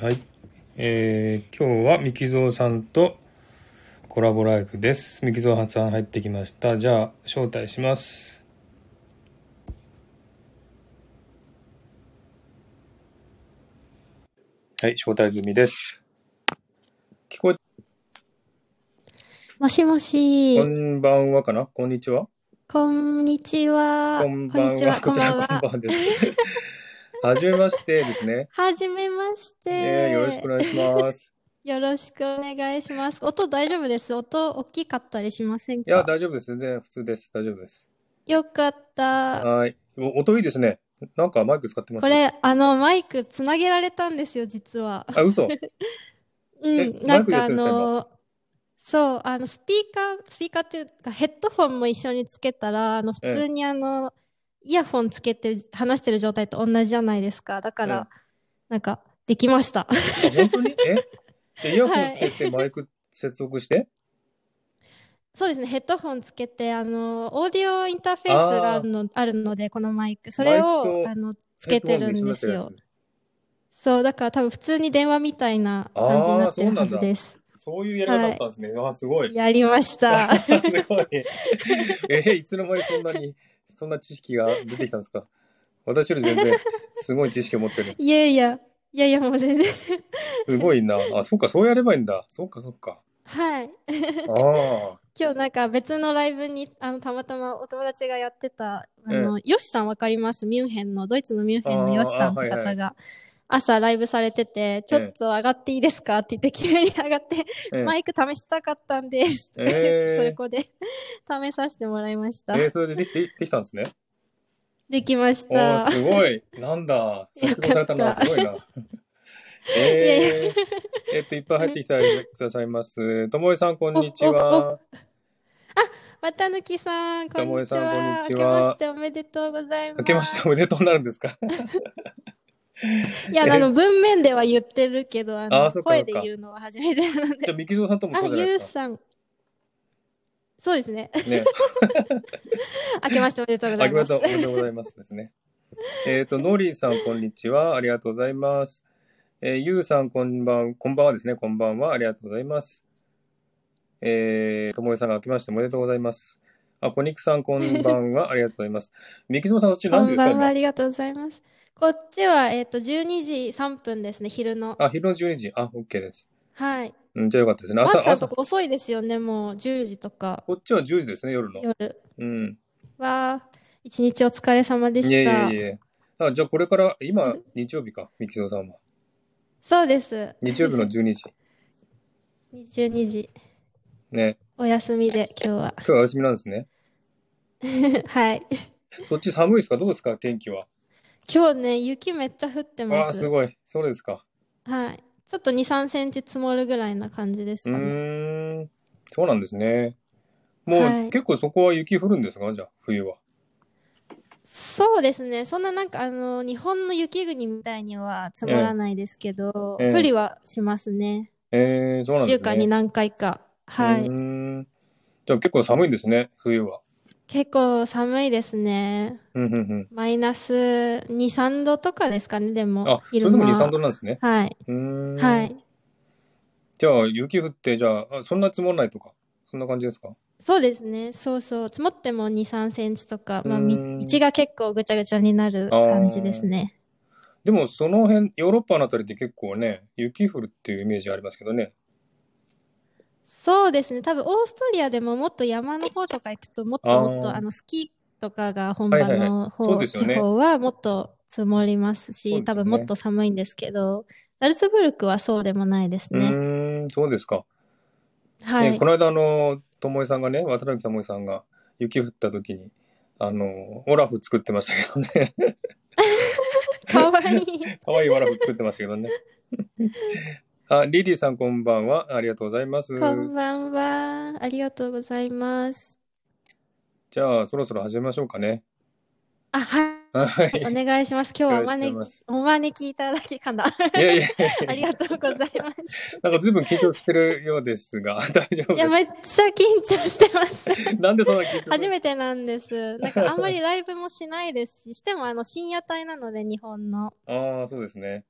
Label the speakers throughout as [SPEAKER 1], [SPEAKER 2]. [SPEAKER 1] はい。えー、今日はミキゾーさんとコラボライブです。ミキゾーさん入ってきました。じゃあ、招待します。はい、招待済みです。聞こえ、
[SPEAKER 2] もしもし
[SPEAKER 1] こ、んばんはかなこんにちは
[SPEAKER 2] こんにちは。
[SPEAKER 1] こんばん
[SPEAKER 2] に ち
[SPEAKER 1] は。
[SPEAKER 2] は、こ
[SPEAKER 1] こ
[SPEAKER 2] ん
[SPEAKER 1] ち
[SPEAKER 2] ば
[SPEAKER 1] らこん
[SPEAKER 2] んは。
[SPEAKER 1] ばんはです。はじめましてですね。
[SPEAKER 2] はじめまして、
[SPEAKER 1] ねえよろしくお願いします。
[SPEAKER 2] よろしくお願いします。音大丈夫です。音大きかったりしません
[SPEAKER 1] いや、
[SPEAKER 2] か
[SPEAKER 1] 大丈夫です。全然普通です。大丈夫です。
[SPEAKER 2] よかった。
[SPEAKER 1] はい。お音いいですね。なんかマイク使ってます
[SPEAKER 2] これ、あの、マイクつなげられたんですよ、実は。
[SPEAKER 1] あ、嘘。
[SPEAKER 2] う
[SPEAKER 1] え
[SPEAKER 2] ん、な
[SPEAKER 1] マイ
[SPEAKER 2] んかあ
[SPEAKER 1] クでやってるんですか
[SPEAKER 2] の、そう、あの、スピーカー、スピーカーっていうか、ヘッドホンも一緒につけたら、あの、普
[SPEAKER 1] ええ
[SPEAKER 2] 通にあの、イヤホンつけて話してる状態と同じじゃないですか。だか
[SPEAKER 1] ええ
[SPEAKER 2] ら、なんか、できました。
[SPEAKER 1] あ本当にえでイヤホンつけてマイク接続して、
[SPEAKER 2] そうですね、ヘッドホンつけて、あの、オーディオインターフェースがあるの、あるので、このマイク。それ
[SPEAKER 1] マイク
[SPEAKER 2] を、
[SPEAKER 1] と
[SPEAKER 2] あの、つけてるんで
[SPEAKER 1] ヘッド
[SPEAKER 2] す
[SPEAKER 1] ホンにするや
[SPEAKER 2] よ。
[SPEAKER 1] つ
[SPEAKER 2] そう、だから多分普通に電話みたいな感じになってるはずです。
[SPEAKER 1] そういうやり方だったんですね。わあすごい。
[SPEAKER 2] やりまし た。
[SPEAKER 1] すごい。えいつの間にそんなに、そんな知識が出てきたんですか私より全然、すごい知識を持ってる。
[SPEAKER 2] いやいや、いやいや、もう全然。
[SPEAKER 1] すごいな。あ、そっか、そうやればいいんだ。そっか、そっか。
[SPEAKER 2] はい。
[SPEAKER 1] ああ。
[SPEAKER 2] 今日なんか別のライブに、あの、たまたまお友達がやってた、あ
[SPEAKER 1] ええ
[SPEAKER 2] の、ヨシさんわかりますミュンヘンの、ドイツのミュンヘンのヨシさんって
[SPEAKER 1] あーあーはい
[SPEAKER 2] 方が、朝ライブされてて、ちょっと上がっていいですかって言って急に上がって、
[SPEAKER 1] ええ
[SPEAKER 2] マイク試したかったんです。
[SPEAKER 1] えー
[SPEAKER 2] それこで試させてもらいました。
[SPEAKER 1] えーそれでできでできたんですね。
[SPEAKER 2] できまし
[SPEAKER 1] おー
[SPEAKER 2] た。
[SPEAKER 1] すごい。なん だ。作業されたな。
[SPEAKER 2] よかった
[SPEAKER 1] すご いな。
[SPEAKER 2] いやい
[SPEAKER 1] えー、えっと、いっぱい入ってきてくださいます。ともえさん、こんにちは。
[SPEAKER 2] 綿貫さん、こん
[SPEAKER 1] ともえ
[SPEAKER 2] にち
[SPEAKER 1] さん
[SPEAKER 2] は。
[SPEAKER 1] こんに
[SPEAKER 2] 明
[SPEAKER 1] ち
[SPEAKER 2] け
[SPEAKER 1] は
[SPEAKER 2] ましておめでとうございます。
[SPEAKER 1] 明けましておめでとうになるんですか
[SPEAKER 2] いや、あの、文面では言ってるけど、あの
[SPEAKER 1] あーそっかそっ
[SPEAKER 2] 声
[SPEAKER 1] か
[SPEAKER 2] で言うのは初めて なの
[SPEAKER 1] じゃ
[SPEAKER 2] で。
[SPEAKER 1] あ、みきぞうさんとも
[SPEAKER 2] あ
[SPEAKER 1] そう、じゃない
[SPEAKER 2] ゆ
[SPEAKER 1] で
[SPEAKER 2] う
[SPEAKER 1] す
[SPEAKER 2] さん。そうですね。
[SPEAKER 1] か。ね。
[SPEAKER 2] 明けましておめでとうござ
[SPEAKER 1] あ
[SPEAKER 2] い
[SPEAKER 1] り
[SPEAKER 2] ま
[SPEAKER 1] が
[SPEAKER 2] す
[SPEAKER 1] とう、お。めでとうございますですね。えっと、のりさん、こんにちは。ありがとうございます。えー、ゆうさん、こんばん、こんばんはですね。こんばんは。ありがとうございます。えー、ともえさんが明けましておめでとうございます。あ、こにくさん、こんばんは。ありがとうございます。みきぞうさん、そっち
[SPEAKER 2] こ
[SPEAKER 1] 何時
[SPEAKER 2] ん
[SPEAKER 1] ですか
[SPEAKER 2] ばんは、あ
[SPEAKER 1] 今。
[SPEAKER 2] りがとうございます。こっちは、えっと、12時3分ですね、昼の。
[SPEAKER 1] あ、昼の12時。あ、OK です。
[SPEAKER 2] はい。
[SPEAKER 1] うん、じゃあよかったですね。
[SPEAKER 2] マ
[SPEAKER 1] 朝、
[SPEAKER 2] スさん
[SPEAKER 1] 朝、
[SPEAKER 2] と
[SPEAKER 1] こ
[SPEAKER 2] か遅いですよね、もう10時とか、
[SPEAKER 1] っちは10時ですね、夜の。
[SPEAKER 2] 夜。
[SPEAKER 1] うん。
[SPEAKER 2] わあ、一日お疲れ様でし
[SPEAKER 1] いえい
[SPEAKER 2] た。
[SPEAKER 1] えいえ。あ、じゃあこれから、今、日曜日か、みきぞうさんは。
[SPEAKER 2] そうです。
[SPEAKER 1] 日曜日の12時。
[SPEAKER 2] 12時、
[SPEAKER 1] ね。
[SPEAKER 2] お休 みで、今日は。
[SPEAKER 1] 今日はお休みなんですね。
[SPEAKER 2] はい。
[SPEAKER 1] そっち寒いですかどうですか天気は。
[SPEAKER 2] 今日ね、雪めっちゃ降ってま
[SPEAKER 1] ああ、
[SPEAKER 2] す。
[SPEAKER 1] すごい。そうですか。
[SPEAKER 2] はい。ちょっと2、3センチ積もるぐらいな感じです
[SPEAKER 1] う
[SPEAKER 2] かね。
[SPEAKER 1] ーん。そうなんですね。もう、
[SPEAKER 2] はい
[SPEAKER 1] 結構そこは雪降るんですかじゃあ、冬は。
[SPEAKER 2] そうですね。そんななんか、あの、日本の雪国みたいには積もらないですけど、
[SPEAKER 1] ええ
[SPEAKER 2] 降りはしますね。
[SPEAKER 1] えー、そうなん
[SPEAKER 2] 1
[SPEAKER 1] ですね。
[SPEAKER 2] 週間に何回か。は
[SPEAKER 1] う
[SPEAKER 2] い
[SPEAKER 1] ー。ん。じゃあ結構寒いんですね、冬は。
[SPEAKER 2] 結構寒いですね。
[SPEAKER 1] うんうんうん。
[SPEAKER 2] マイナス2、3度とかですかね、でも、
[SPEAKER 1] あ、それ
[SPEAKER 2] 昼
[SPEAKER 1] でも2、
[SPEAKER 2] 間は
[SPEAKER 1] 3度なんですね。
[SPEAKER 2] はい。
[SPEAKER 1] うーん。
[SPEAKER 2] はい。
[SPEAKER 1] じゃあ、雪降って、じゃあ、あそんな積もらないとか、そんな感じですか
[SPEAKER 2] そうですね。そうそう。積もっても2、3センチとか、まあ、み
[SPEAKER 1] うーん
[SPEAKER 2] 道が結構ぐちゃぐちゃになる感じですね。
[SPEAKER 1] でも、その辺、ヨーロッパのあたりって結構ね、雪降るっていうイメージありますけどね。
[SPEAKER 2] そうですね。多分、オーストリアでももっと山の方とか行くと、もっともっ
[SPEAKER 1] あー
[SPEAKER 2] と、あの、スキーとかが本
[SPEAKER 1] はい
[SPEAKER 2] 場
[SPEAKER 1] はいはい
[SPEAKER 2] の方、
[SPEAKER 1] そうですよね
[SPEAKER 2] 地方はもっと積もりますし、
[SPEAKER 1] そうですよ
[SPEAKER 2] 多
[SPEAKER 1] ね
[SPEAKER 2] 分もっと寒いんですけど、ザルツブルクはそうでもないです
[SPEAKER 1] う
[SPEAKER 2] ね。
[SPEAKER 1] ーん、そうですか。
[SPEAKER 2] はい。
[SPEAKER 1] ねこの間、あの、ともえさんがね、渡辺ともえさんが雪降った時に、あの、オラフ作ってましたけどね。
[SPEAKER 2] かわいい。
[SPEAKER 1] 可愛いオラフ作ってましたけ どね。あ、リリーさんこんばんは。ありが とうございます。
[SPEAKER 2] こんばんは。ありがとうございます。
[SPEAKER 1] じゃあ、そろそろ始めましょうかね。
[SPEAKER 2] あ、はい。
[SPEAKER 1] はい。
[SPEAKER 2] お願いし ます。今日はお
[SPEAKER 1] お願いしま
[SPEAKER 2] 招
[SPEAKER 1] す
[SPEAKER 2] き、お招きいただき、かんだ。
[SPEAKER 1] いやいやい
[SPEAKER 2] あ
[SPEAKER 1] やい
[SPEAKER 2] り
[SPEAKER 1] や、
[SPEAKER 2] がとうございます。
[SPEAKER 1] なんか随分緊張してるようですが、 大丈夫
[SPEAKER 2] いや、
[SPEAKER 1] で
[SPEAKER 2] めっちゃ緊張して ます。
[SPEAKER 1] す。なんでそんな緊張する
[SPEAKER 2] 初めてなんです。なんかあんまりライブもしないですし、してもあの深夜帯なので、日本の。
[SPEAKER 1] ああ、そうですね。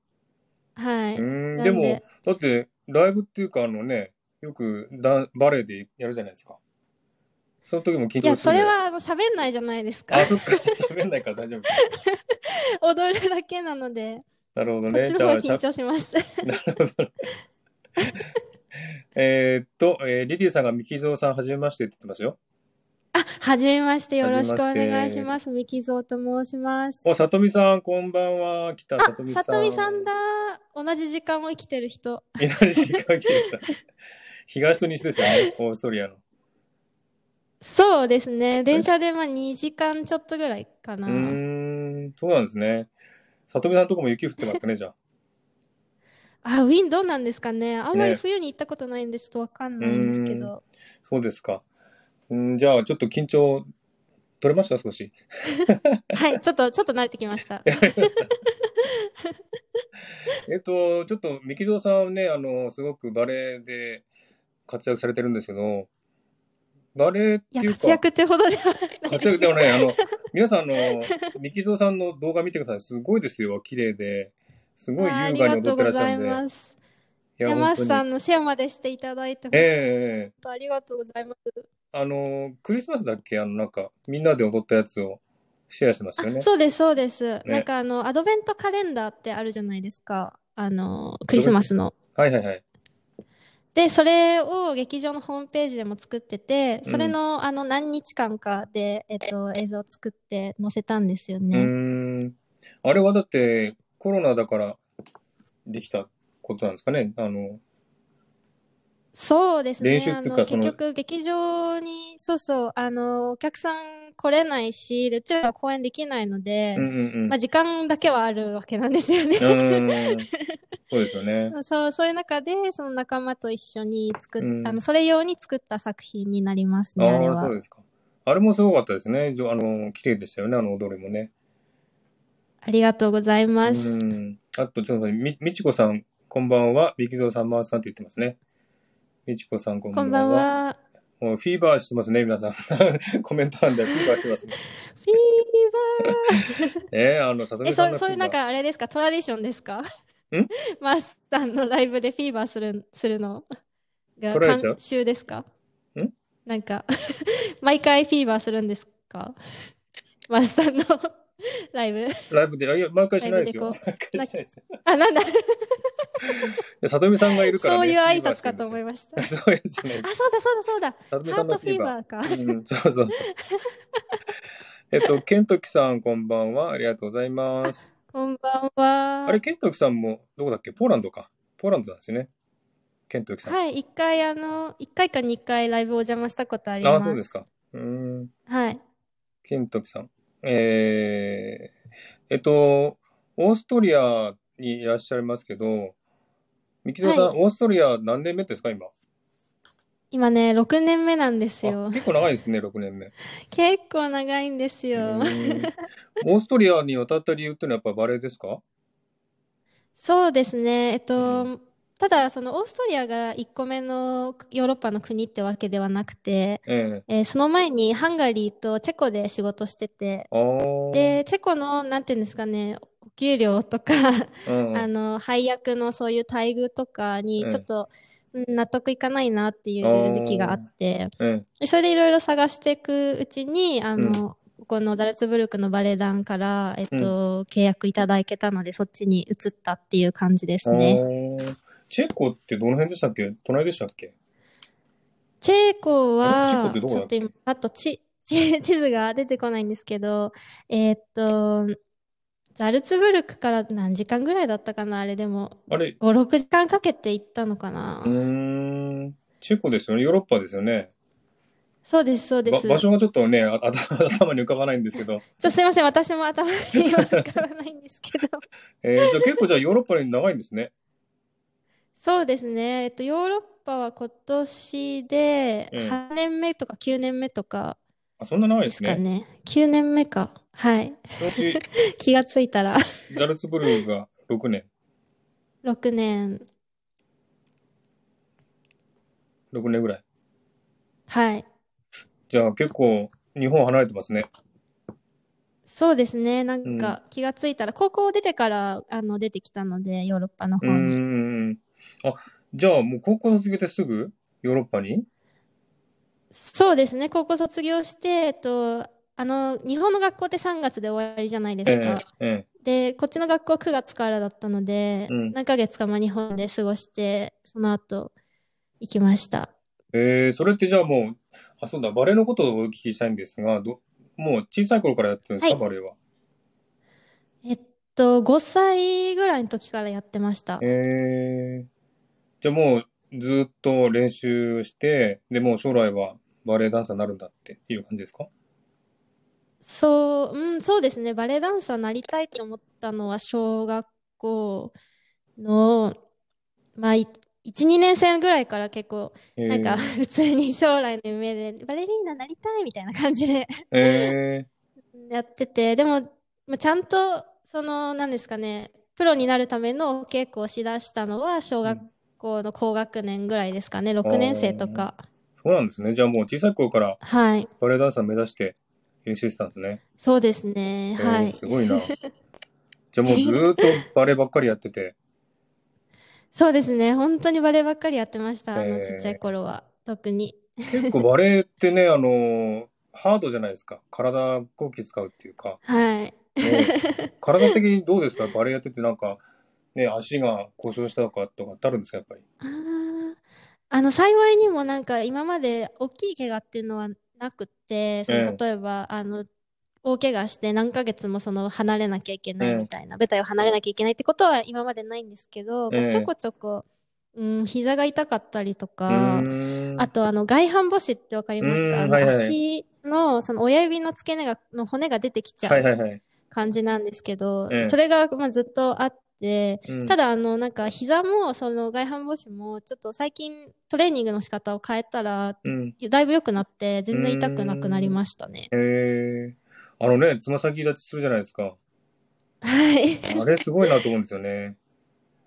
[SPEAKER 2] は
[SPEAKER 1] う
[SPEAKER 2] い。
[SPEAKER 1] ん、
[SPEAKER 2] なん
[SPEAKER 1] で
[SPEAKER 2] で
[SPEAKER 1] も、だって、ライブっていうか、あのね、よくダバレエでやるじゃないですか。その時も緊
[SPEAKER 2] いや、
[SPEAKER 1] 張す
[SPEAKER 2] そ
[SPEAKER 1] るじゃ
[SPEAKER 2] れ
[SPEAKER 1] ない
[SPEAKER 2] はあの喋んないじゃないですか
[SPEAKER 1] で。すか。あ、そっか、喋ん ないから大丈夫。
[SPEAKER 2] 踊るだけなので、
[SPEAKER 1] なるほど
[SPEAKER 2] こっ
[SPEAKER 1] ね。
[SPEAKER 2] ちの
[SPEAKER 1] じ
[SPEAKER 2] 方
[SPEAKER 1] ゃ
[SPEAKER 2] が
[SPEAKER 1] あ、し
[SPEAKER 2] 緊
[SPEAKER 1] ゃ
[SPEAKER 2] 張します。
[SPEAKER 1] えーっと、えーリリーさんがミキゾーさん、はじめましてって言ってますよ。
[SPEAKER 2] あ、はじめまして、よろしくお
[SPEAKER 1] はじめま
[SPEAKER 2] 願
[SPEAKER 1] し
[SPEAKER 2] い
[SPEAKER 1] て
[SPEAKER 2] します。みきぞうと申します。
[SPEAKER 1] お、さとみさん、こんばんは。来た、
[SPEAKER 2] あ
[SPEAKER 1] さと、みさん。
[SPEAKER 2] さとみさんだ。同じ時間を生きてる人。
[SPEAKER 1] え何時間来て ました。東と西ですよね、オーストリアの。
[SPEAKER 2] そうですね。電車でまあ2時間ちょっとぐらいか
[SPEAKER 1] う
[SPEAKER 2] な。
[SPEAKER 1] ーん、そうなんですね。さとみさんのとこも雪降ってますかね、じゃあ。
[SPEAKER 2] あ、ウィンどうなんですかね。あんま
[SPEAKER 1] ね
[SPEAKER 2] り冬に行ったことないんで、ちょっとわかんないんですけど。
[SPEAKER 1] そうですか。うん、じゃあ、ちょっと緊張、取れました少し。
[SPEAKER 2] はい、ちょっと、ちょっと慣れてきま した。
[SPEAKER 1] えっと、ちょっと、三木蔵さんはね、あの、すごくバレエで活躍されてるんですけど、バレエっ
[SPEAKER 2] い
[SPEAKER 1] て
[SPEAKER 2] や、
[SPEAKER 1] いう
[SPEAKER 2] 活
[SPEAKER 1] か、
[SPEAKER 2] 躍ってほどではない
[SPEAKER 1] 活躍ではない、あの、皆さん、あの、三木蔵さんの動画見てください。すごいですよ、綺麗で。すごい優
[SPEAKER 2] あー
[SPEAKER 1] 雅
[SPEAKER 2] あ
[SPEAKER 1] に
[SPEAKER 2] りが
[SPEAKER 1] 踊
[SPEAKER 2] と
[SPEAKER 1] っ
[SPEAKER 2] う
[SPEAKER 1] てら
[SPEAKER 2] ご
[SPEAKER 1] っしゃ
[SPEAKER 2] ざ
[SPEAKER 1] る
[SPEAKER 2] い
[SPEAKER 1] んで。
[SPEAKER 2] ます。
[SPEAKER 1] いや、
[SPEAKER 2] 山
[SPEAKER 1] 本
[SPEAKER 2] 橋
[SPEAKER 1] 当
[SPEAKER 2] さ
[SPEAKER 1] に。
[SPEAKER 2] んのシェアまでしていただいて、
[SPEAKER 1] ええ
[SPEAKER 2] 本
[SPEAKER 1] ええ
[SPEAKER 2] 当ありがとうございます。
[SPEAKER 1] あの、クリスマスだっけあの、なんか、みんなで踊ったやつをシェアしてますよね。
[SPEAKER 2] あ、そうです、そうです。なんかあの、アドベントカレンダーってあるじゃないですか。あの、クリスマスの。
[SPEAKER 1] はいはいはい。
[SPEAKER 2] で、それを劇場のホームページでも作ってて、それ
[SPEAKER 1] うん
[SPEAKER 2] の、あの、何日間かで、えっと、映像を作って載せたんですよ
[SPEAKER 1] う
[SPEAKER 2] ね。
[SPEAKER 1] ーん。あれはだって、コロナだからできたことなんですかねあの、
[SPEAKER 2] そうです
[SPEAKER 1] 練
[SPEAKER 2] ね。
[SPEAKER 1] 習っ
[SPEAKER 2] あ
[SPEAKER 1] つう
[SPEAKER 2] の、
[SPEAKER 1] かその
[SPEAKER 2] 結局、劇場に、そうそう、あの、お客さん来れないし、で、うちらは公演できないので
[SPEAKER 1] う、んうんうん。
[SPEAKER 2] まあ、時間だけはあるわけなんですよね。
[SPEAKER 1] うーん。そうですよね。
[SPEAKER 2] そう、そういう中で、その仲間と一緒に作っ、
[SPEAKER 1] うん
[SPEAKER 2] あの、それ用に作った作品になりますね、あれ
[SPEAKER 1] ああ、
[SPEAKER 2] は。
[SPEAKER 1] そうですか。あれもすごかったですね。じょあの、綺麗でしたよね、あの踊りもね。
[SPEAKER 2] ありがとうございうます。
[SPEAKER 1] ん。あと、ちょっと待って、み、みちこさん、こんばんは。みきぞうさん、まーさんって言ってますね。みちこさん、こんば
[SPEAKER 2] こ
[SPEAKER 1] ん
[SPEAKER 2] ん
[SPEAKER 1] は。
[SPEAKER 2] ばんは。
[SPEAKER 1] もうフィーバーしてますね、皆さん。 コメント欄でフィーバーしてますね。
[SPEAKER 2] フィー
[SPEAKER 1] えー、あの、さと
[SPEAKER 2] バー。え、
[SPEAKER 1] みさん
[SPEAKER 2] そ
[SPEAKER 1] の
[SPEAKER 2] う、そういう
[SPEAKER 1] フィ
[SPEAKER 2] な
[SPEAKER 1] ー
[SPEAKER 2] ん
[SPEAKER 1] バー
[SPEAKER 2] かあれですか、トラディションですかマスさんのライブでフィーバーする、するのが
[SPEAKER 1] トラディション
[SPEAKER 2] 慣習ですか
[SPEAKER 1] ん
[SPEAKER 2] なんか、 毎回フィーバーするんですかマスさんの ライブ。
[SPEAKER 1] ライブで、あいや、毎回しないです
[SPEAKER 2] ライ
[SPEAKER 1] よ。
[SPEAKER 2] ブ
[SPEAKER 1] 毎 回しないですよ。
[SPEAKER 2] あ、なんだ、
[SPEAKER 1] でさとみさんがいるから、
[SPEAKER 2] そう
[SPEAKER 1] ね。
[SPEAKER 2] いう挨拶かと思い
[SPEAKER 1] ま
[SPEAKER 2] ました。
[SPEAKER 1] す。そうですね
[SPEAKER 2] あ、。そうだそうだそうだ。
[SPEAKER 1] さとみ
[SPEAKER 2] ハ
[SPEAKER 1] さん
[SPEAKER 2] ー
[SPEAKER 1] の
[SPEAKER 2] ト
[SPEAKER 1] フ
[SPEAKER 2] フ
[SPEAKER 1] ィー
[SPEAKER 2] ィー
[SPEAKER 1] バ
[SPEAKER 2] バーか。
[SPEAKER 1] ー。うん、そうそうそう。 えっと、ケントキさん、こんばんは。ありがとうございます。
[SPEAKER 2] こんばんは。
[SPEAKER 1] あれ、ケントキさんも、どこだっけポーランドか。ポーランドなんですよね。ケントキさん。
[SPEAKER 2] はい、一回あの、一回か二回ライブお邪魔したことあり
[SPEAKER 1] あ
[SPEAKER 2] ま
[SPEAKER 1] あ、
[SPEAKER 2] す。
[SPEAKER 1] そうですか。うーん。
[SPEAKER 2] はい。
[SPEAKER 1] ケントキさん。えー、えっと、オーストリアにいらっしゃいますけど、三木蔵さん、
[SPEAKER 2] は
[SPEAKER 1] オーストリア何年目ですか、今。
[SPEAKER 2] 今ね、6年目なんです
[SPEAKER 1] あ
[SPEAKER 2] よ。
[SPEAKER 1] 結構長いですね、6年目。
[SPEAKER 2] 結構長いんです
[SPEAKER 1] う
[SPEAKER 2] よ。
[SPEAKER 1] ーんオーストリアに渡った理由っていうのはやっぱバレエですか
[SPEAKER 2] そうですね。えっ
[SPEAKER 1] う
[SPEAKER 2] と、ただ、そのオーストリアが1個目のヨーロッパの国ってわけではなくて、
[SPEAKER 1] ええ
[SPEAKER 2] えーその前にハンガリーとチェコで仕事してて、
[SPEAKER 1] ああ。
[SPEAKER 2] で、チェコの、なんていうんですかね、お給料とか、
[SPEAKER 1] うん、
[SPEAKER 2] あの、配役のそういう待遇とかに
[SPEAKER 1] うん
[SPEAKER 2] ちょっと、うん納得いかないなっていう時期があって、
[SPEAKER 1] うん。
[SPEAKER 2] それでいろいろ探していくうちに、あの、ここのザルツブルクのバレエ団から、えっと、契約いただけたので、そっちに移ったっていう感じですね。
[SPEAKER 1] あーチェコってどの辺でしたっけ隣でしたっけ
[SPEAKER 2] チェコ
[SPEAKER 1] あ
[SPEAKER 2] は、
[SPEAKER 1] れチェコってどこ
[SPEAKER 2] ち
[SPEAKER 1] だ
[SPEAKER 2] ょっと今、パッとち、ち 地図が出てこないんですけど、えっと、ザルツブルクから何時間ぐらいだったかな、あれでも。
[SPEAKER 1] あれ、
[SPEAKER 2] 5、6時間かけて行ったのかな
[SPEAKER 1] う。ーん。チェコですよね。ヨーロッパですよね。
[SPEAKER 2] そうです、そうで
[SPEAKER 1] ば
[SPEAKER 2] す。
[SPEAKER 1] 場所がちょっとね、あ頭 頭に浮かばないんですけど。
[SPEAKER 2] ちょ、すいません、私も頭に は浮かばないんですけど。
[SPEAKER 1] えー、じゃあ結構じゃあヨーロッパに長いんですね。
[SPEAKER 2] そうですね。えっと、ヨーロッパは今年で
[SPEAKER 1] うん
[SPEAKER 2] 8年目とか9年目とか
[SPEAKER 1] あ、そんな長い
[SPEAKER 2] で
[SPEAKER 1] です
[SPEAKER 2] すか
[SPEAKER 1] ね。
[SPEAKER 2] ね。9年目か。はい。
[SPEAKER 1] そのうち、
[SPEAKER 2] 気がついたら
[SPEAKER 1] ザルツブルクが6年。
[SPEAKER 2] 6年。
[SPEAKER 1] 6年ぐらい。
[SPEAKER 2] はい。
[SPEAKER 1] じゃあ結構、日本離れてますね。
[SPEAKER 2] そうですね。なんか気がついたら、高校出てからあの出てきたので、ヨーロッパの方
[SPEAKER 1] う
[SPEAKER 2] に。
[SPEAKER 1] ん。あ、じゃあもう高校卒業してすぐヨーロッパに
[SPEAKER 2] そうですね。高校卒業して、えっと、あの、日本の学校って3月で終わりじゃないで
[SPEAKER 1] え
[SPEAKER 2] す
[SPEAKER 1] え
[SPEAKER 2] か。
[SPEAKER 1] え
[SPEAKER 2] で、こっちの学校は9月からだったので、
[SPEAKER 1] うん
[SPEAKER 2] 何ヶ月かまあ日本で過ごして、その後行きました。
[SPEAKER 1] えええそれってじゃあもう、あ、そうだ、バレエのことをお聞きしたいんですが、どもう小さい頃からやってるんですか、
[SPEAKER 2] は
[SPEAKER 1] バレエは。
[SPEAKER 2] えっと、5歳ぐらいの時からやってました。
[SPEAKER 1] ええじゃあもうずっと練習して、でもう将来はバレエダンサーになるんだっていう感じですか
[SPEAKER 2] そう、うん、そうですね。バレエダンサーになりたいと思ったのは小学校の、まあ、1、2年生ぐらいから結構、
[SPEAKER 1] え
[SPEAKER 2] なんか
[SPEAKER 1] え
[SPEAKER 2] 普通に将来の夢でバレリーナになりたいみたいな感じで
[SPEAKER 1] え
[SPEAKER 2] やってて、でも、まあちゃんと、その、なんですかね、プロになるためのお稽古をしだしたのは小学校の高学年ぐらいですかね、6年生とか。
[SPEAKER 1] そうなんですね。じゃあもう小さい頃から
[SPEAKER 2] はい。
[SPEAKER 1] バレエダンサー目指して練習してたんですね。
[SPEAKER 2] そうですね。
[SPEAKER 1] ええ
[SPEAKER 2] はい。
[SPEAKER 1] すご いな。じゃあもうずーっとバレエばっかりやってて。
[SPEAKER 2] そうですね。本当にバレエばっかりやってました。あ
[SPEAKER 1] へ
[SPEAKER 2] の、
[SPEAKER 1] ー
[SPEAKER 2] ちっちゃい頃は。特に。
[SPEAKER 1] 結構バレエってね、あの、ハードじゃないですか。体動き使うっていうか。
[SPEAKER 2] はい。
[SPEAKER 1] ね体的にどうですかバレエやっててなんか、ね、足が故障したとかとかってあるんですかやっぱり。
[SPEAKER 2] あーあの、幸いにもなんか今まで大きい怪我っていうのはなくって、その
[SPEAKER 1] ええ
[SPEAKER 2] 例えば、あの、大怪我して何ヶ月もその離れなきゃいけな
[SPEAKER 1] え
[SPEAKER 2] い
[SPEAKER 1] え
[SPEAKER 2] みたいな、舞台を離れなきゃいけないってことは今までないんですけど、まあ
[SPEAKER 1] ええ
[SPEAKER 2] ちょこちょこ、うん、膝が痛かったりと
[SPEAKER 1] う
[SPEAKER 2] か、
[SPEAKER 1] ーん
[SPEAKER 2] あと、あの、外反母趾ってわかります
[SPEAKER 1] うん
[SPEAKER 2] かあの
[SPEAKER 1] はいはい
[SPEAKER 2] 足の、その親指の付け根が、の骨が出てきちゃう。
[SPEAKER 1] はいはいはい。
[SPEAKER 2] 感じなんですけど、
[SPEAKER 1] ええ
[SPEAKER 2] それがまあずっとあって、
[SPEAKER 1] うん
[SPEAKER 2] ただあのなんか膝もその外反母趾もちょっと最近トレーニングの仕方を変えたら
[SPEAKER 1] うん。
[SPEAKER 2] だいぶ良くなって全然痛くなくなりましたね。
[SPEAKER 1] へえあのね、つま先立ちするじゃないですか。
[SPEAKER 2] はい。
[SPEAKER 1] あれすごいなと思うんですよね。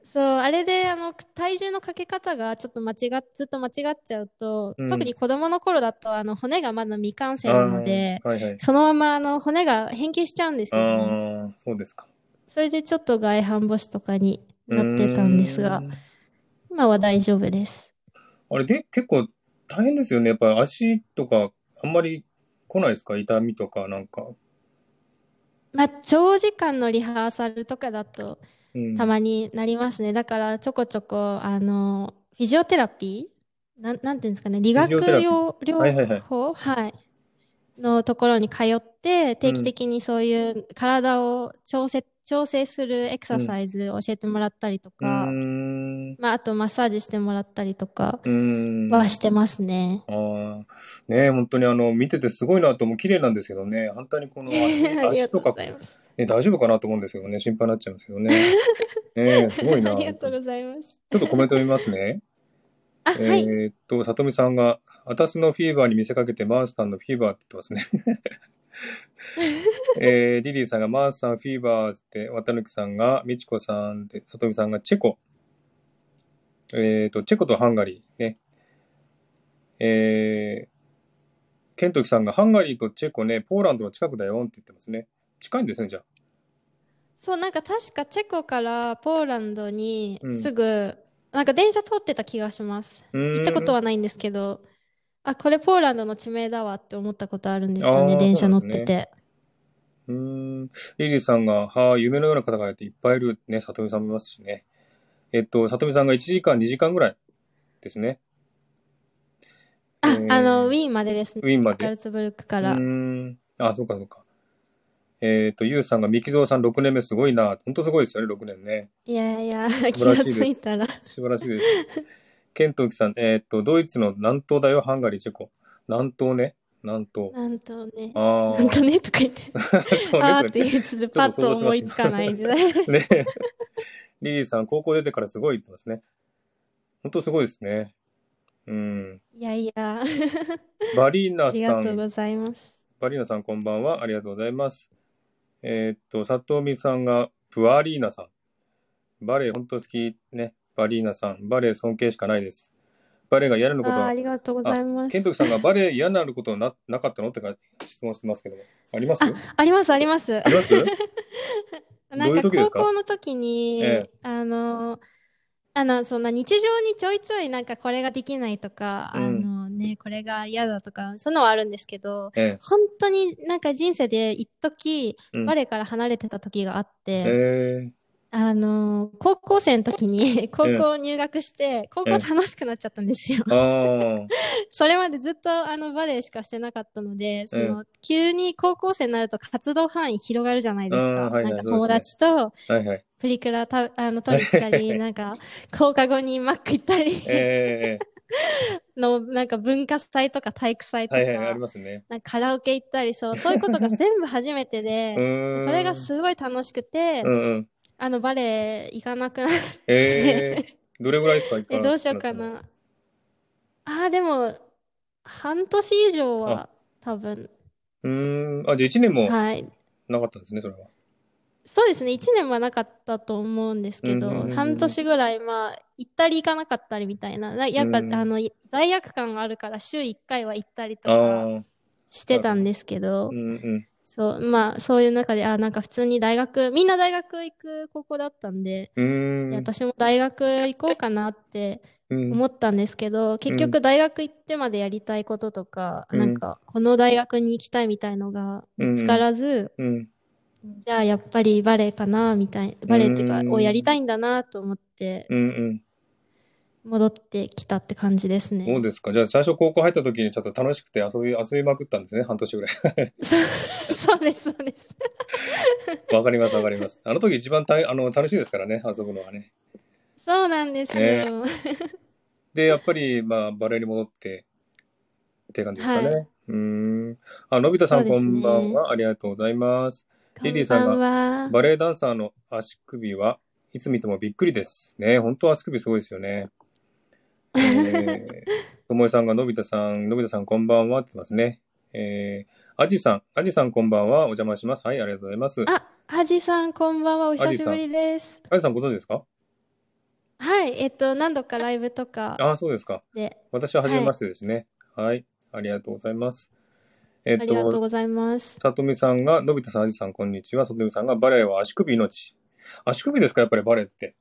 [SPEAKER 2] そう、あれであの体重のかけ方がちょっと間違っ、ずっと間違っちゃうと、
[SPEAKER 1] うん
[SPEAKER 2] 特に子供の頃だとあの骨がまだ未完成なので、
[SPEAKER 1] あーはいはい。
[SPEAKER 2] そのままあの骨が変形しちゃうんですよね。
[SPEAKER 1] ああ、そうですか。
[SPEAKER 2] それでちょっと外反母趾とかになってたんですが
[SPEAKER 1] うー、ん。
[SPEAKER 2] 今は大丈夫です。
[SPEAKER 1] あれで、結構大変ですよね。やっぱり足とか、あんまり来ないですか痛みとか、なんか。
[SPEAKER 2] まあ、長時間のリハーサルとかだと
[SPEAKER 1] うん、
[SPEAKER 2] たまになりますね。だからちょこちょこ、あの、フィジオテラピーなん、なんていうんですかね、理学
[SPEAKER 1] フィジオテラピー
[SPEAKER 2] 療、療
[SPEAKER 1] はいはいはい
[SPEAKER 2] 法はい。のところに通って、定期的にそういう体を調整、調整するエクササイズを教えてもらったりと
[SPEAKER 1] うー
[SPEAKER 2] か、
[SPEAKER 1] ん。う
[SPEAKER 2] まあ、あとマッサージしてもらったりとか
[SPEAKER 1] ーん。
[SPEAKER 2] はしてますね。
[SPEAKER 1] ああ、ねえ本当にあの、見ててすごいなと思う、綺麗なんですけどね、反対にこの足、
[SPEAKER 2] ありが
[SPEAKER 1] 足と
[SPEAKER 2] とうご
[SPEAKER 1] か、
[SPEAKER 2] ざいます。
[SPEAKER 1] ね、大丈夫かなと思うんですけどね、心配になっちゃいますけど ね。ねえすごいな。
[SPEAKER 2] ありが
[SPEAKER 1] ち
[SPEAKER 2] とう
[SPEAKER 1] ょ
[SPEAKER 2] ございます。
[SPEAKER 1] っとコメント見ますね。
[SPEAKER 2] あ、はい。
[SPEAKER 1] えーっと、さとみさんが、あたすのフィーバーに見せかけて、マースさんのフィーバーって言ってますね。 えーリリーさんが、マースさんフィーバーって、綿貫さんが、みちこさんで、さとみさんが、チェコ。えーっと、チェコとハンガリーね。えー、ケントキさんが、ハンガリーとチェコね、ポーランドの近くだよって言ってますね。近いんですね、じゃあ。
[SPEAKER 2] そう、なんか確かチェコからポーランドに
[SPEAKER 1] うん
[SPEAKER 2] すぐ、なんか電車通ってた気がします。行
[SPEAKER 1] 行
[SPEAKER 2] ったこと
[SPEAKER 1] は
[SPEAKER 2] はないんですけど、あ、これポーランドの地名だわって思ったことあるんですよね、
[SPEAKER 1] あー
[SPEAKER 2] 電車乗っ
[SPEAKER 1] そうなんで
[SPEAKER 2] てて。
[SPEAKER 1] うーん。リリーさんが、はあ、夢のような方がいていっぱいいるね、さとみさんもいますしね。えっと、さとみさんが1時間、2時間ぐらいですね。
[SPEAKER 2] あ、
[SPEAKER 1] えー
[SPEAKER 2] あの、ウィーンまでです
[SPEAKER 1] ウ
[SPEAKER 2] ね、
[SPEAKER 1] ィーンま
[SPEAKER 2] ザ
[SPEAKER 1] で。
[SPEAKER 2] ル
[SPEAKER 1] う
[SPEAKER 2] ツブルクか
[SPEAKER 1] ー
[SPEAKER 2] ら。
[SPEAKER 1] ん。あ、そうか、そうか。えっと、ゆうさんが、みきぞうさん6年目すごいな。ほんとすごいですよね、6年ね。
[SPEAKER 2] いやいや、気
[SPEAKER 1] 晴ら
[SPEAKER 2] が
[SPEAKER 1] しい
[SPEAKER 2] つ
[SPEAKER 1] です
[SPEAKER 2] いたら。
[SPEAKER 1] 素晴らしいです。 ケントキさん、えっと、ドイツの南東だよ、ハンガリー、チェコ。南東ね。南東。
[SPEAKER 2] なんとね、
[SPEAKER 1] あ
[SPEAKER 2] な
[SPEAKER 1] ー
[SPEAKER 2] んとねとか言って、
[SPEAKER 1] そうねこ
[SPEAKER 2] あー
[SPEAKER 1] れ
[SPEAKER 2] って言うちょっとパッと思いつ かないで。
[SPEAKER 1] ね。リリーさん、高校出てからすごいって言ってますね。本当すごいですね。うん。
[SPEAKER 2] い やいや、
[SPEAKER 1] バリー
[SPEAKER 2] あ
[SPEAKER 1] ナ
[SPEAKER 2] り
[SPEAKER 1] さ、
[SPEAKER 2] がとうんございます。
[SPEAKER 1] バリーナさんこんばんは。ありがとうございます。えーっと、佐藤美さんが、ブアリーナさん。バレエ本当好きね。バリーナさん。バレエ尊敬しかないです。バレエが嫌なこと
[SPEAKER 2] あー
[SPEAKER 1] は
[SPEAKER 2] ありがとうございま
[SPEAKER 1] ケン
[SPEAKER 2] す
[SPEAKER 1] ト。キさんがバレエ嫌になることはななかったのってか質問してますけども。ありますあ
[SPEAKER 2] あります、あります。
[SPEAKER 1] りますど
[SPEAKER 2] な
[SPEAKER 1] うい
[SPEAKER 2] ん
[SPEAKER 1] う時
[SPEAKER 2] か
[SPEAKER 1] です
[SPEAKER 2] 高
[SPEAKER 1] か
[SPEAKER 2] 校の時に、
[SPEAKER 1] え
[SPEAKER 2] あの、あの、そんな日常にちょいちょいなんかこれができないとか、
[SPEAKER 1] うん
[SPEAKER 2] あのね、これが嫌だとか、そういうのはあるんですけど、
[SPEAKER 1] え
[SPEAKER 2] 本当になんか人生で一時
[SPEAKER 1] え。
[SPEAKER 2] バ
[SPEAKER 1] レ
[SPEAKER 2] レエから離れてた時があっ
[SPEAKER 1] エえ
[SPEAKER 2] て、あの、高校生の 時に高校入学して、高校
[SPEAKER 1] え
[SPEAKER 2] 楽しくなっちゃったんですよ。
[SPEAKER 1] え。ああ。
[SPEAKER 2] それまでずっとあのバレエしかしてなかったので、その急に高校生になると活動範囲広がるじゃないです
[SPEAKER 1] あ
[SPEAKER 2] か。
[SPEAKER 1] ーはいはい
[SPEAKER 2] なんか
[SPEAKER 1] そう
[SPEAKER 2] 友
[SPEAKER 1] です
[SPEAKER 2] 達と
[SPEAKER 1] はいはい。
[SPEAKER 2] プリクラたあの取り行ったり、な んか放課後にマック行ったり
[SPEAKER 1] ええ。
[SPEAKER 2] の、なんか文化祭とか体育祭とか、
[SPEAKER 1] はいはい。ありますね。
[SPEAKER 2] なんかカラオケ行ったり、 そう、そういうことが全部初めて
[SPEAKER 1] う
[SPEAKER 2] で、
[SPEAKER 1] ーん。
[SPEAKER 2] それがすごい楽しくて、
[SPEAKER 1] うんうん。
[SPEAKER 2] あのバレエ行かなくなっ
[SPEAKER 1] ええ
[SPEAKER 2] て。、
[SPEAKER 1] どれぐらいです か
[SPEAKER 2] え、どうしようか。な。ああ、でも、半年以上は多分、
[SPEAKER 1] うーん。あ、じゃあ1年も
[SPEAKER 2] はい。
[SPEAKER 1] なかったんですね、それは。
[SPEAKER 2] そうですね、1年はなかったと思うんですけ
[SPEAKER 1] うんうんうんう
[SPEAKER 2] ど、
[SPEAKER 1] ん
[SPEAKER 2] 半年ぐらい、まあ、行ったり行かなかったりみたいな、なやっぱ、
[SPEAKER 1] うん
[SPEAKER 2] あの、い罪悪感があるから、週1回は行ったりとか
[SPEAKER 1] ああ。
[SPEAKER 2] してたんですけど
[SPEAKER 1] う、んうん。
[SPEAKER 2] そう、まあ、そういう中で、あ、なんか普通に大学、みんな大学行く高校だったんで、
[SPEAKER 1] うーん。
[SPEAKER 2] 私も大学行こうかなって
[SPEAKER 1] うん
[SPEAKER 2] 思ったんですけど、結局大学行ってまでやりたいこととか、
[SPEAKER 1] うん
[SPEAKER 2] なんか、この大学に行きたいみたいのが見つからず、
[SPEAKER 1] うん。
[SPEAKER 2] じゃあやっぱりバレエかなみたいバレエっていうか
[SPEAKER 1] うん
[SPEAKER 2] をやりたいんだなと思って
[SPEAKER 1] うんうん。
[SPEAKER 2] 戻ってきたって感じです
[SPEAKER 1] そう
[SPEAKER 2] ね。
[SPEAKER 1] ですか。じゃあ最初高校入った時にちょっと楽しくて遊び、遊びまくったんですね、半年ぐらい。
[SPEAKER 2] そう そうですそうです。
[SPEAKER 1] わかります、わかります。あの時一番たあの楽しいですからね、遊ぶのはね。
[SPEAKER 2] そうなんですよ。
[SPEAKER 1] で、やっぱり、まあ、バレエに戻って、って感じですかね。
[SPEAKER 2] は
[SPEAKER 1] うーん。あ、のび太さん、
[SPEAKER 2] そうで
[SPEAKER 1] こ
[SPEAKER 2] すね
[SPEAKER 1] んばんは。ありがとうございます。リリーさんが
[SPEAKER 2] こんばんは。
[SPEAKER 1] バレエダンサーの足首はいつ見てもびっくりです。ね、本当は足首すごいですよね。えーともえさんがのび太さん、のび太さん、こんばんはって言ってますね。えー、あじさん、あじさん、こんばんは。お邪魔します。はい、ありがとうございます。
[SPEAKER 2] あ、はじさんこんばんは。お久しぶりです。
[SPEAKER 1] あじさん、ご存知ですか
[SPEAKER 2] はい、えっと何度かライブとか
[SPEAKER 1] あ、そうですか。
[SPEAKER 2] で
[SPEAKER 1] 私は初めましてですね。はい。ありがとうございます。えっ
[SPEAKER 2] ありがとう
[SPEAKER 1] と、
[SPEAKER 2] ございます。
[SPEAKER 1] さとみさんが、のび太さん、あじさん、こんにちは。さとみさんが、バレエは足首命。足首ですかやっぱりバレエって。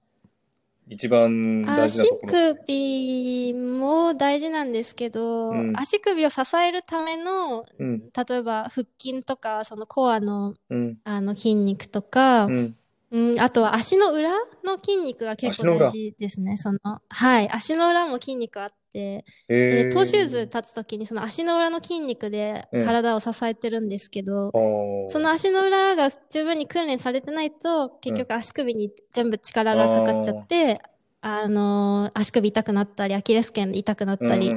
[SPEAKER 1] 一番大事な
[SPEAKER 2] 足
[SPEAKER 1] ところ。
[SPEAKER 2] 首も大事なんですけど、
[SPEAKER 1] うん
[SPEAKER 2] 足首を支えるための
[SPEAKER 1] うん、
[SPEAKER 2] 例えば腹筋とかそのコアの
[SPEAKER 1] うん、
[SPEAKER 2] あの筋肉とか
[SPEAKER 1] う、ん。
[SPEAKER 2] うん、あとは足の裏の筋肉が結
[SPEAKER 1] 足の
[SPEAKER 2] 構
[SPEAKER 1] 裏
[SPEAKER 2] 大事ですね。その、はい、足の裏も筋肉あって、
[SPEAKER 1] え
[SPEAKER 2] で、トーシューズ立つときにその足の裏の筋肉で
[SPEAKER 1] うん
[SPEAKER 2] 体を支えてるんですけど、そ
[SPEAKER 1] そ
[SPEAKER 2] の足の裏が十分に訓練されてないと、結局足首に全部力がかかっちゃって、あのー足首痛くなったり、アキレス腱痛くなったり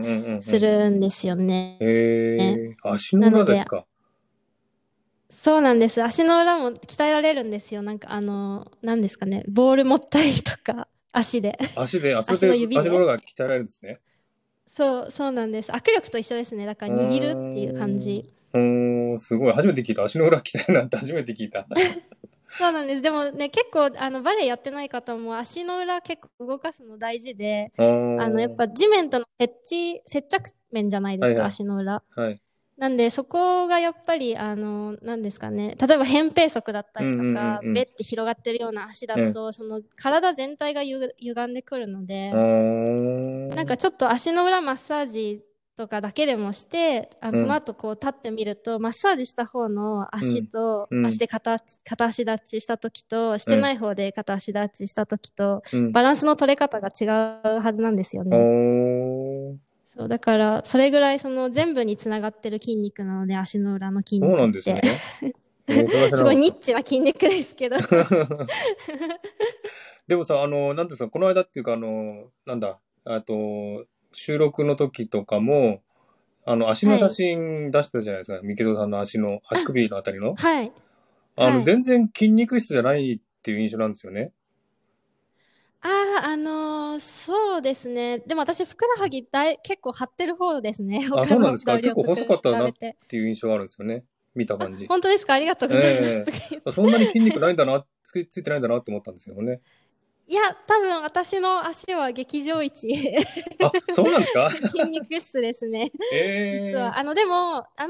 [SPEAKER 2] す。るんですよね。
[SPEAKER 1] へえ、足の裏ですか。
[SPEAKER 2] そうなんです。足の裏も鍛えられるんですよ。なんかあの、なんですかね、ボール持ったりとか、足で。
[SPEAKER 1] 足で、あそれ
[SPEAKER 2] 足の
[SPEAKER 1] で
[SPEAKER 2] 指で
[SPEAKER 1] 足の裏が鍛えられるんですね。
[SPEAKER 2] そう、そうなんです。握力と一緒ですね。だから握るっていう感じ。
[SPEAKER 1] うーん、すごい。初めて聞いた。足の裏鍛えるなんて初めて聞い た。
[SPEAKER 2] そうなんです。でもね、結構、あの、バレエやってない方も足の裏結構動かすの大事で、
[SPEAKER 1] あ
[SPEAKER 2] あの、やっぱ地面との接地、接着面じゃないです
[SPEAKER 1] はい
[SPEAKER 2] か、
[SPEAKER 1] はい
[SPEAKER 2] 足の裏。
[SPEAKER 1] ぱ、はい。
[SPEAKER 2] なんで、そこがやっぱり、あの、なんですかね、例えば扁平足だったりと
[SPEAKER 1] うんうん
[SPEAKER 2] か
[SPEAKER 1] うんうん、
[SPEAKER 2] べって広がってるような足だと、その体全体がゆ歪んでくるので
[SPEAKER 1] う、ー
[SPEAKER 2] なんか、ちょっと足の裏マッサージとかだけでもして、
[SPEAKER 1] う
[SPEAKER 2] あ
[SPEAKER 1] ん
[SPEAKER 2] その後こう立ってみると、マッサージした方の足と、
[SPEAKER 1] うんうん
[SPEAKER 2] 足で片片足立ちした時と、してない方で片足立ちした時と、
[SPEAKER 1] うん、
[SPEAKER 2] バランスの取れ方が違うはずなんですよね。
[SPEAKER 1] おー
[SPEAKER 2] そう、だから、それぐらいその全部につながってる筋肉なので、足の裏の筋
[SPEAKER 1] そう
[SPEAKER 2] 肉
[SPEAKER 1] なん
[SPEAKER 2] っ
[SPEAKER 1] ですね
[SPEAKER 2] て。。
[SPEAKER 1] えーそれは知らなかった
[SPEAKER 2] すごいニッチな筋肉で すけど。
[SPEAKER 1] でもさ、あの、なんていうんですか、この間っていうか、あの、なんだ、あと、収録の時とかも、あの、足の写真出してたじゃないですか、ミケゾさんの足 の、足首のあたりの。
[SPEAKER 2] はい。
[SPEAKER 1] あ
[SPEAKER 2] は
[SPEAKER 1] の、
[SPEAKER 2] い
[SPEAKER 1] 全然筋肉質じゃないっていう印象なんですよね。
[SPEAKER 2] ああ、あのーそうですね。でも私、ふくらはぎ大、結構張ってる方ですね。
[SPEAKER 1] あ
[SPEAKER 2] 他
[SPEAKER 1] そうなん
[SPEAKER 2] の
[SPEAKER 1] ですか
[SPEAKER 2] 同僚と
[SPEAKER 1] 結構細かったな
[SPEAKER 2] 比べて。
[SPEAKER 1] っていう印象があるんですよね。見た感じ。
[SPEAKER 2] 本当ですかありがとうございます。
[SPEAKER 1] そんなに筋肉ないんだな、つきついてないんだなって思ったんですけどね。
[SPEAKER 2] いや、多分私の足は劇場 一
[SPEAKER 1] あ、そうなんです か
[SPEAKER 2] 筋肉質ですね。
[SPEAKER 1] え
[SPEAKER 2] 実は。あの、でも、あのトー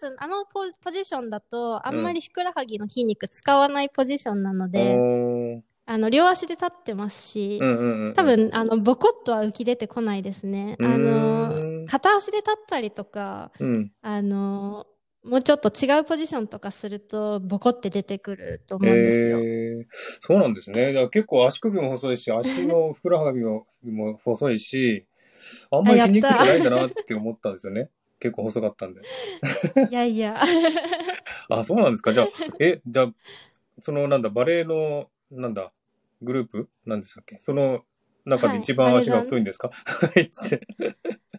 [SPEAKER 2] シューズ、あのポポジションだと、あんまりふくらはぎの筋肉使わないポジションなの
[SPEAKER 1] え
[SPEAKER 2] で、
[SPEAKER 1] おー
[SPEAKER 2] あの、両足で立ってますし、
[SPEAKER 1] うんうんうんうん
[SPEAKER 2] 多分、あの、ボコッとは浮き出てこないですね。あ
[SPEAKER 1] うー
[SPEAKER 2] の
[SPEAKER 1] ん、
[SPEAKER 2] 片足で立ったりとか、
[SPEAKER 1] うん。
[SPEAKER 2] あの、もうちょっと違うポジションとかすると、ボコって出てくると思うんですよ。
[SPEAKER 1] えーそうなんですね。だから結構足首も細いし、足のふくらはぎもも細いし、あんまり筋肉質ないんだなって思ったんですよ ね。結構細かったんで。
[SPEAKER 2] いやいや。
[SPEAKER 1] あ、そうなんですか。じゃあ、え、じゃあ、そのなんだ、バレエの、なんだ、グループなんでしたっけその中で一
[SPEAKER 2] は
[SPEAKER 1] 番
[SPEAKER 2] い
[SPEAKER 1] 足が太いんですかはい、って。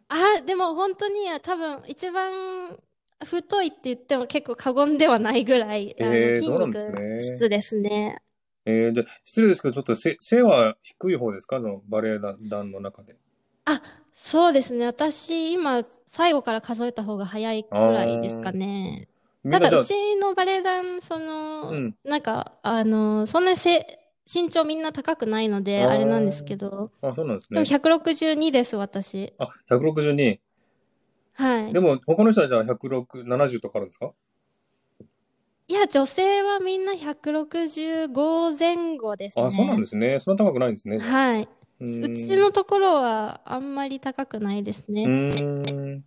[SPEAKER 2] あ、でも本当に多分一番太いって言っても結構過言ではないぐらい、あの、
[SPEAKER 1] えー
[SPEAKER 2] 筋
[SPEAKER 1] そうなんで
[SPEAKER 2] 肉
[SPEAKER 1] すね
[SPEAKER 2] 質ですね。
[SPEAKER 1] えー、で失礼ですけど、ちょっと背背は低い方ですかあのバレエ団の中で。
[SPEAKER 2] あ、そうですね。私、今、最後から数えた方が早いぐらいですかね。
[SPEAKER 1] み
[SPEAKER 2] た
[SPEAKER 1] んな
[SPEAKER 2] だ、
[SPEAKER 1] じゃあ
[SPEAKER 2] うちのバレエ団、そ
[SPEAKER 1] うん
[SPEAKER 2] の、なんか、あの、そんなにせ身長みんな高くないので、
[SPEAKER 1] あー
[SPEAKER 2] あれなんですけど、
[SPEAKER 1] あ、そうなんです
[SPEAKER 2] でも
[SPEAKER 1] ね。
[SPEAKER 2] 162です、私。
[SPEAKER 1] あ、162。
[SPEAKER 2] はい
[SPEAKER 1] で。も、他の人はじゃあ160、70とかあるんですか
[SPEAKER 2] いや、女性はみんな165前後です
[SPEAKER 1] あ、そうなん
[SPEAKER 2] ね
[SPEAKER 1] ですね。そんな高くないんですね。
[SPEAKER 2] はい。
[SPEAKER 1] うーん
[SPEAKER 2] うちのところはあんまり高くないです
[SPEAKER 1] う
[SPEAKER 2] ね。
[SPEAKER 1] ーん。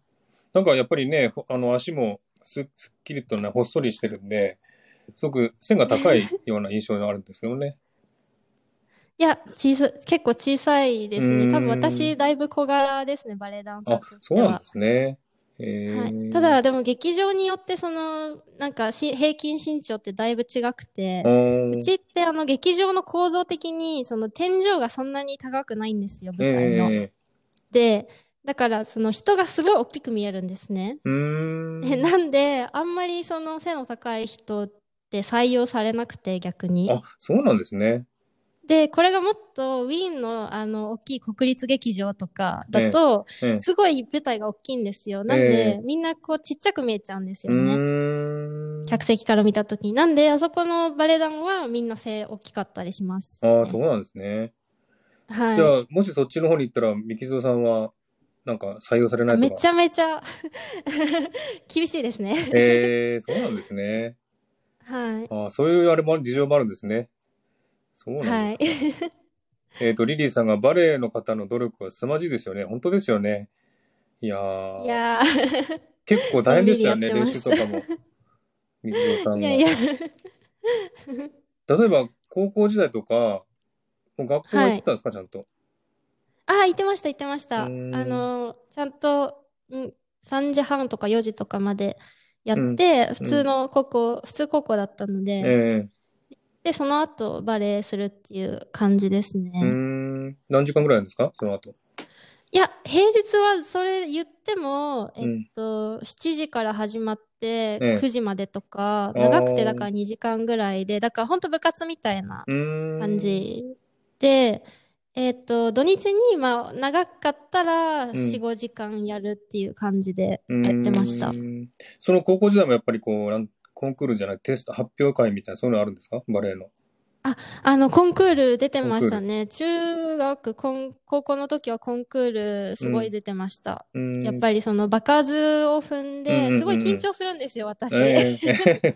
[SPEAKER 1] なんかやっぱりね、ほあの足もすすっきりとね、ほっそりしてるんで、すごく線が高いような印象があるんですよね。
[SPEAKER 2] いや、小さ、結構小さいです
[SPEAKER 1] うーん
[SPEAKER 2] ね。多分私、だいぶ小柄ですね、バレエダンサー
[SPEAKER 1] あ
[SPEAKER 2] とし、て
[SPEAKER 1] そうなん
[SPEAKER 2] は
[SPEAKER 1] で。すね。え
[SPEAKER 2] はい。
[SPEAKER 1] ー、
[SPEAKER 2] ただ、でも劇場によって、その、なんかし、平均身長ってだいぶ違くて
[SPEAKER 1] う、ーん、
[SPEAKER 2] うちってあの劇場の構造的に、その天井がそんなに高くないんですよ、舞台の。
[SPEAKER 1] え
[SPEAKER 2] で、だから、その人がすごい大きく見えるんですね。
[SPEAKER 1] ー、うーん。
[SPEAKER 2] え、 なんで、あんまりその背の高い人って採用されなくて逆に。
[SPEAKER 1] あ、そうなんですね。
[SPEAKER 2] で、これがもっとウィーンのあの大きい国立劇場とかだと、
[SPEAKER 1] ええ
[SPEAKER 2] すごい舞台が大きいんですよ。なん
[SPEAKER 1] え
[SPEAKER 2] で、みんなこうちっちゃく見えちゃうんで
[SPEAKER 1] う
[SPEAKER 2] すよね。
[SPEAKER 1] ーん。
[SPEAKER 2] 客席から見たときに。なんで、あそこのバレエ団はみんな背大きかったりします。
[SPEAKER 1] ああ、そうなんですね。
[SPEAKER 2] はい。
[SPEAKER 1] じゃあ、もしそっちの方に行ったら、三木蔵さんは、なんか採用されないと
[SPEAKER 2] め
[SPEAKER 1] か。
[SPEAKER 2] ちゃめちゃ 厳しいですね。
[SPEAKER 1] えー、そうなんですね。
[SPEAKER 2] はい。
[SPEAKER 1] ああ、そういうあれもある事情もあるんですね。そうなんですね
[SPEAKER 2] はい。
[SPEAKER 1] えっ、と、リリーさんがバレエの方の努力は凄まじいですよね。本当ですよね。いやー、
[SPEAKER 2] いやー
[SPEAKER 1] 結構大変でしたよね、
[SPEAKER 2] のん
[SPEAKER 1] 練
[SPEAKER 2] びり
[SPEAKER 1] 習
[SPEAKER 2] やっ
[SPEAKER 1] と
[SPEAKER 2] て
[SPEAKER 1] か も。水野さんが。
[SPEAKER 2] いやいや。
[SPEAKER 1] 例えば、高校時代とか、もう学校行ってたんですか、ちゃんと。
[SPEAKER 2] ああ、行ってました、行ってました。
[SPEAKER 1] う
[SPEAKER 2] あ
[SPEAKER 1] ん
[SPEAKER 2] の、ちゃんと、うん、3時半とか4時とかまでやって、普通の高校、普通高校だったので、
[SPEAKER 1] え
[SPEAKER 2] で、その後バレーするっていう感じです
[SPEAKER 1] え
[SPEAKER 2] ね。
[SPEAKER 1] うーん。何時間ぐらいなんですか、その後。
[SPEAKER 2] いや、平日はそれ言っても、え
[SPEAKER 1] う
[SPEAKER 2] っ
[SPEAKER 1] ん。
[SPEAKER 2] と、7時から始まって、
[SPEAKER 1] ええ
[SPEAKER 2] 9時までとか、
[SPEAKER 1] あー
[SPEAKER 2] 長くてだから2時間ぐらいで、だから本当部活みたいな
[SPEAKER 1] うーん。
[SPEAKER 2] 感。じで、えっと、土日に、まあ、長かったら4、5時間やるっていう感じでやってました。。
[SPEAKER 1] その高校時代もやっぱりこう、なんコンクールじゃなくてテスト発表会みたいな、そういうのあるんですかバレエの。
[SPEAKER 2] あの、コンクール出てましたね。中学、コン高校の時はコンクールすごい出てました。
[SPEAKER 1] うーん
[SPEAKER 2] やっぱりその場数を踏ん
[SPEAKER 1] うんうんうんう
[SPEAKER 2] で、
[SPEAKER 1] ん
[SPEAKER 2] すごい緊張するんです よ、私。
[SPEAKER 1] ええ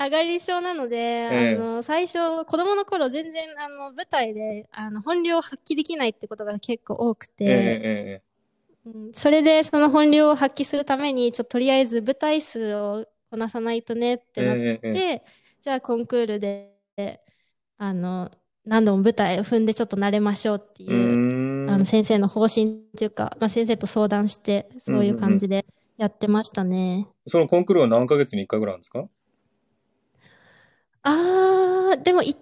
[SPEAKER 2] 上がり症なので、
[SPEAKER 1] ええ
[SPEAKER 2] あの、最初、子供の頃全然、あの、舞台で、あの、本領を発揮できないってことが結構多く
[SPEAKER 1] えええ
[SPEAKER 2] て、
[SPEAKER 1] ええ
[SPEAKER 2] うんそれでその本領を発揮するためにちょっととりあえず舞台数をこなさないとねってなっ
[SPEAKER 1] ええええ
[SPEAKER 2] てじゃあコンクールであの何度も舞台を踏んでちょっと慣れましょうって
[SPEAKER 1] う
[SPEAKER 2] いう
[SPEAKER 1] ーん
[SPEAKER 2] あの先生の方針というか、まあ、先生と相談してそういう感じでやってましたね。
[SPEAKER 1] そのコンクールは何ヶ月に1回ぐらいあるんですか
[SPEAKER 2] あーでも1年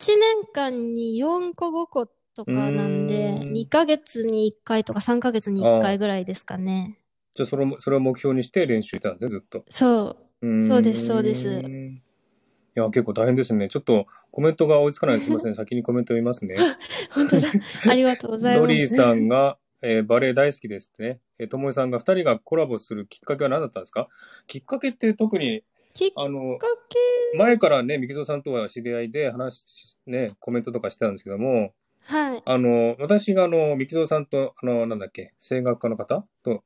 [SPEAKER 2] 間に4個5個とかなんで
[SPEAKER 1] うん
[SPEAKER 2] 2ヶ月に1回とか3ヶ月に1回ぐらいですかね。
[SPEAKER 1] じゃあそれも、それを目標にして練習してたんですね、ずっと。
[SPEAKER 2] そう
[SPEAKER 1] ーん
[SPEAKER 2] そうですそうです
[SPEAKER 1] いや、結構大変ですね。ちょっとコメントが追いつかないですいま せん。先にコメント見ますね。
[SPEAKER 2] 本当だ。ありがとうござい
[SPEAKER 1] ノ
[SPEAKER 2] ま
[SPEAKER 1] リー
[SPEAKER 2] す。
[SPEAKER 1] さんが、えーバレエ大好きですってね。えー、ともえさんが2人がコラボするきっかけは何だったんですかきっかけって特に、
[SPEAKER 2] きっ
[SPEAKER 1] あの、
[SPEAKER 2] か
[SPEAKER 1] 前からね、三木蔵さんとは知り合いで話し、ね、コメントとかしてたんですけども、
[SPEAKER 2] はい。
[SPEAKER 1] あの、私があの、ミキゾーさんと、あの、なんだっけ、声楽家の方と、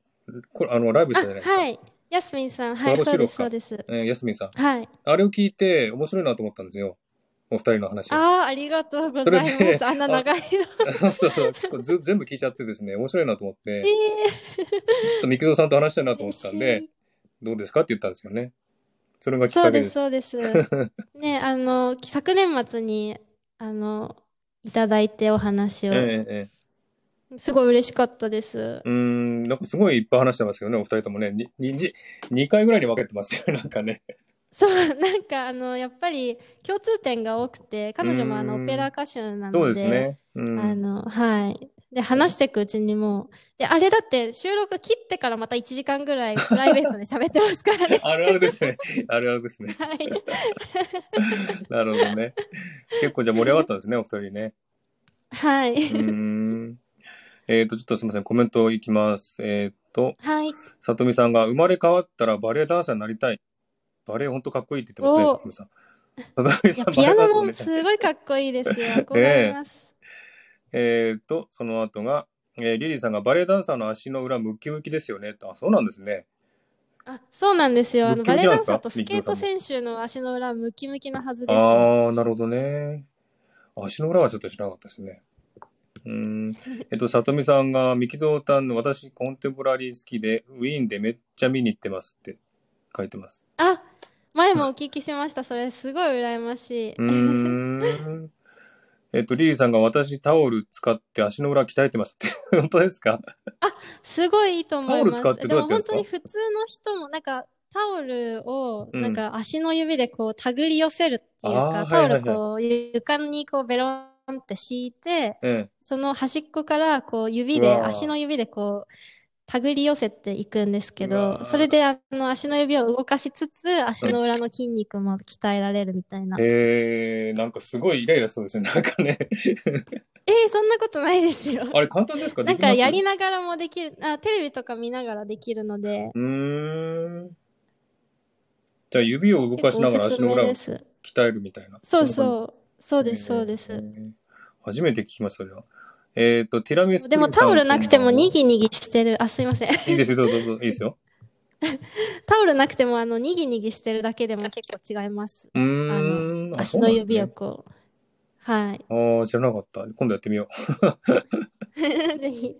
[SPEAKER 1] これ、あの、ライブし
[SPEAKER 2] あ、
[SPEAKER 1] たじゃないですか。
[SPEAKER 2] はい。ヤスミンさん、はい、
[SPEAKER 1] ドロ
[SPEAKER 2] そう
[SPEAKER 1] シ
[SPEAKER 2] で
[SPEAKER 1] ロ
[SPEAKER 2] す、そうです。
[SPEAKER 1] えー、やすみんさん。
[SPEAKER 2] はい。
[SPEAKER 1] あれを聞いて、面白いなと思ったんですよ。お二人の話を。
[SPEAKER 2] ああ、ありがとうござい
[SPEAKER 1] それ
[SPEAKER 2] ま。
[SPEAKER 1] です
[SPEAKER 2] あんな長いの。
[SPEAKER 1] そうそう。結構ず全部聞いちゃってですね、面白いなと思って、
[SPEAKER 2] え
[SPEAKER 1] ちょっとミキゾーさんと話したいな
[SPEAKER 2] ー、
[SPEAKER 1] と思ったん
[SPEAKER 2] 嬉
[SPEAKER 1] で
[SPEAKER 2] しい、
[SPEAKER 1] どうですかって言ったんですよね。それがきっ
[SPEAKER 2] そう
[SPEAKER 1] かけ
[SPEAKER 2] で、
[SPEAKER 1] ですす。
[SPEAKER 2] そうです。ね、あの、昨年末に、あの、いただいてお話
[SPEAKER 1] え
[SPEAKER 2] を。
[SPEAKER 1] えええ。
[SPEAKER 2] すごい嬉しかったです。
[SPEAKER 1] うーん、なんかすごいいっぱい話してますけどね、お二人ともね。に、に、に二回ぐらいに分けてますよ、なんかね。
[SPEAKER 2] そう、なんかあの、やっぱり共通点が多くて、彼女もあの、
[SPEAKER 1] うーん
[SPEAKER 2] オペラ歌手な
[SPEAKER 1] そう
[SPEAKER 2] の
[SPEAKER 1] です
[SPEAKER 2] で、
[SPEAKER 1] ね。う
[SPEAKER 2] あ
[SPEAKER 1] ん。。
[SPEAKER 2] の、はい。で、話していくうちにもう、で、あれだって収録切ってからまた1時間ぐらいプライベートで喋ってますからね
[SPEAKER 1] あるあるですね。あるあるですね。
[SPEAKER 2] はい。
[SPEAKER 1] なるほどね。結構じゃあ盛り上がったんですね、お二人ね。
[SPEAKER 2] は
[SPEAKER 1] う
[SPEAKER 2] い。
[SPEAKER 1] ーん。えっ、と、ちょっとすみません、コメントいきます。えっ、と、
[SPEAKER 2] はい。
[SPEAKER 1] さとみさんが生まれ変わったらバレエダンサーになりたい。バレエほんとかっこいいって言ってますね、
[SPEAKER 2] お
[SPEAKER 1] さとみさん。さとみ
[SPEAKER 2] い
[SPEAKER 1] さ
[SPEAKER 2] や、
[SPEAKER 1] ん、バ
[SPEAKER 2] ピ
[SPEAKER 1] レ
[SPEAKER 2] ア
[SPEAKER 1] エダンサー
[SPEAKER 2] ノ
[SPEAKER 1] にな
[SPEAKER 2] も
[SPEAKER 1] りたい。
[SPEAKER 2] すごいかっこいいですよ。憧
[SPEAKER 1] ええ
[SPEAKER 2] れます。
[SPEAKER 1] えっ、と、その後が、えーリリーさんがバレエダンサーの足の裏ムキムキですよね。とあ、そうなんですね。
[SPEAKER 2] あ、そうなんですよ。あ
[SPEAKER 1] ム
[SPEAKER 2] の、
[SPEAKER 1] キム
[SPEAKER 2] バレ
[SPEAKER 1] キ
[SPEAKER 2] エ
[SPEAKER 1] なんで
[SPEAKER 2] ダン
[SPEAKER 1] すか
[SPEAKER 2] サーとスケート
[SPEAKER 1] ミキゾ
[SPEAKER 2] 選手の足の裏ムキムキなはずですよ。
[SPEAKER 1] ああ、なるほどね。足の裏はちょっと知らなかったですね。うー ん。えっと、さとみさんが、ミキゾータンの私、コンテンポラリー好きで、ウィーンでめっちゃ見に行ってますって書いてます。
[SPEAKER 2] あ、前もお聞きしました。それすごい羨ましい。
[SPEAKER 1] うー ん。えっと、リリーさんが私タオル使って足の裏鍛えてますって。 本当ですか
[SPEAKER 2] すごいいいと思います。
[SPEAKER 1] タオル使ってどうやってやるんですか
[SPEAKER 2] も本当に普通の人もなんかタオルを
[SPEAKER 1] うん
[SPEAKER 2] なんか足の指でこう手繰り寄せるっていうか、
[SPEAKER 1] あー
[SPEAKER 2] タオ
[SPEAKER 1] はい
[SPEAKER 2] ル
[SPEAKER 1] はいはい
[SPEAKER 2] こう床にこうベロンって敷いて、
[SPEAKER 1] え
[SPEAKER 2] その端っこからこう指
[SPEAKER 1] う
[SPEAKER 2] で、
[SPEAKER 1] わー
[SPEAKER 2] 足の指でこう手繰り寄せていくんですけ
[SPEAKER 1] う
[SPEAKER 2] ど
[SPEAKER 1] わ、ー
[SPEAKER 2] それであの足の指を動かしつつ、足の裏の筋肉も鍛えられるみたいな。
[SPEAKER 1] え。えー、なんかすごいイライラそうですね。なんかね。
[SPEAKER 2] えー、そんなことないですよ。
[SPEAKER 1] あれ簡単ですか
[SPEAKER 2] なんかやり
[SPEAKER 1] な。
[SPEAKER 2] ながらもできる、あ、テレビとか見ながらできるので、
[SPEAKER 1] うーん。じゃあ指を動か
[SPEAKER 2] 結
[SPEAKER 1] し
[SPEAKER 2] 構
[SPEAKER 1] な
[SPEAKER 2] お
[SPEAKER 1] がら
[SPEAKER 2] す
[SPEAKER 1] 足
[SPEAKER 2] す
[SPEAKER 1] の
[SPEAKER 2] め
[SPEAKER 1] 裏を
[SPEAKER 2] です。
[SPEAKER 1] 鍛えるみたいな。
[SPEAKER 2] そう
[SPEAKER 1] そんな感じ
[SPEAKER 2] そう。そうです、そうで
[SPEAKER 1] え
[SPEAKER 2] す。
[SPEAKER 1] ー初めて聞きました、それは。えっ、と、ティラミス
[SPEAKER 2] でも
[SPEAKER 1] プリンさ
[SPEAKER 2] タ
[SPEAKER 1] ん
[SPEAKER 2] オルなくても
[SPEAKER 1] こんばん
[SPEAKER 2] に
[SPEAKER 1] は
[SPEAKER 2] ぎにぎしてる。あ、すいません。
[SPEAKER 1] いいですよ、どうぞ、どうぞ、いいですよ。
[SPEAKER 2] タオルなくてもあの、にぎにぎしてるだけでも結構違います。
[SPEAKER 1] うーん。あ
[SPEAKER 2] 足の指を
[SPEAKER 1] あ
[SPEAKER 2] こう。はい。
[SPEAKER 1] あー、知らなかった。今度やってみよう。
[SPEAKER 2] ぜひ。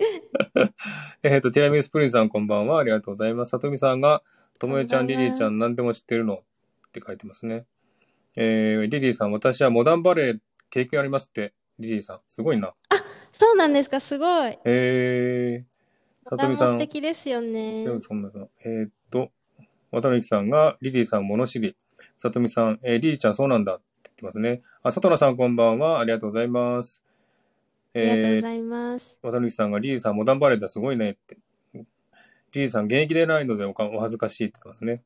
[SPEAKER 1] えっと、ティラミスプリンさん、こんばんは。ありがとうございます。さとみさんが、ともえちゃん、
[SPEAKER 2] こんば
[SPEAKER 1] リ
[SPEAKER 2] んは
[SPEAKER 1] リーちゃん、何でも知ってるのって書いてますね。えー、リリーさん、私はモダンバレー経験ありますって、リリーさん。すごいな。
[SPEAKER 2] そうなんですか、すごい。
[SPEAKER 1] えー、さ
[SPEAKER 2] ボ
[SPEAKER 1] と
[SPEAKER 2] タン
[SPEAKER 1] み
[SPEAKER 2] も
[SPEAKER 1] さ
[SPEAKER 2] 素
[SPEAKER 1] ん、
[SPEAKER 2] 敵ですよね。
[SPEAKER 1] うんそんなさん。えーっと、渡辺さんが、リリーさん物知り。さとみさん、えーリリーちゃんそうなんだって言ってますね。あ、さとなさんこんばんは。ありがとうございます。
[SPEAKER 2] ありがとう
[SPEAKER 1] え
[SPEAKER 2] ご
[SPEAKER 1] ー、
[SPEAKER 2] ざいます。
[SPEAKER 1] 渡辺さんが、リリーさんモダンバレーだすごいねって。リリーさん現役でないのでおかお恥ずかしいって言ってますね。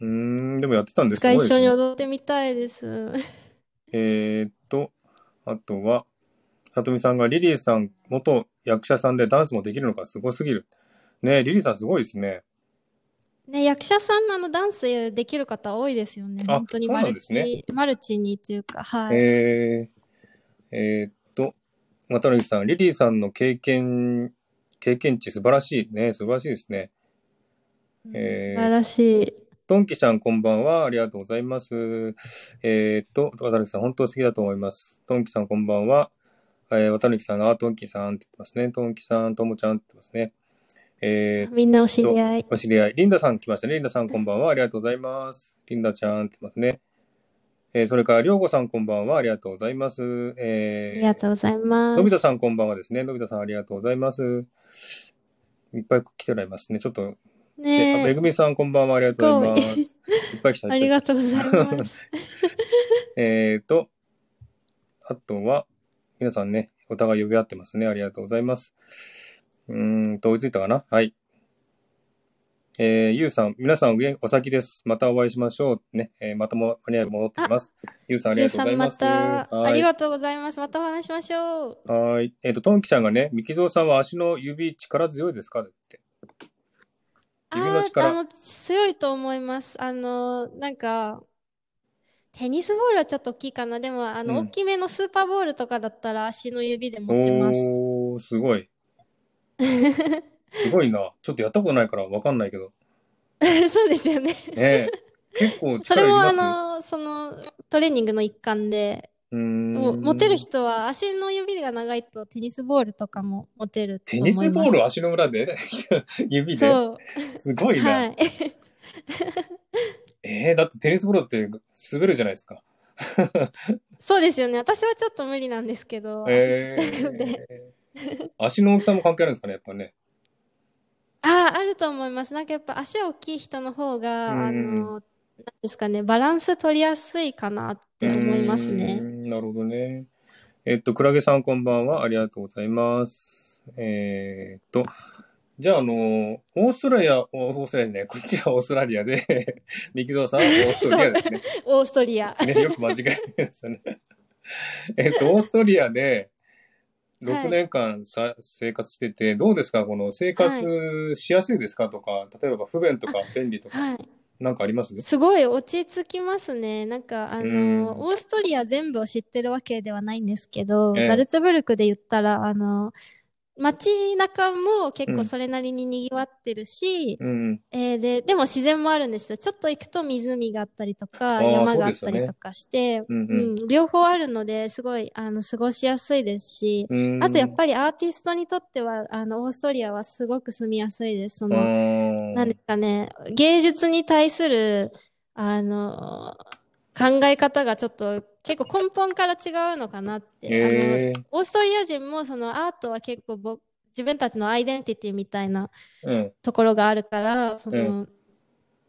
[SPEAKER 1] うーん、でもやってたん
[SPEAKER 2] い
[SPEAKER 1] で
[SPEAKER 2] つ
[SPEAKER 1] す
[SPEAKER 2] か
[SPEAKER 1] ごいで
[SPEAKER 2] 一
[SPEAKER 1] す
[SPEAKER 2] 緒に
[SPEAKER 1] ね。
[SPEAKER 2] 踊ってみたいです。
[SPEAKER 1] えーっと、あとは、さとみさんが、リリーさん元役者さんでダンスもできるのかすごすぎる。ねえリリーさんすごいですね。
[SPEAKER 2] ね、役者さんのあのダンスできる方多いですよね。
[SPEAKER 1] あ
[SPEAKER 2] 本当に
[SPEAKER 1] そう
[SPEAKER 2] マ
[SPEAKER 1] なん
[SPEAKER 2] ル
[SPEAKER 1] です
[SPEAKER 2] チ、
[SPEAKER 1] ね
[SPEAKER 2] マルチにというか、はい。
[SPEAKER 1] えー、えーっと、渡辺さん、リリーさんの経験、経験値素晴らしいね。素晴らしいですね。
[SPEAKER 2] うん
[SPEAKER 1] えー
[SPEAKER 2] 素晴らしい。
[SPEAKER 1] ドンキちゃんこんばんは。ありがとうございます。えーっと、渡辺さん、本当好きだと思います。ドンキさんこんばんは。えー、渡辺さんが、あ、ドンキさんって言ってますね。ドンキさん、ともちゃんって言ってますね。えー
[SPEAKER 2] みんなお知り合い。
[SPEAKER 1] お知り合い。リンダさん来ましたね。リンダさんこんばんは。ありがとうございます。リンダちゃんって言ってますね。えーそれから、りょうこさんこんばんは。ありがとうございます。
[SPEAKER 2] あ
[SPEAKER 1] えー
[SPEAKER 2] りがとうございま
[SPEAKER 1] のび
[SPEAKER 2] す。
[SPEAKER 1] 太さんこんばんはですね。のび太さんありがとうございます。いっぱい来ておられますね。ちょっと、えあと
[SPEAKER 2] ね
[SPEAKER 1] め
[SPEAKER 2] え
[SPEAKER 1] ぐみさんこんばんはありがとうございます。いっぱい来た。
[SPEAKER 2] あり
[SPEAKER 1] いっ
[SPEAKER 2] がとうございます。
[SPEAKER 1] ぱいえっ、ー、と、あとは、皆さんね、お互い呼び合ってますね。ありがとうございます。うーんと、追いついたかなはい。えー、ゆうさん、皆さんお元お先です。またお会いしましょう。ね、えーまたも間に合えば戻ってきます。ゆう さんあり
[SPEAKER 2] ゆう
[SPEAKER 1] がとう
[SPEAKER 2] さ
[SPEAKER 1] ござい
[SPEAKER 2] んま
[SPEAKER 1] ます。
[SPEAKER 2] た、
[SPEAKER 1] は
[SPEAKER 2] あ
[SPEAKER 1] い
[SPEAKER 2] りがとうございます。またお話しましょう。
[SPEAKER 1] はい。えっ、と、トンキちゃんがね、ミキゾウさんは足の指力強いですかって。指の
[SPEAKER 2] あー
[SPEAKER 1] 力
[SPEAKER 2] あの、強いと思います。あの、なんか、テニスボールはちょっと大きいかな。でも、あの、
[SPEAKER 1] うん
[SPEAKER 2] 大きめのスーパーボールとかだったら足の指で持ってます。
[SPEAKER 1] おー、すごい。すごいな。ちょっとやったことないからわかんないけど。
[SPEAKER 2] そうですよね。
[SPEAKER 1] ねえ。結構力
[SPEAKER 2] それ
[SPEAKER 1] いり
[SPEAKER 2] も、
[SPEAKER 1] ま
[SPEAKER 2] あ
[SPEAKER 1] す
[SPEAKER 2] の、その、トレーニングの一環で、
[SPEAKER 1] うーん
[SPEAKER 2] もう持てる人は足の指が長いとテニスボールとかも持てると
[SPEAKER 1] テ
[SPEAKER 2] 思い
[SPEAKER 1] ニ
[SPEAKER 2] ます。
[SPEAKER 1] スボールを足の裏で 指で
[SPEAKER 2] そ。
[SPEAKER 1] すごいうな。
[SPEAKER 2] はい。
[SPEAKER 1] えー、だってテニスボールって滑るじゃないですか。
[SPEAKER 2] そうですよね。私はちょっと無理なんですけど、足ちっ
[SPEAKER 1] え
[SPEAKER 2] ちゃいので。
[SPEAKER 1] ー足の大きさも関係あるんですかね、やっぱね。
[SPEAKER 2] ああ、あると思います。なんかやっぱ足大きい人の方が、
[SPEAKER 1] うん
[SPEAKER 2] あの、なんですかね、バランス取りやすいかなって思います
[SPEAKER 1] うー
[SPEAKER 2] ね。
[SPEAKER 1] んなるほどね。えっと、クラゲさんこんばんは。ありがとうございます。えーっと、じゃあ、あの、オーストラリア、おオーストラリアね、こっちはオーストラリアで、 ミキゾウさんはオーストリアですね。
[SPEAKER 2] オーストリア。
[SPEAKER 1] ねよく間違えるんですよね。えっと、オーストリアで
[SPEAKER 2] は
[SPEAKER 1] 6
[SPEAKER 2] い
[SPEAKER 1] 年間さ、生活してて、どうですかこの生活しやすいですかとか、例えば不便とか便利とか、
[SPEAKER 2] はい。
[SPEAKER 1] なんかあります
[SPEAKER 2] すごい落ち着きますね。なんか、あ
[SPEAKER 1] うん
[SPEAKER 2] の、オーストリア全部を知ってるわけではないんですけど、
[SPEAKER 1] ええ
[SPEAKER 2] ザルツブルクで言ったら、あの、街中も結構それなりに賑わってるし、
[SPEAKER 1] うん。
[SPEAKER 2] えーで、でも自然もあるんですよ。ちょっと行くと湖があったりとか、
[SPEAKER 1] あー
[SPEAKER 2] 山
[SPEAKER 1] そう
[SPEAKER 2] があ
[SPEAKER 1] で
[SPEAKER 2] っ
[SPEAKER 1] すよ
[SPEAKER 2] た
[SPEAKER 1] ね
[SPEAKER 2] りとかして、
[SPEAKER 1] うんうん
[SPEAKER 2] うん、両方あるので、すごい、あの、過ごしやすいですし、
[SPEAKER 1] うーん。
[SPEAKER 2] あとやっぱりアーティストにとっては、あの、オーストリアはすごく住みやすいです。その、
[SPEAKER 1] うん
[SPEAKER 2] なんですかね、芸術に対する、あの、考え方がちょっと結構根本から違うのかなって。あの、
[SPEAKER 1] え
[SPEAKER 2] オーストリア人もそのアートは結構ぼ自分たちのアイデンティティみたいな
[SPEAKER 1] ーうん
[SPEAKER 2] ところがあるから、その、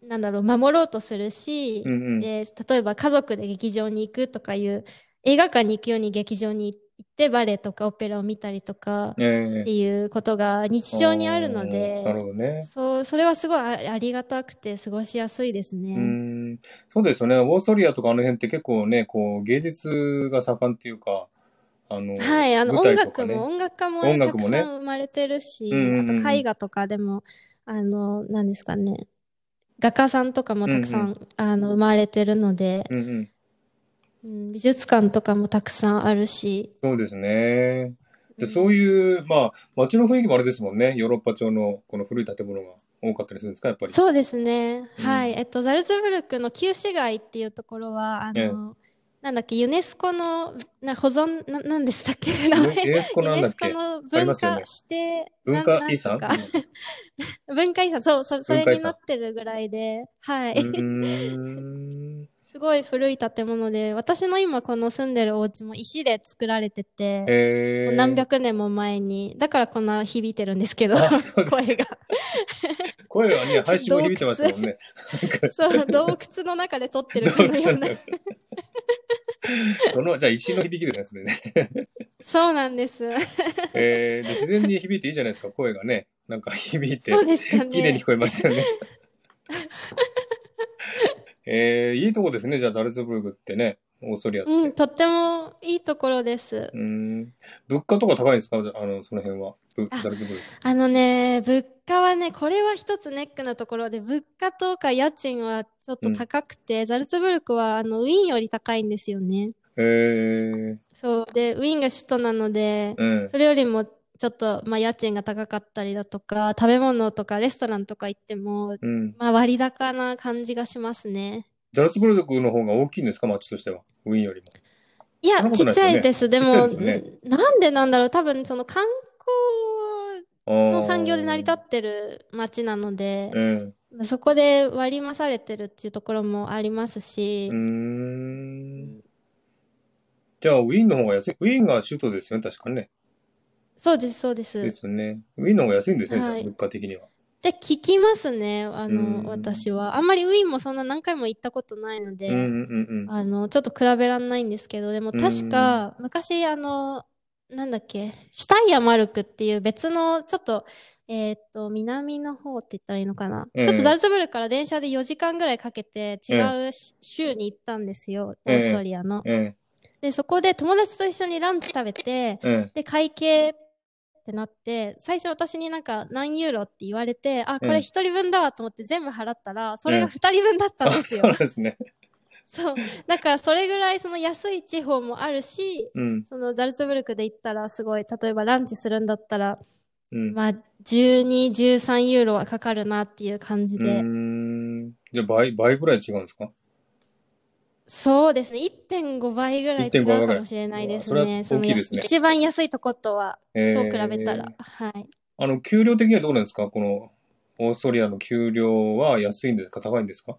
[SPEAKER 2] なんだろう、守ろうとするし、
[SPEAKER 1] うんうん
[SPEAKER 2] で、例えば家族で劇場に行くとかいう、映画館に行くように劇場に行ってバレエとかオペラを見たりとかっ
[SPEAKER 1] え
[SPEAKER 2] ていうことが日常にあるので、
[SPEAKER 1] なるほどね。
[SPEAKER 2] そう、それはすごいあありがたくて過ごしやすいです
[SPEAKER 1] う
[SPEAKER 2] ね。
[SPEAKER 1] ん。そうですよね。オーストリアとかあの辺って結構ね、こう、芸術が盛んっていうか、あの、
[SPEAKER 2] はい、あの
[SPEAKER 1] 舞
[SPEAKER 2] 音
[SPEAKER 1] 台とか
[SPEAKER 2] 楽
[SPEAKER 1] ね。
[SPEAKER 2] も音楽家も
[SPEAKER 1] 音
[SPEAKER 2] た
[SPEAKER 1] 楽
[SPEAKER 2] く
[SPEAKER 1] もね
[SPEAKER 2] さん生まれてるし、
[SPEAKER 1] うんうんうん
[SPEAKER 2] あと絵画とかでも、あの、なんですかね、画家さんとかもたくさん、
[SPEAKER 1] うん
[SPEAKER 2] あの生まれてるので、
[SPEAKER 1] うんうん。
[SPEAKER 2] うん、美術館とかもたくさんあるし、
[SPEAKER 1] そうですね。
[SPEAKER 2] う
[SPEAKER 1] で、
[SPEAKER 2] ん
[SPEAKER 1] そういう、まあ、街の雰囲気もあれですもんね。ヨーロッパ調のこの古い建物が多かったりするんですか、やっぱり。
[SPEAKER 2] そうですね。
[SPEAKER 1] うん
[SPEAKER 2] はい。えっと、ザルツブルクの旧市街っていうところは、あ
[SPEAKER 1] ええ
[SPEAKER 2] の、なんだっけ、ユネスコの、な保存、な、なんでしたっけ、名前。
[SPEAKER 1] ユネスコなん
[SPEAKER 2] ユ
[SPEAKER 1] だ
[SPEAKER 2] ネ
[SPEAKER 1] っ
[SPEAKER 2] ス
[SPEAKER 1] け
[SPEAKER 2] コの
[SPEAKER 1] あり
[SPEAKER 2] 文
[SPEAKER 1] ますよね
[SPEAKER 2] 化指定、
[SPEAKER 1] 文
[SPEAKER 2] な
[SPEAKER 1] 化
[SPEAKER 2] んなん
[SPEAKER 1] 遺産
[SPEAKER 2] とか文化遺産、そう、そ、それ
[SPEAKER 1] 文化遺
[SPEAKER 2] に
[SPEAKER 1] 産
[SPEAKER 2] なってるぐらいで、は
[SPEAKER 1] う
[SPEAKER 2] い。
[SPEAKER 1] ーん。
[SPEAKER 2] すごい古い建物で、私の今この住んでるお家も石で作られてて、
[SPEAKER 1] え
[SPEAKER 2] もう
[SPEAKER 1] ー、
[SPEAKER 2] 何百年も前に、だからこんな響いてるんですけど、
[SPEAKER 1] あそうです
[SPEAKER 2] 声が。
[SPEAKER 1] 声はね、配信も響いてますもんね。
[SPEAKER 2] そう、洞窟の中で撮っ てるかのような。
[SPEAKER 1] その、じゃあ石の響きですね、それね。
[SPEAKER 2] そうなんです。
[SPEAKER 1] えー、で自然に響いていいじゃないですか、声がね。なんか響いて
[SPEAKER 2] そ、うですか
[SPEAKER 1] 綺麗に
[SPEAKER 2] ね
[SPEAKER 1] 聞。こえますよね。 えー、いいとこですね、じゃあ、ザルツブルクってね、オーストリアって。
[SPEAKER 2] うん、とってもいいところです。
[SPEAKER 1] うーん。物価とか高いんですかあの、その辺は。ぶ
[SPEAKER 2] あ
[SPEAKER 1] ザルツブルク。
[SPEAKER 2] あのね、物価はね、これは一つネックなところで、物価とか家賃はちょっと高くて、ザルツブルクはあのウィーンより高いんですよね。
[SPEAKER 1] えー、
[SPEAKER 2] そう。で、ウィーンが首都なので、
[SPEAKER 1] うん。
[SPEAKER 2] それよりもちょっと、まあ、家賃が高かったりだとか、食べ物とかレストランとか行っても、
[SPEAKER 1] うん。
[SPEAKER 2] まあ、割高な感じがしますね。
[SPEAKER 1] ザルツブルクの方が大きいんですか町としては。ウィーンよりも。
[SPEAKER 2] いや、
[SPEAKER 1] そんなこと
[SPEAKER 2] ち
[SPEAKER 1] ない
[SPEAKER 2] っちゃい
[SPEAKER 1] で
[SPEAKER 2] です。で
[SPEAKER 1] ちっ
[SPEAKER 2] も、
[SPEAKER 1] ちゃいです
[SPEAKER 2] んなんでなんだろう。多分、その観光
[SPEAKER 1] あー
[SPEAKER 2] の産業で成り立ってる町なので、
[SPEAKER 1] うん。
[SPEAKER 2] そこで割り増されてるっていうところもありますし
[SPEAKER 1] うー、ん。じゃあ、ウィーンの方が安い。ウィーンが首都ですよね、確かね。
[SPEAKER 2] そうです、そうです。
[SPEAKER 1] ですよね。ウィーンの方が安いんですね、
[SPEAKER 2] はい
[SPEAKER 1] じゃあ物価的には。
[SPEAKER 2] で、聞きますね、あ
[SPEAKER 1] うん
[SPEAKER 2] の、私は。あんまりウィーンもそんな何回も行ったことない
[SPEAKER 1] う
[SPEAKER 2] の
[SPEAKER 1] んうん
[SPEAKER 2] で、
[SPEAKER 1] うん
[SPEAKER 2] あの、ちょっと比べらんないんですけど、でも確か、昔、あの、なんだっけ、シュタイヤマルクっていう別の、ちょっと、えーっと、南の方って言ったらいいのかな。
[SPEAKER 1] ええ
[SPEAKER 2] ちょっとザルツブルクから電車で4時間ぐらいかけて違うし州に行ったんですよ、オ
[SPEAKER 1] ええ
[SPEAKER 2] ーストリアの。
[SPEAKER 1] うん。え
[SPEAKER 2] で、そこで友達と一緒にランチ食べて、
[SPEAKER 1] え、え
[SPEAKER 2] で、会計ってなって、最初私になんか何ユーロって言われて、あ、こ
[SPEAKER 1] うん
[SPEAKER 2] れ一人分だわと思って全部払ったら、それ
[SPEAKER 1] う
[SPEAKER 2] が
[SPEAKER 1] ん
[SPEAKER 2] 二人分だっ
[SPEAKER 1] え。
[SPEAKER 2] たん
[SPEAKER 1] あ
[SPEAKER 2] で
[SPEAKER 1] そ
[SPEAKER 2] す
[SPEAKER 1] う
[SPEAKER 2] よ。
[SPEAKER 1] なんですね。
[SPEAKER 2] そう。だからそれぐらいその安い地方もあるし、
[SPEAKER 1] うん。
[SPEAKER 2] そのザルツブルクで行ったらすごい、例えばランチするんだったら、
[SPEAKER 1] うん。
[SPEAKER 2] まあ12、13ユーロはかかるなっていう感じ
[SPEAKER 1] う
[SPEAKER 2] で。
[SPEAKER 1] ーん。じゃあ倍、倍ぐらい違うんですか
[SPEAKER 2] そうですね。1.5倍ぐらい違
[SPEAKER 1] 1.5
[SPEAKER 2] う
[SPEAKER 1] 倍ぐ
[SPEAKER 2] から
[SPEAKER 1] い
[SPEAKER 2] もしれないです
[SPEAKER 1] うわ
[SPEAKER 2] ね。
[SPEAKER 1] それは大きいですね
[SPEAKER 2] その一番安いとことは、
[SPEAKER 1] え
[SPEAKER 2] と
[SPEAKER 1] ー
[SPEAKER 2] 比べたら。。はい。
[SPEAKER 1] あの、給料的にはどうなんですかこの、オーストリアの給料は安いんですか高いんですか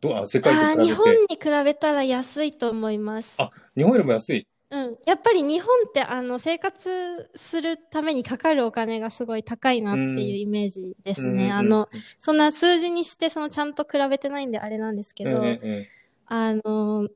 [SPEAKER 1] どうあ、世界
[SPEAKER 2] ああー、
[SPEAKER 1] と比
[SPEAKER 2] 日
[SPEAKER 1] べ
[SPEAKER 2] 本
[SPEAKER 1] て。
[SPEAKER 2] に比べたら安いと思います。
[SPEAKER 1] あ日本よりも安い。
[SPEAKER 2] うん、やっぱり日本ってあの生活するためにかかるお金がすごい高いなっていうイメージで
[SPEAKER 1] です
[SPEAKER 2] ね。あの、、そんな数字にしてそのちゃんと比べてないんであれなんですけ
[SPEAKER 1] うん
[SPEAKER 2] ど、
[SPEAKER 1] うんうん
[SPEAKER 2] あの、こ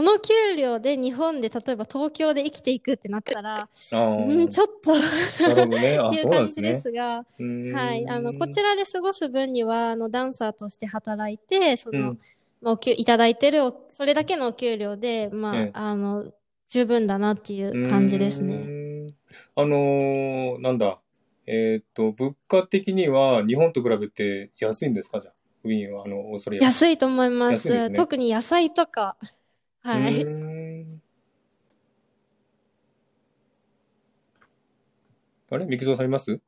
[SPEAKER 2] の給料で日本で例えば東京で生きていくってなったら、
[SPEAKER 1] ああ
[SPEAKER 2] うん、ちょっと っ
[SPEAKER 1] なるほどね。あ、
[SPEAKER 2] てい
[SPEAKER 1] そううなん
[SPEAKER 2] 感
[SPEAKER 1] で
[SPEAKER 2] じ
[SPEAKER 1] す
[SPEAKER 2] で
[SPEAKER 1] ね。
[SPEAKER 2] すが、
[SPEAKER 1] うーん
[SPEAKER 2] はい、あのこちらで過ごす分にはあのダンサーとして働いてそ
[SPEAKER 1] う
[SPEAKER 2] の、
[SPEAKER 1] ん
[SPEAKER 2] まあ、お給いただいてるおそれだけのお給料で、まあ
[SPEAKER 1] ええ
[SPEAKER 2] あの十分だなっていう感じです
[SPEAKER 1] う
[SPEAKER 2] ね。
[SPEAKER 1] ーん。あのーなんだ。えーっと、物価的には日本と比べて安いんですかじゃあ、ウィーンは、あの、オーストリアは。
[SPEAKER 2] 安いと思い
[SPEAKER 1] 安
[SPEAKER 2] ま
[SPEAKER 1] いです
[SPEAKER 2] す。
[SPEAKER 1] ね
[SPEAKER 2] 特に野菜とか。は
[SPEAKER 1] う
[SPEAKER 2] い。
[SPEAKER 1] ーんあれミキゾーさんいます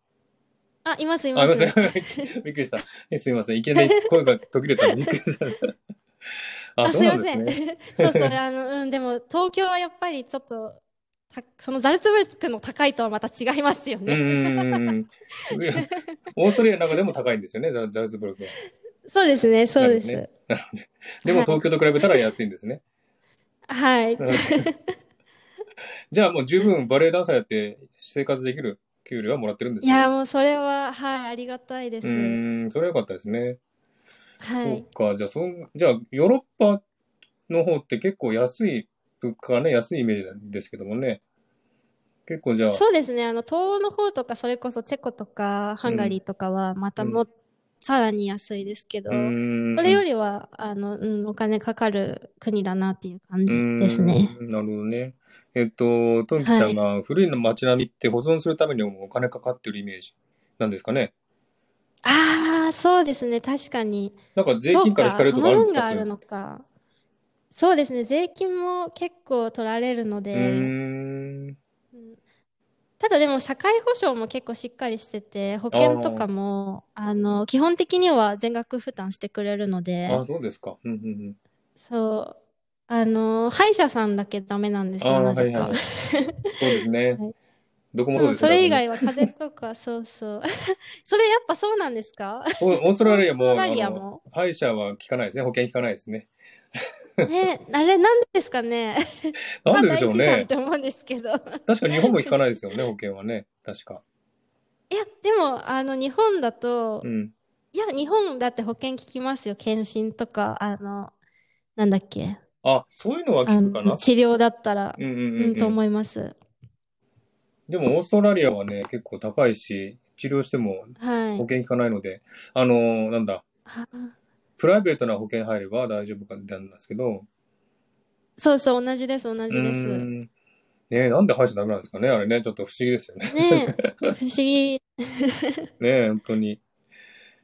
[SPEAKER 2] あ、いますい
[SPEAKER 1] あ、
[SPEAKER 2] ます
[SPEAKER 1] いま。 せん。びっくりした。えすみません。いきな り声が途切れた。びっくりした。あ、
[SPEAKER 2] あ、
[SPEAKER 1] そう
[SPEAKER 2] すい
[SPEAKER 1] な
[SPEAKER 2] ま
[SPEAKER 1] んで
[SPEAKER 2] せ
[SPEAKER 1] す
[SPEAKER 2] ん
[SPEAKER 1] ね。。
[SPEAKER 2] そうそう、あの、うん、でも東京はやっぱりちょっと、たそのザルツブルクの高いとはまた違いますよ
[SPEAKER 1] うん
[SPEAKER 2] ね。
[SPEAKER 1] うんうんうん。オーストリアの中でも高いんですよね、ザザルツブルクは。
[SPEAKER 2] そうですね、そうで
[SPEAKER 1] なる
[SPEAKER 2] す。
[SPEAKER 1] でも東京と比べたら安いんですね。
[SPEAKER 2] はい。
[SPEAKER 1] じゃあもう十分バレエダンサーやって生活できる給料はもらってるんです
[SPEAKER 2] い
[SPEAKER 1] ね
[SPEAKER 2] や、もうそれは、はい、ありがたいで
[SPEAKER 1] う
[SPEAKER 2] す。
[SPEAKER 1] ーん、それは良かったですね。
[SPEAKER 2] は
[SPEAKER 1] そ
[SPEAKER 2] い。
[SPEAKER 1] うか、じゃあそん、じゃあヨーロッパの方って結構安い物価がね、安いイメージなんですけどもね。結構じゃあ、
[SPEAKER 2] そうですね。あの、東欧の方とか、それこそチェコとか、ハンガリーとかは、またも、
[SPEAKER 1] う
[SPEAKER 2] さらに安いですけど、
[SPEAKER 1] うーん
[SPEAKER 2] それよりは、あの、うん、お金かかる国だなっていう感じですね。
[SPEAKER 1] うーんなるほどね。えっと、トンキちゃんが古い街並みって保存するためにもお金かかってるイメージなんですかね。
[SPEAKER 2] ああ、そうですね。確かに。
[SPEAKER 1] なんか税金から引かれると
[SPEAKER 2] そう
[SPEAKER 1] か
[SPEAKER 2] か、
[SPEAKER 1] あるん
[SPEAKER 2] その
[SPEAKER 1] です
[SPEAKER 2] 分
[SPEAKER 1] か
[SPEAKER 2] があるのか。そうですね。税金も結構取られるの
[SPEAKER 1] そ
[SPEAKER 2] で、
[SPEAKER 1] れうーん。
[SPEAKER 2] うんただでも社会保障も結構しっかりしてて、保険とかも、あの、基本的には全額負担してくれるので、
[SPEAKER 1] あ、そうですか。うんうんうん。
[SPEAKER 2] そう、あの、歯医者さんだけダメなんですよ、
[SPEAKER 1] あー
[SPEAKER 2] なぜか。
[SPEAKER 1] はいはいはいそうですね。
[SPEAKER 2] はい
[SPEAKER 1] どこも
[SPEAKER 2] で
[SPEAKER 1] そう
[SPEAKER 2] も
[SPEAKER 1] です
[SPEAKER 2] それ以外は風邪とか、 そうそう。それやっぱそうなんですか
[SPEAKER 1] オーストラリアも、
[SPEAKER 2] オーストラリア
[SPEAKER 1] あの
[SPEAKER 2] も。
[SPEAKER 1] 歯医者は効かないですね。保険効かないですね。
[SPEAKER 2] ね、あれなんですかね。
[SPEAKER 1] なんででしょう
[SPEAKER 2] 歯大事じゃんっ
[SPEAKER 1] ね。
[SPEAKER 2] て思うんですけど。い
[SPEAKER 1] 確か日本も効かないですよね、保険はね。確か。
[SPEAKER 2] や、でも、あの、日本だと
[SPEAKER 1] う、ん。
[SPEAKER 2] いや、日本だって保険効きますよ。検診とか、あの、なんだっけ。
[SPEAKER 1] あ、そういうのは効
[SPEAKER 2] あ
[SPEAKER 1] くかな
[SPEAKER 2] の、。治療だったら、
[SPEAKER 1] うんうん
[SPEAKER 2] う、
[SPEAKER 1] うん
[SPEAKER 2] と
[SPEAKER 1] ん。
[SPEAKER 2] 思います。
[SPEAKER 1] でもオーストラリアはね、結構高いし、治療しても
[SPEAKER 2] は
[SPEAKER 1] 保
[SPEAKER 2] い。
[SPEAKER 1] 険効かないので、あのーなんだ、
[SPEAKER 2] は
[SPEAKER 1] プライベートな保険入れば大丈夫かってなんですけど、
[SPEAKER 2] そうそう、同じです、同
[SPEAKER 1] う
[SPEAKER 2] じです。
[SPEAKER 1] ー
[SPEAKER 2] ね
[SPEAKER 1] ん。ねなんで歯医者ダメなんですかねあれね、ちょっと不思議ですよね。
[SPEAKER 2] え、不思 議。
[SPEAKER 1] ねえ、本当に。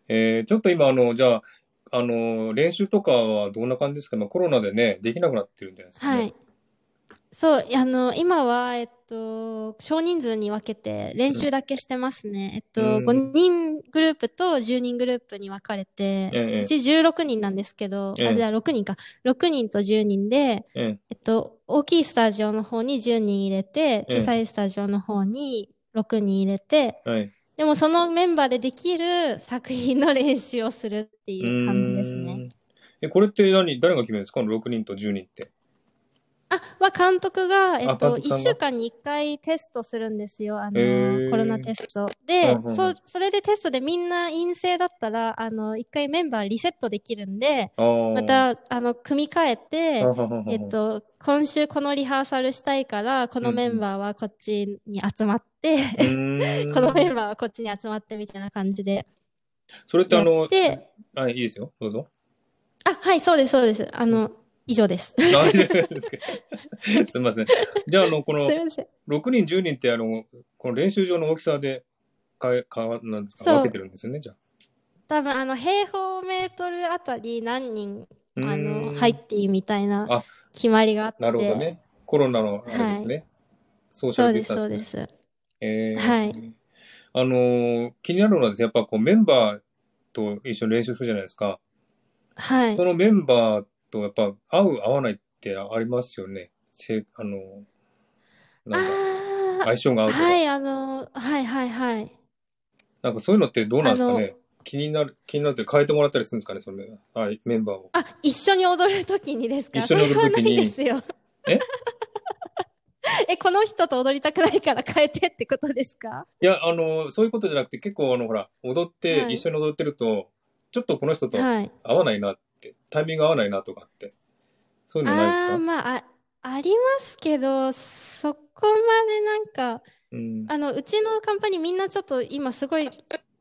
[SPEAKER 1] えーちょっと今、あの、じゃあ、あの、練習とかはどんな感じですかまあ、コロナでね、できなくなってるんじゃないですか
[SPEAKER 2] は
[SPEAKER 1] ね。
[SPEAKER 2] い。そう、あの、今は、えっと、少人数に分けて練習だけしてますね。えっと、
[SPEAKER 1] うん
[SPEAKER 2] 5人グループと10人グループに分かれ
[SPEAKER 1] え
[SPEAKER 2] て、
[SPEAKER 1] え
[SPEAKER 2] うち16人なんですけど、
[SPEAKER 1] ええ
[SPEAKER 2] あ、じゃあ6人か。6人と10人で、
[SPEAKER 1] ええ
[SPEAKER 2] えっと、大きいスタジオの方に10人入れて、
[SPEAKER 1] ええ
[SPEAKER 2] 小さいスタジオの方に6人入れて、
[SPEAKER 1] はい。
[SPEAKER 2] でもそのメンバーでできる作品の練習をするっていう感じです
[SPEAKER 1] うー
[SPEAKER 2] ね。
[SPEAKER 1] ん。え、これって何、誰が決めるんですかこの ?6 人と10人って。
[SPEAKER 2] あ、は監督が、えっと、
[SPEAKER 1] 監督さん
[SPEAKER 2] 1
[SPEAKER 1] が
[SPEAKER 2] 週間に1回テストするんですよ。あの、
[SPEAKER 1] へー
[SPEAKER 2] コロナテスト。で
[SPEAKER 1] うんうんう、ん
[SPEAKER 2] そ、それでテストでみんな陰性だったら、あの、1回メンバーリセットできるんで、
[SPEAKER 1] ああ。
[SPEAKER 2] また、あの、組み替えて
[SPEAKER 1] は、ははは、
[SPEAKER 2] えっと、今週このリハーサルしたいから、このメンバーはこっちに集まって、
[SPEAKER 1] うーん、
[SPEAKER 2] このメンバーはこっちに集まってみたいな感じで
[SPEAKER 1] それって
[SPEAKER 2] や
[SPEAKER 1] あの
[SPEAKER 2] っ、て、
[SPEAKER 1] はい、いいですよ。どうぞ。
[SPEAKER 2] あ、はい、そうです、そうです。あの、以上です。す
[SPEAKER 1] 大丈夫ですか すみません。じゃあ、あの、この、
[SPEAKER 2] いません。
[SPEAKER 1] 6人、10人って、あの、この練習場の大きさで、かえ、か、なんですか
[SPEAKER 2] そう
[SPEAKER 1] 分けてるんですよね、じゃあ。
[SPEAKER 2] 多分、あの、平方メートルあたり何人あ
[SPEAKER 1] うーん
[SPEAKER 2] の、入っていいみたいな
[SPEAKER 1] あ
[SPEAKER 2] 決まりがあって。
[SPEAKER 1] なるほどね。コロナのあれですね。ソーシャ
[SPEAKER 2] そう
[SPEAKER 1] ルデ
[SPEAKER 2] で
[SPEAKER 1] ィ
[SPEAKER 2] す、
[SPEAKER 1] スタンス
[SPEAKER 2] そう
[SPEAKER 1] ね
[SPEAKER 2] です。
[SPEAKER 1] えー
[SPEAKER 2] はい
[SPEAKER 1] あのー気になるのはですね、やっぱこうメンバーと一緒に練習するじゃないですか。
[SPEAKER 2] はい
[SPEAKER 1] そ。のメンバーとやっぱ合う合わないってありますよね。せあのー
[SPEAKER 2] あ
[SPEAKER 1] なんか
[SPEAKER 2] あ
[SPEAKER 1] 相性が合うとか、
[SPEAKER 2] はい、あの、はいはいはい。
[SPEAKER 1] なんかそういうのってどうなんですか
[SPEAKER 2] あ
[SPEAKER 1] ね。気になる気になるって変えてもらったりするんですかね、そのはいメンバーを。
[SPEAKER 2] あ、一緒に踊るときにですか
[SPEAKER 1] 一緒に踊る時に
[SPEAKER 2] それはないですよ。
[SPEAKER 1] え
[SPEAKER 2] え、この人と踊りたくないから変えてってことですか
[SPEAKER 1] いやあのーそういうことじゃなくて結構あのほら踊って、
[SPEAKER 2] はい
[SPEAKER 1] 一緒に踊ってるとちょっとこの人と
[SPEAKER 2] はい。
[SPEAKER 1] 合わないなってタイミング合わないなとかってそういうのないです
[SPEAKER 2] ああー、
[SPEAKER 1] か？
[SPEAKER 2] まあ、あ、ありますけど、そこまでなんか、
[SPEAKER 1] うん。
[SPEAKER 2] あの、うちのカンパニーみんなちょっと今すごい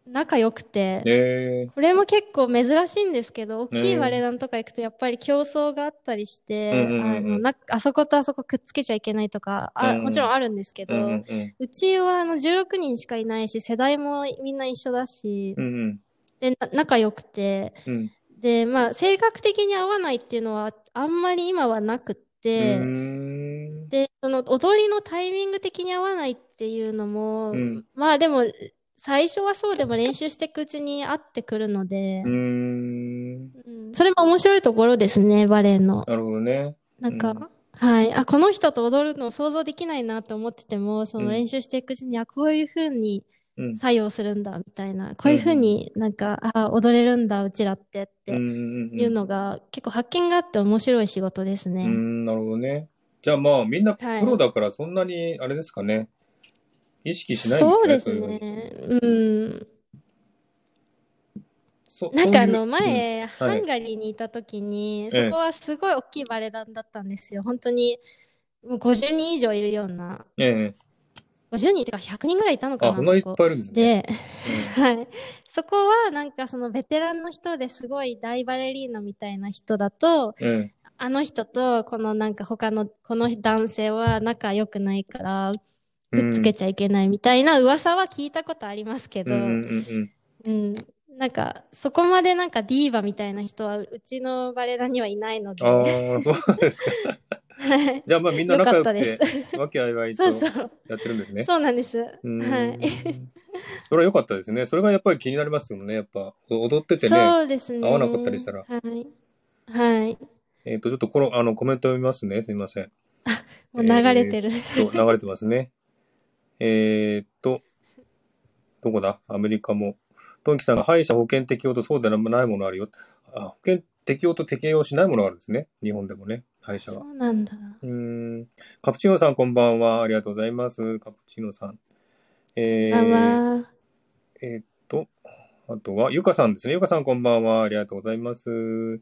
[SPEAKER 2] 仲良くて、
[SPEAKER 1] え
[SPEAKER 2] これも結構珍しいんですけど、大き
[SPEAKER 1] う
[SPEAKER 2] い
[SPEAKER 1] ん
[SPEAKER 2] バレエ団とか行くとやっぱり競争があったりして、
[SPEAKER 1] うんうんうん
[SPEAKER 2] あのなあそことあそこくっつけちゃいけないとか、あ
[SPEAKER 1] うんうん
[SPEAKER 2] もちろんあるんですけ
[SPEAKER 1] ー、う
[SPEAKER 2] ど、
[SPEAKER 1] んうんうん
[SPEAKER 2] うちはあの16人しかいないし、世代もみんな一緒だし
[SPEAKER 1] う、んうん
[SPEAKER 2] で、な仲良くて、
[SPEAKER 1] うん。
[SPEAKER 2] で、まあ、性格的に合わないっていうのはあんまり今はなくっ
[SPEAKER 1] う
[SPEAKER 2] て、
[SPEAKER 1] ーん
[SPEAKER 2] で、その踊りのタイミング的に合わないっていうのも、
[SPEAKER 1] うん
[SPEAKER 2] まあでも、最初はそうでも練習していくうちに合ってくるので
[SPEAKER 1] うー、ん。
[SPEAKER 2] うんそれも面白いところですね、バレエの。
[SPEAKER 1] なるほどね。
[SPEAKER 2] なんか、
[SPEAKER 1] うん
[SPEAKER 2] はい。あ、この人と踊るの想像できないなと思ってても、そ
[SPEAKER 1] うん
[SPEAKER 2] の練習していくうちに、あ、こういうふうに
[SPEAKER 1] うん。
[SPEAKER 2] 作用するんだ、みたいな。こういうふうになんか、あ、踊れるんだ、うちらってっ
[SPEAKER 1] うん
[SPEAKER 2] て
[SPEAKER 1] うんうん
[SPEAKER 2] いうのが、結構発見があって面白い仕事です
[SPEAKER 1] う
[SPEAKER 2] ね。
[SPEAKER 1] ん、なるほどね。じゃあまあみんなプ
[SPEAKER 2] はい
[SPEAKER 1] ロだからそんなにあれですかね。意識しないん
[SPEAKER 2] そう
[SPEAKER 1] で
[SPEAKER 2] ですす
[SPEAKER 1] ね。
[SPEAKER 2] ね
[SPEAKER 1] ね。。
[SPEAKER 2] うん。
[SPEAKER 1] そ
[SPEAKER 2] なんかあ
[SPEAKER 1] そうい
[SPEAKER 2] の
[SPEAKER 1] う
[SPEAKER 2] 前、
[SPEAKER 1] うんはい
[SPEAKER 2] ハンガリーにいた時に、
[SPEAKER 1] ええ
[SPEAKER 2] そこはすごい大きいバレエ団だったんですよ。本当に、もう50人以上いるような。
[SPEAKER 1] うんえ
[SPEAKER 2] 50人ってか100人ぐらいいた
[SPEAKER 1] え。
[SPEAKER 2] のか
[SPEAKER 1] あ、
[SPEAKER 2] な、
[SPEAKER 1] そんないっ
[SPEAKER 2] そこ。
[SPEAKER 1] ぱいいるんですね。
[SPEAKER 2] で、はい。そこはなんかそのベテランの人ですごい大バレリーナみたいな人だと、
[SPEAKER 1] うんうん
[SPEAKER 2] あの人とこのなんか他の、この男性は仲良くないから、くっつけちゃいけないみたいな噂は聞いたことありますけ
[SPEAKER 1] う
[SPEAKER 2] ど、
[SPEAKER 1] んうんうんうん。
[SPEAKER 2] うん。なんか、そこまでなんかディーバみたいな人は、うちのバレエ団にはいないので、
[SPEAKER 1] あ
[SPEAKER 2] は
[SPEAKER 1] あ、そうなんですか。
[SPEAKER 2] い。
[SPEAKER 1] じゃあまあみんな
[SPEAKER 2] よ
[SPEAKER 1] 仲
[SPEAKER 2] か
[SPEAKER 1] 良
[SPEAKER 2] った
[SPEAKER 1] く
[SPEAKER 2] です
[SPEAKER 1] て、。和気あいあいと
[SPEAKER 2] そ
[SPEAKER 1] や
[SPEAKER 2] うそう。
[SPEAKER 1] ってるんですね。
[SPEAKER 2] そうなんです。は
[SPEAKER 1] うーん
[SPEAKER 2] い。
[SPEAKER 1] それは良かったですね。それがやっぱり気になりますよね。やっぱ踊っててね。
[SPEAKER 2] そうですね。
[SPEAKER 1] 合わなかったりしたら
[SPEAKER 2] はい。はい。
[SPEAKER 1] えっ、と、ちょっとこの、あの、コメントを見ますね。すいません。
[SPEAKER 2] もう流れてる。
[SPEAKER 1] と流れてますね。 えーっと、どこだアメリカも。トンキさんが、歯医者保険適用とそうでないものあるよ。あ保険適用と適用しないものがあるんですね。日本でもね、歯医者
[SPEAKER 2] そ
[SPEAKER 1] は。
[SPEAKER 2] うなんだ。
[SPEAKER 1] うーん。カプチーノさん、こんばんは。ありがとうございます。カプチーノさん。え
[SPEAKER 2] あ
[SPEAKER 1] ー、
[SPEAKER 2] わー
[SPEAKER 1] えーっと、あとは、ゆかさんですね。ゆかさん、こんばんは。ありがとうございます。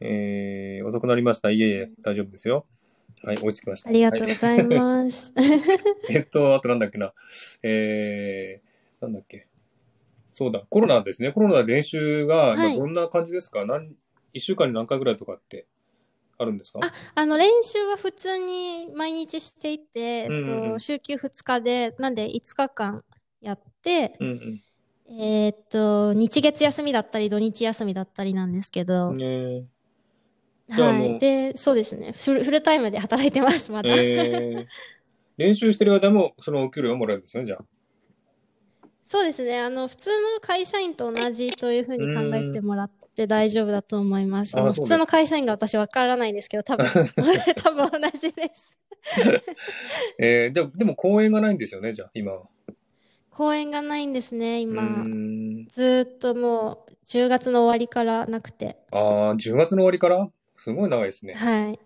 [SPEAKER 1] えー、遅くなりました。いえいえ、大丈夫ですよ。はい、追いつきました。
[SPEAKER 2] ありがとう
[SPEAKER 1] は
[SPEAKER 2] ございます。
[SPEAKER 1] えっと、あとなんだっけな。えー、なんだっけ。そうだ、コロナですね。コロナ練習が
[SPEAKER 2] はい
[SPEAKER 1] 今どんな感じですか、何一週間に何回ぐらいとかってあるんですか
[SPEAKER 2] あの、練習は普通に毎日していて、
[SPEAKER 1] うんうん
[SPEAKER 2] えっと、週休2日で、なんで5日間やって、
[SPEAKER 1] うん
[SPEAKER 2] えーっと、日月休みだったり、土日休みだったりなんですけ
[SPEAKER 1] う
[SPEAKER 2] ど
[SPEAKER 1] ん。、ねじゃあ
[SPEAKER 2] は
[SPEAKER 1] もう
[SPEAKER 2] い。で、そうですね。フル、フルタイムで働いてます、ま
[SPEAKER 1] え
[SPEAKER 2] だ。
[SPEAKER 1] えー練習してる間もそのお給料をもらえるんですよね、じゃあ。
[SPEAKER 2] そうですね。あの、普通の会社員と同じというふうに考えてもらって大丈夫だと思います。
[SPEAKER 1] あ
[SPEAKER 2] あの、
[SPEAKER 1] そうで
[SPEAKER 2] 普
[SPEAKER 1] す
[SPEAKER 2] 通の会社員が私わからないんですけど、多 分、 多分同じです。
[SPEAKER 1] えー、じゃあ、でも公演がないんですよね、じゃあ、今は。
[SPEAKER 2] 公演がないんですね、
[SPEAKER 1] うー
[SPEAKER 2] 今。
[SPEAKER 1] ん。
[SPEAKER 2] ずーっともう、10月の終わりからなくて。
[SPEAKER 1] ああ、10月の終わりからすごい長いですね。
[SPEAKER 2] はい。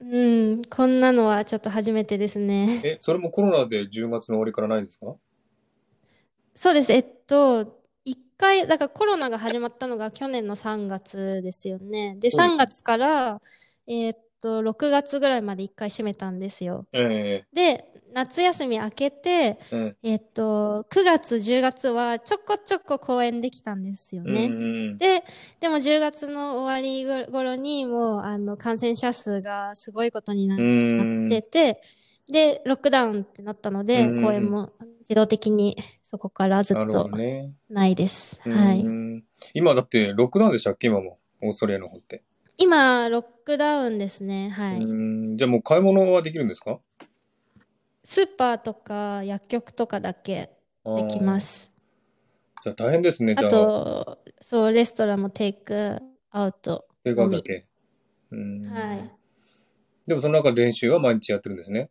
[SPEAKER 2] うん、こんなのはちょっと初めてですね。
[SPEAKER 1] え、それもコロナで10月の終わりからないんですか
[SPEAKER 2] そうです。えっと、一回、だからコロナが始まったのが去年の3月ですよね。で、
[SPEAKER 1] そうです
[SPEAKER 2] 3月から、えっと、6月ぐらいまで一回閉めたんですよ。
[SPEAKER 1] え
[SPEAKER 2] で、夏休み明けて、
[SPEAKER 1] えー、
[SPEAKER 2] えっと、9月、10月はちょこちょこ公演できたんですよ
[SPEAKER 1] うん。
[SPEAKER 2] ね。
[SPEAKER 1] うんうんうん。
[SPEAKER 2] で、でも10月の終わりご頃にもう、あの、感染者数がすごいことになっ
[SPEAKER 1] うーん
[SPEAKER 2] なってて、で、ロックダウンってなったので、
[SPEAKER 1] うん
[SPEAKER 2] 公演も自動的にそこからずっ
[SPEAKER 1] なるほ
[SPEAKER 2] と
[SPEAKER 1] どね。
[SPEAKER 2] ないです。
[SPEAKER 1] うん
[SPEAKER 2] はい。
[SPEAKER 1] 今だってロックダウンでしたっけ今も。オーストラリアの方って。
[SPEAKER 2] 今、ロックダウンですね。は
[SPEAKER 1] う
[SPEAKER 2] い。
[SPEAKER 1] ーんじゃあもう買い物はできるんですか。
[SPEAKER 2] スーパーとか薬局とかだけできますす。
[SPEAKER 1] じゃあ大変ですね。
[SPEAKER 2] あ
[SPEAKER 1] じゃあ、
[SPEAKER 2] と、そう、レストランもテイクアウト。
[SPEAKER 1] テイクアウトだけ。うーん
[SPEAKER 2] はい。
[SPEAKER 1] でもその中で練習は毎日やってるんです ね。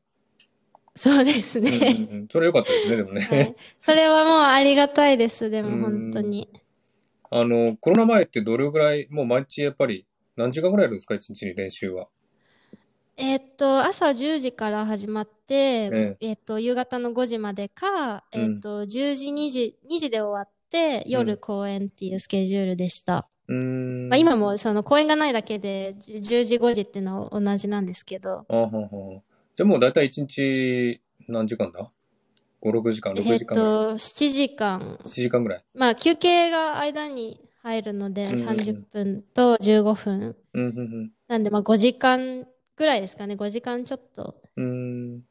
[SPEAKER 2] そうです
[SPEAKER 1] うんうん
[SPEAKER 2] ね。
[SPEAKER 1] うんそれ良かったですね、でもね。
[SPEAKER 2] はい。それはもうありがたいです。でも
[SPEAKER 1] うん
[SPEAKER 2] 本当に。
[SPEAKER 1] あの、コロナ前ってどれぐらい、もう毎日やっぱり何時間ぐらいやるんですか、一日に練習は。
[SPEAKER 2] えーっと、朝10時から始まって、
[SPEAKER 1] え
[SPEAKER 2] えーっと、夕方の5時までか、
[SPEAKER 1] うん
[SPEAKER 2] えーっと、10時、2時、2時で終わって、
[SPEAKER 1] うん
[SPEAKER 2] 夜公演っていうスケジュールでした。
[SPEAKER 1] うーん。
[SPEAKER 2] まあ、今もその公演がないだけで、じゅ10時、5時っていうのは同じなんですけど、
[SPEAKER 1] あはは。じゃあもう大体一日何時間だ ?5、6時間、
[SPEAKER 2] え
[SPEAKER 1] 6
[SPEAKER 2] ーっ
[SPEAKER 1] 時間ぐらい。
[SPEAKER 2] と、7時間、
[SPEAKER 1] 7時間ぐらい。
[SPEAKER 2] まあ、休憩が間に入るので、
[SPEAKER 1] うんうん
[SPEAKER 2] 30分と15分。
[SPEAKER 1] うん、うん、
[SPEAKER 2] なんで、まあ、5時間ぐらいですかね、5時間ちょっと。
[SPEAKER 1] うん。うーん。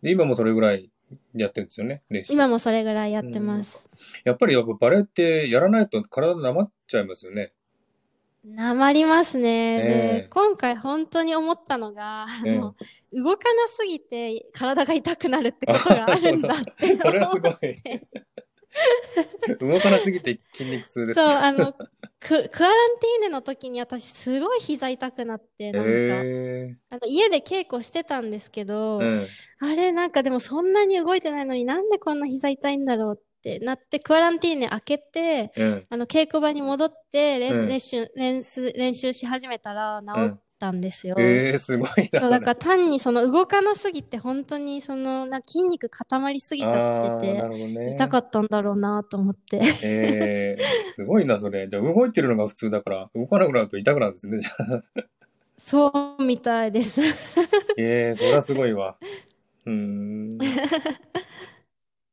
[SPEAKER 1] で、今もそれぐらいやってるんですよね、練習。
[SPEAKER 2] 今もそれぐらいやってます。
[SPEAKER 1] やっぱりやっぱバレエってやらないと体なまっちゃいますよね。
[SPEAKER 2] なまりますね。で、
[SPEAKER 1] ええ
[SPEAKER 2] 今回本当に思ったのが、あ
[SPEAKER 1] ええ
[SPEAKER 2] の、動かなすぎて体が痛くなるってことがあるんだって。
[SPEAKER 1] それはす ごい
[SPEAKER 2] 思って。
[SPEAKER 1] 動かなすぎて筋肉痛です。
[SPEAKER 2] そう、あの、ク、クアランティーネの時に私すごい膝痛くなって、なんか、
[SPEAKER 1] え
[SPEAKER 2] あの家で稽古してたんですけど、
[SPEAKER 1] ーうん。
[SPEAKER 2] あれ、なんかでもそんなに動いてないのになんでこんな膝痛いんだろうってなって、クアランティーネ開けて、
[SPEAKER 1] うん。
[SPEAKER 2] あの、稽古場に戻って、レー
[SPEAKER 1] うん
[SPEAKER 2] ス練習、練習、練習し始めたら治ったんですよ。
[SPEAKER 1] えー、すごいな。
[SPEAKER 2] そう、だから単にその動かなすぎて、本当にその、なんか筋肉固まりすぎちゃって
[SPEAKER 1] あーな
[SPEAKER 2] て、
[SPEAKER 1] るほどね。
[SPEAKER 2] 痛かったんだろうなと思って。
[SPEAKER 1] ええすごいな、それ。じゃあ、動いてるのが普通だから、動かなくなると痛くなるんですね、じゃあ。
[SPEAKER 2] そうみたいです。
[SPEAKER 1] ええそれはすごいわ。うーん。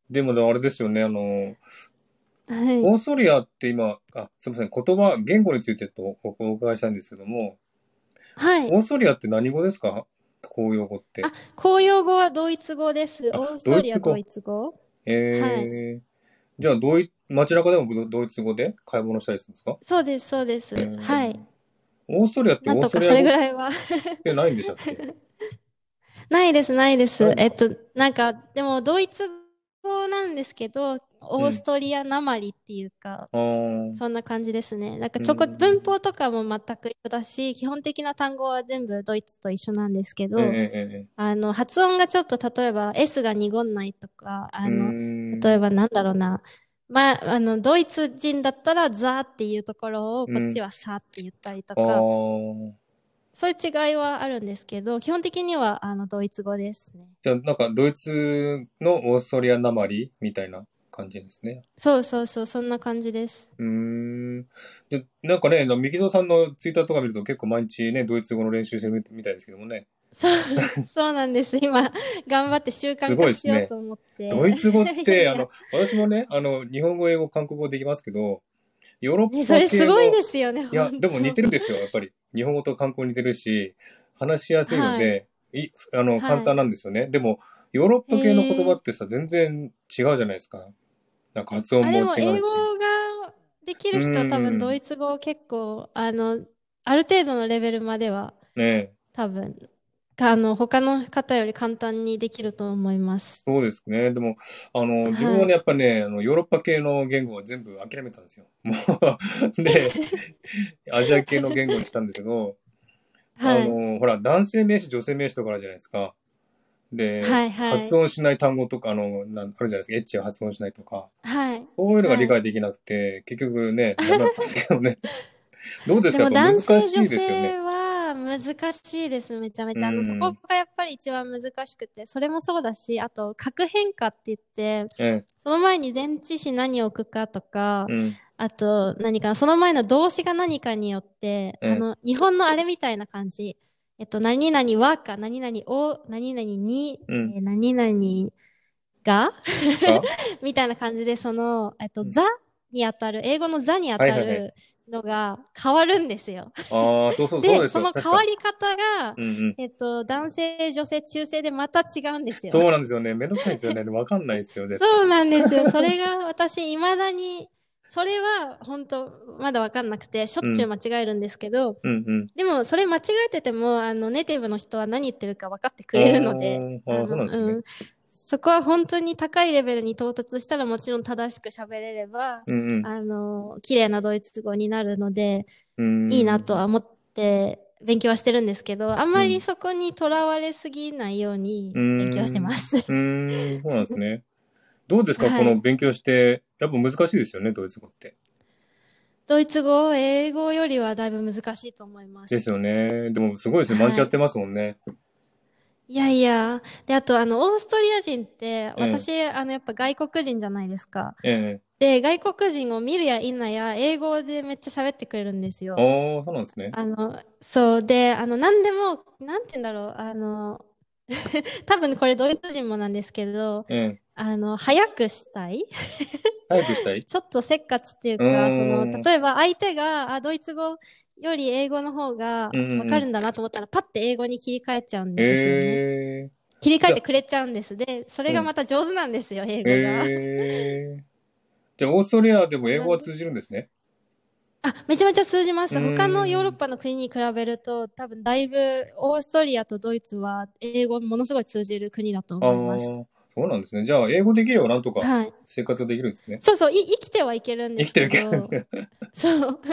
[SPEAKER 1] でもね、あれですよね、あの、
[SPEAKER 2] はい。
[SPEAKER 1] オーストリアって今、あ、すみません、言葉、言語についてちょっとおお伺いしたいんですけども、
[SPEAKER 2] はい。
[SPEAKER 1] オーストリアって何語ですか公用語って。
[SPEAKER 2] あ公用語はドイツ語です。
[SPEAKER 1] あ
[SPEAKER 2] オーストリア、
[SPEAKER 1] ド
[SPEAKER 2] ド
[SPEAKER 1] イ
[SPEAKER 2] イツ語。
[SPEAKER 1] ええじゃあ、どうい、街中でもドドイツ語で買い物したりするんですか
[SPEAKER 2] そうです、そうです。はい。。
[SPEAKER 1] オーストリアって
[SPEAKER 2] な
[SPEAKER 1] オ
[SPEAKER 2] ん
[SPEAKER 1] ー
[SPEAKER 2] と
[SPEAKER 1] スト
[SPEAKER 2] か
[SPEAKER 1] リ
[SPEAKER 2] それぐ
[SPEAKER 1] ア語っ
[SPEAKER 2] らいは。
[SPEAKER 1] てないんでしたっけ
[SPEAKER 2] ないです、ないです
[SPEAKER 1] ない。
[SPEAKER 2] えっと、なんか、でも、ドイツ語なんですけど、オーストリアなまりっていうか、
[SPEAKER 1] あー
[SPEAKER 2] そんな感じですね。なんかちょこ、
[SPEAKER 1] うん
[SPEAKER 2] 文法とかも全く一緒だし、基本的な単語は全部ドイツと一緒なんですけど、
[SPEAKER 1] ええええええ
[SPEAKER 2] あの、発音がちょっと例えば S が濁んないとか、あ
[SPEAKER 1] う
[SPEAKER 2] の、
[SPEAKER 1] ーん
[SPEAKER 2] 例えばなんだろうな、まあ、あの、ドイツ人だったらザーっていうところを、こっちはサーって言ったりと
[SPEAKER 1] あ
[SPEAKER 2] か、
[SPEAKER 1] ー
[SPEAKER 2] そういう違いはあるんですけど、基本的にはあのドイツ語ですね。
[SPEAKER 1] じゃあ、なんか、ドイツのオーストリアなまりみたいな感じですね。
[SPEAKER 2] そうそうそう、そんな感じです。
[SPEAKER 1] うーん。で、なんかね、あのミキゾーさんのツイッターとか見ると結構毎日ね、ドイツ語の練習してるみたいですけどもね。
[SPEAKER 2] そう、 そうなんです。今、頑張って習慣
[SPEAKER 1] すごい
[SPEAKER 2] 化
[SPEAKER 1] です
[SPEAKER 2] しよ
[SPEAKER 1] ね
[SPEAKER 2] うと思って。
[SPEAKER 1] ドイツ語っ
[SPEAKER 2] いやい
[SPEAKER 1] て、
[SPEAKER 2] や
[SPEAKER 1] あ の、私もね、あの、日本語、英語、韓国語できますけど、ヨーロッパ系。
[SPEAKER 2] ね、それすごいですすよね、
[SPEAKER 1] いや、
[SPEAKER 2] 本
[SPEAKER 1] で
[SPEAKER 2] 当
[SPEAKER 1] も似てるん ですよ、やっぱり。日本語と韓国語似てるし、話しやすいので、い、あの、
[SPEAKER 2] はい
[SPEAKER 1] 簡単なんですよね。でも、ヨーロッパ系の言葉ってさ、全然違うじゃないですか。なんか発音
[SPEAKER 2] あ
[SPEAKER 1] も違
[SPEAKER 2] れ
[SPEAKER 1] う
[SPEAKER 2] も
[SPEAKER 1] し。
[SPEAKER 2] 英語ができる人は多
[SPEAKER 1] うん
[SPEAKER 2] 分ドイツ語を結構、あの、ある程度のレベルまでは
[SPEAKER 1] ねえ。
[SPEAKER 2] 多分、あの、他の方より簡単にできると思います。
[SPEAKER 1] そうですね。でも、あの、
[SPEAKER 2] い
[SPEAKER 1] 自分はね、やっぱね、あの、ヨーロッパ系の言語は全部諦めたんですよ。 もう、 で、アジア系の言語にしたんですけど、
[SPEAKER 2] は
[SPEAKER 1] あ
[SPEAKER 2] い。
[SPEAKER 1] の、ほら、男性名詞、女性名詞とかあるじゃないですか。で、
[SPEAKER 2] はいはい。
[SPEAKER 1] 発音しない単語とか、あの、なんあるじゃないですか。エッチは発音しないとか、
[SPEAKER 2] はい。
[SPEAKER 1] そういうのが理解できなくて、結局ね、ダメだったんですけ どね。どうです
[SPEAKER 2] で
[SPEAKER 1] か
[SPEAKER 2] も
[SPEAKER 1] やっぱ
[SPEAKER 2] 男
[SPEAKER 1] 難
[SPEAKER 2] 性、
[SPEAKER 1] しい
[SPEAKER 2] 女
[SPEAKER 1] ですよね。
[SPEAKER 2] 性は難しいです、めちゃめちゃ。あ
[SPEAKER 1] う
[SPEAKER 2] の、
[SPEAKER 1] ん
[SPEAKER 2] そこがやっぱり一番難しくて、それもそうだし、あと、核変化って言って、
[SPEAKER 1] え
[SPEAKER 2] その前に前置詞何を置くかとか
[SPEAKER 1] え、うん。
[SPEAKER 2] あと、何かな、その前の動詞が何かによって、
[SPEAKER 1] うん
[SPEAKER 2] あの、日本のあれみたいな感じ。えっと、何々はか、何々を、何々に、
[SPEAKER 1] うん
[SPEAKER 2] えー何々
[SPEAKER 1] あ
[SPEAKER 2] が みたいな感じで、その、えっと、
[SPEAKER 1] うん
[SPEAKER 2] ザにあたる、英語のザにあた
[SPEAKER 1] はいはいは
[SPEAKER 2] るのが変わるんですよ。
[SPEAKER 1] ああ、そうそう、そう
[SPEAKER 2] で、
[SPEAKER 1] です
[SPEAKER 2] そ
[SPEAKER 1] よ。
[SPEAKER 2] の
[SPEAKER 1] 確
[SPEAKER 2] 変
[SPEAKER 1] か
[SPEAKER 2] わり方が、
[SPEAKER 1] うんうん。
[SPEAKER 2] えっと、男性、女性、中性でまた違うんですよ。
[SPEAKER 1] そう なんですよね。めんどくさいんですよね。わかんないですよね。
[SPEAKER 2] そうなんですよ。それが私、未だに、それは本当まだ分かんなくてしょっちゅう間違えるんですけど、
[SPEAKER 1] うんうん。
[SPEAKER 2] でもそれ間違えててもあのネイティブの人は何言ってるか分かってくれるので
[SPEAKER 1] あーあー、そうなんです
[SPEAKER 2] う
[SPEAKER 1] ね
[SPEAKER 2] ん。そこは本当に高いレベルに到達したらもちろん正しく喋れれば、
[SPEAKER 1] うんうん
[SPEAKER 2] あの綺麗なドイツ語になるので、
[SPEAKER 1] うん。
[SPEAKER 2] いいなとは思って勉強はしてるんですけどあんま
[SPEAKER 1] う
[SPEAKER 2] り
[SPEAKER 1] ん
[SPEAKER 2] そこにとらわれすぎないように
[SPEAKER 1] うん
[SPEAKER 2] 勉強してます。
[SPEAKER 1] うーん、そうなんですね。どうですか、
[SPEAKER 2] は
[SPEAKER 1] こ
[SPEAKER 2] い
[SPEAKER 1] の勉強して、やっぱ難しいですよね、ドイツ語って。
[SPEAKER 2] ドイツ語英語よりはだいぶ難しいと思います。
[SPEAKER 1] ですよね。でも、すごいですね。
[SPEAKER 2] はい
[SPEAKER 1] 毎日やってますもんね。
[SPEAKER 2] いやいや。で、あと、あの、オーストリア人って、
[SPEAKER 1] うん
[SPEAKER 2] 私、あの、やっぱ外国人じゃないですか。
[SPEAKER 1] え
[SPEAKER 2] で、外国人を見るや否や、英語でめっちゃ喋ってくれるんです
[SPEAKER 1] え
[SPEAKER 2] よ。
[SPEAKER 1] ああ、そうなんですね。
[SPEAKER 2] あの、そう。で、あの、何でも、なんて言うんだろう。あの、 多分これドイツ人もなんですけど、
[SPEAKER 1] ええ
[SPEAKER 2] あの、早くしたい
[SPEAKER 1] 早くしたい
[SPEAKER 2] ちょっとせっかちっていう
[SPEAKER 1] う
[SPEAKER 2] か、
[SPEAKER 1] ん
[SPEAKER 2] その、例えば相手が、あ、ドイツ語より英語の方が
[SPEAKER 1] うんうん
[SPEAKER 2] わかるんだなと思ったら、パッて英語に切り替えちゃうんですよね。
[SPEAKER 1] え
[SPEAKER 2] 切り替えてくれちゃうんです。で、それがまた上手なんですよ、英
[SPEAKER 1] え
[SPEAKER 2] 語が。
[SPEAKER 1] ええじゃあ、オーストリアでも英語は通じるんですね。
[SPEAKER 2] あ、めちゃめちゃ通じま
[SPEAKER 1] う
[SPEAKER 2] す。
[SPEAKER 1] ん
[SPEAKER 2] 他のヨーロッパの国に比べると、多分だいぶオーストリアとドイツは英語ものすごい通じる国だと
[SPEAKER 1] ああ
[SPEAKER 2] 思いま
[SPEAKER 1] ー、
[SPEAKER 2] す。
[SPEAKER 1] そうなんですね。じゃあ、英語できればなんとか
[SPEAKER 2] はい。
[SPEAKER 1] 生活ができるんですね。
[SPEAKER 2] そうそう、い生きてはいけるんで
[SPEAKER 1] 生きて
[SPEAKER 2] すけ
[SPEAKER 1] るけど。
[SPEAKER 2] ど、そう。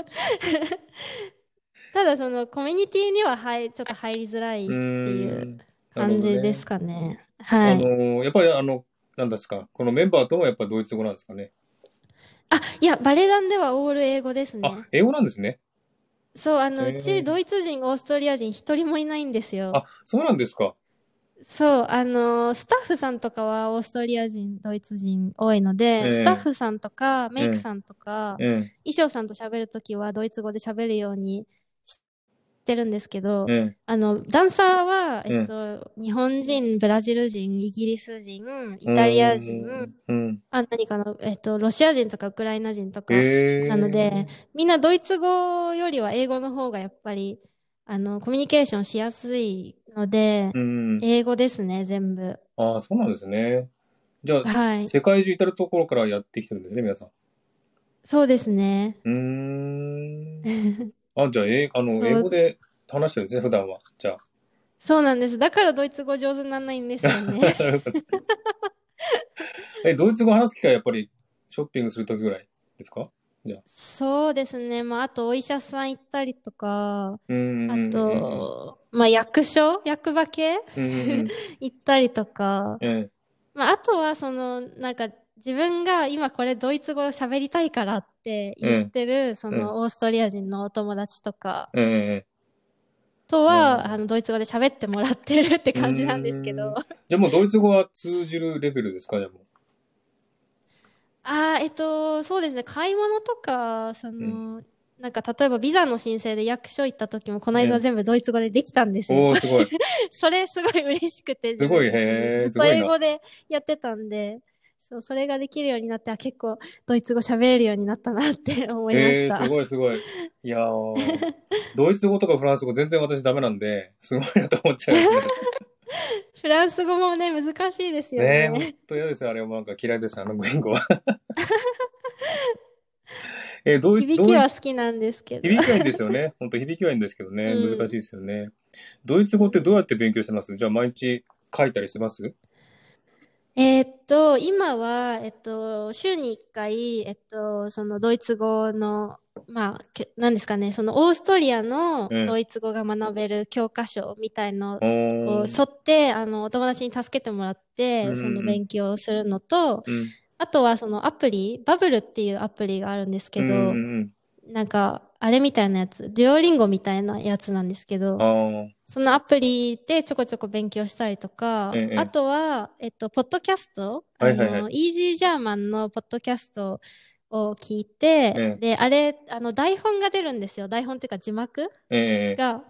[SPEAKER 2] ただそのコミュニティには入ちょっと入りづらいっていう
[SPEAKER 1] ーん
[SPEAKER 2] 感じですかね。は
[SPEAKER 1] あ
[SPEAKER 2] い。
[SPEAKER 1] の、やっぱりあの、なんですか、このメンバーともやっぱドイツ語なんですかね。
[SPEAKER 2] あ、いや、バレエ団ではオール英語ですね
[SPEAKER 1] あ。、英語なんですね。
[SPEAKER 2] そう、あの、
[SPEAKER 1] へー
[SPEAKER 2] うちドイツ人、オーストリア人一人もいないんですよ。
[SPEAKER 1] あ、そうなんですか。
[SPEAKER 2] そう、あのースタッフさんとかはオーストリア人、ドイツ人多いの
[SPEAKER 1] ええ
[SPEAKER 2] で、スタッフさんとかメイクさんとか、
[SPEAKER 1] うん、
[SPEAKER 2] 衣装さんと喋るときはドイツ語で喋るようにしてるんですけど、
[SPEAKER 1] うん、
[SPEAKER 2] あの、ダンサーは、
[SPEAKER 1] うん
[SPEAKER 2] えっと、日本人、ブラジル人、イギリス人、イタリア人、
[SPEAKER 1] うん。
[SPEAKER 2] あ、何かな、えっと、ロシア人とかウクライナ人とか、
[SPEAKER 1] えー、
[SPEAKER 2] なので、みんなドイツ語よりは英語の方がやっぱり、あの、コミュニケーションしやすいので、
[SPEAKER 1] うん、
[SPEAKER 2] 英語ですね、全部。
[SPEAKER 1] あ、そうなんですね。じゃあ、
[SPEAKER 2] はい。
[SPEAKER 1] 世界中至るところからやってきてるんですね、皆さん。
[SPEAKER 2] そうですね。
[SPEAKER 1] うーん。 あ、じゃあ、えあの
[SPEAKER 2] そう
[SPEAKER 1] 英語で話してるんですね、普段は。じゃ
[SPEAKER 2] そうなんです。だからドイツ語上手にならないんですよ
[SPEAKER 1] あ
[SPEAKER 2] ね。。
[SPEAKER 1] え、ドイツ語話す機会やっぱりショッピングするときぐらいですか
[SPEAKER 2] そうですね。まあ、あとお医者さん行ったりとか、
[SPEAKER 1] うん。
[SPEAKER 2] あ、と、まあ、役所、役場系
[SPEAKER 1] うんうん
[SPEAKER 2] 行ったりとか、
[SPEAKER 1] うん、うん。
[SPEAKER 2] まあ、あとはその、なんか、自分が今これドイツ語喋りたいからって言ってる、そのオーストリア人のお友達とか
[SPEAKER 1] うんうん
[SPEAKER 2] と
[SPEAKER 1] うん
[SPEAKER 2] は、あの、ドイツ語で喋ってもらってるって感じなんですけ
[SPEAKER 1] うん
[SPEAKER 2] ど。
[SPEAKER 1] じゃあもうドイツ語は通じるレベルですかじゃあも
[SPEAKER 2] ああ、えっと、そうですね。買い物とか、その、なんか例えばビザの申請で役所行った時も、この
[SPEAKER 1] う
[SPEAKER 2] 間
[SPEAKER 1] ん
[SPEAKER 2] 全部ドイツ語でできたんです
[SPEAKER 1] う。
[SPEAKER 2] よ。
[SPEAKER 1] おー、すごい。
[SPEAKER 2] それすごい嬉しくて、自
[SPEAKER 1] すごい
[SPEAKER 2] 分的に
[SPEAKER 1] へー
[SPEAKER 2] ずっ
[SPEAKER 1] す
[SPEAKER 2] と
[SPEAKER 1] ごいな
[SPEAKER 2] 英語でやってたんで、そう、それができるようになって、あ、結構ドイツ語喋れるようになったなって思いま
[SPEAKER 1] え
[SPEAKER 2] し
[SPEAKER 1] え
[SPEAKER 2] た。
[SPEAKER 1] すごいすごい。いや ードイツ語とかフランス語全然私ダメなんで、すごいなと思っちゃいますね。
[SPEAKER 2] フランス語もね、難しいですよ
[SPEAKER 1] ねえ、
[SPEAKER 2] ね。
[SPEAKER 1] ほんと嫌ですよ。あれもなんか嫌いです、あの言語は。 えー、どう
[SPEAKER 2] 響
[SPEAKER 1] どう
[SPEAKER 2] きは好きなんですけど。
[SPEAKER 1] 響きはいいんですよね。本当響きはいいんですけどね。
[SPEAKER 2] うん
[SPEAKER 1] 難しいですよね。ドイツ語ってどうやって勉強してますじゃあ毎日書いたりしてます
[SPEAKER 2] えーっと、今は、えっと、週に1回、えっと、そのドイツ語の、まあ、けなんですかね、そのオーストリアの
[SPEAKER 1] うん
[SPEAKER 2] ドイツ語が学べる教科書みたいの
[SPEAKER 1] お
[SPEAKER 2] を
[SPEAKER 1] ー
[SPEAKER 2] 沿って、あの、お友達に助けてもら
[SPEAKER 1] うん
[SPEAKER 2] っ
[SPEAKER 1] うんう
[SPEAKER 2] て、
[SPEAKER 1] ん
[SPEAKER 2] その勉強をするのと、
[SPEAKER 1] うん。
[SPEAKER 2] あとはそのアプリ、バブルっていうアプリがあるんですけ
[SPEAKER 1] うんう
[SPEAKER 2] ど、
[SPEAKER 1] ん
[SPEAKER 2] なんか、あれみたいなやつ、デュオリンゴみたいなやつなんですけど
[SPEAKER 1] うん、あ
[SPEAKER 2] そのアプリでちょこちょこ勉強したりとか、
[SPEAKER 1] ええ
[SPEAKER 2] あとは、えっと、ポッドキャスト、
[SPEAKER 1] はいはいはい
[SPEAKER 2] あの、イージージャーマンのポッドキャストを聞いて、
[SPEAKER 1] ええ
[SPEAKER 2] で、あれ、あの、台本が出るんですよ。台本っていうか字幕
[SPEAKER 1] ーええ
[SPEAKER 2] が、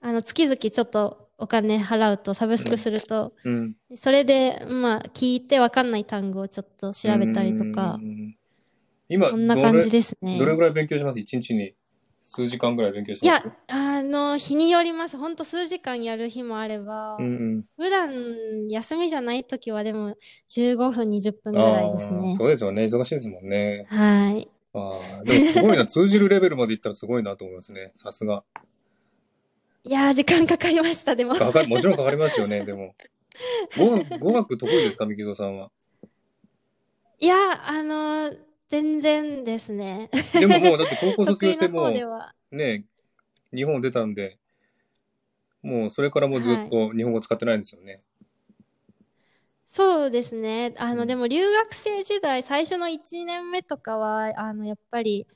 [SPEAKER 2] あの、月々ちょっとお金払うと、サブスクすると、
[SPEAKER 1] うん。
[SPEAKER 2] それで、まあ、聞いてわかんない単語をちょっと調べたりとか
[SPEAKER 1] う、ん。今、
[SPEAKER 2] そんな
[SPEAKER 1] ど
[SPEAKER 2] 感
[SPEAKER 1] れ
[SPEAKER 2] じですね。
[SPEAKER 1] どれぐらい勉強します一日に数時間ぐらい勉強し
[SPEAKER 2] い
[SPEAKER 1] ます
[SPEAKER 2] や、あの、日によります。ほんと数時間やる日もあれば、
[SPEAKER 1] うん
[SPEAKER 2] 普段休みじゃない時はでも15分20
[SPEAKER 1] う
[SPEAKER 2] 分
[SPEAKER 1] ん。
[SPEAKER 2] ぐらいです
[SPEAKER 1] あー
[SPEAKER 2] ね
[SPEAKER 1] そうですよね。忙しいですもんね。
[SPEAKER 2] はい
[SPEAKER 1] ああ、でもすごいな。通じるレベルまでいったらすごいなと思います ね。さすが。
[SPEAKER 2] いやー、時間かかりました、でも。
[SPEAKER 1] かかる、もちろんかかりますよね、でも。語学、語学得意ですか、みきぞさんは。
[SPEAKER 2] いやー、あのー全然ですね。
[SPEAKER 1] でももう、だって高校卒
[SPEAKER 2] 得
[SPEAKER 1] 業
[SPEAKER 2] 意
[SPEAKER 1] して
[SPEAKER 2] な方
[SPEAKER 1] も
[SPEAKER 2] では。
[SPEAKER 1] う、ね、日本出たんで、もうそれからもうずっと日本語使ってないんですよね。
[SPEAKER 2] そうですね。あ
[SPEAKER 1] う
[SPEAKER 2] の、
[SPEAKER 1] ん
[SPEAKER 2] でも留学生時代、最初の1年目とかは、あの、やっぱり、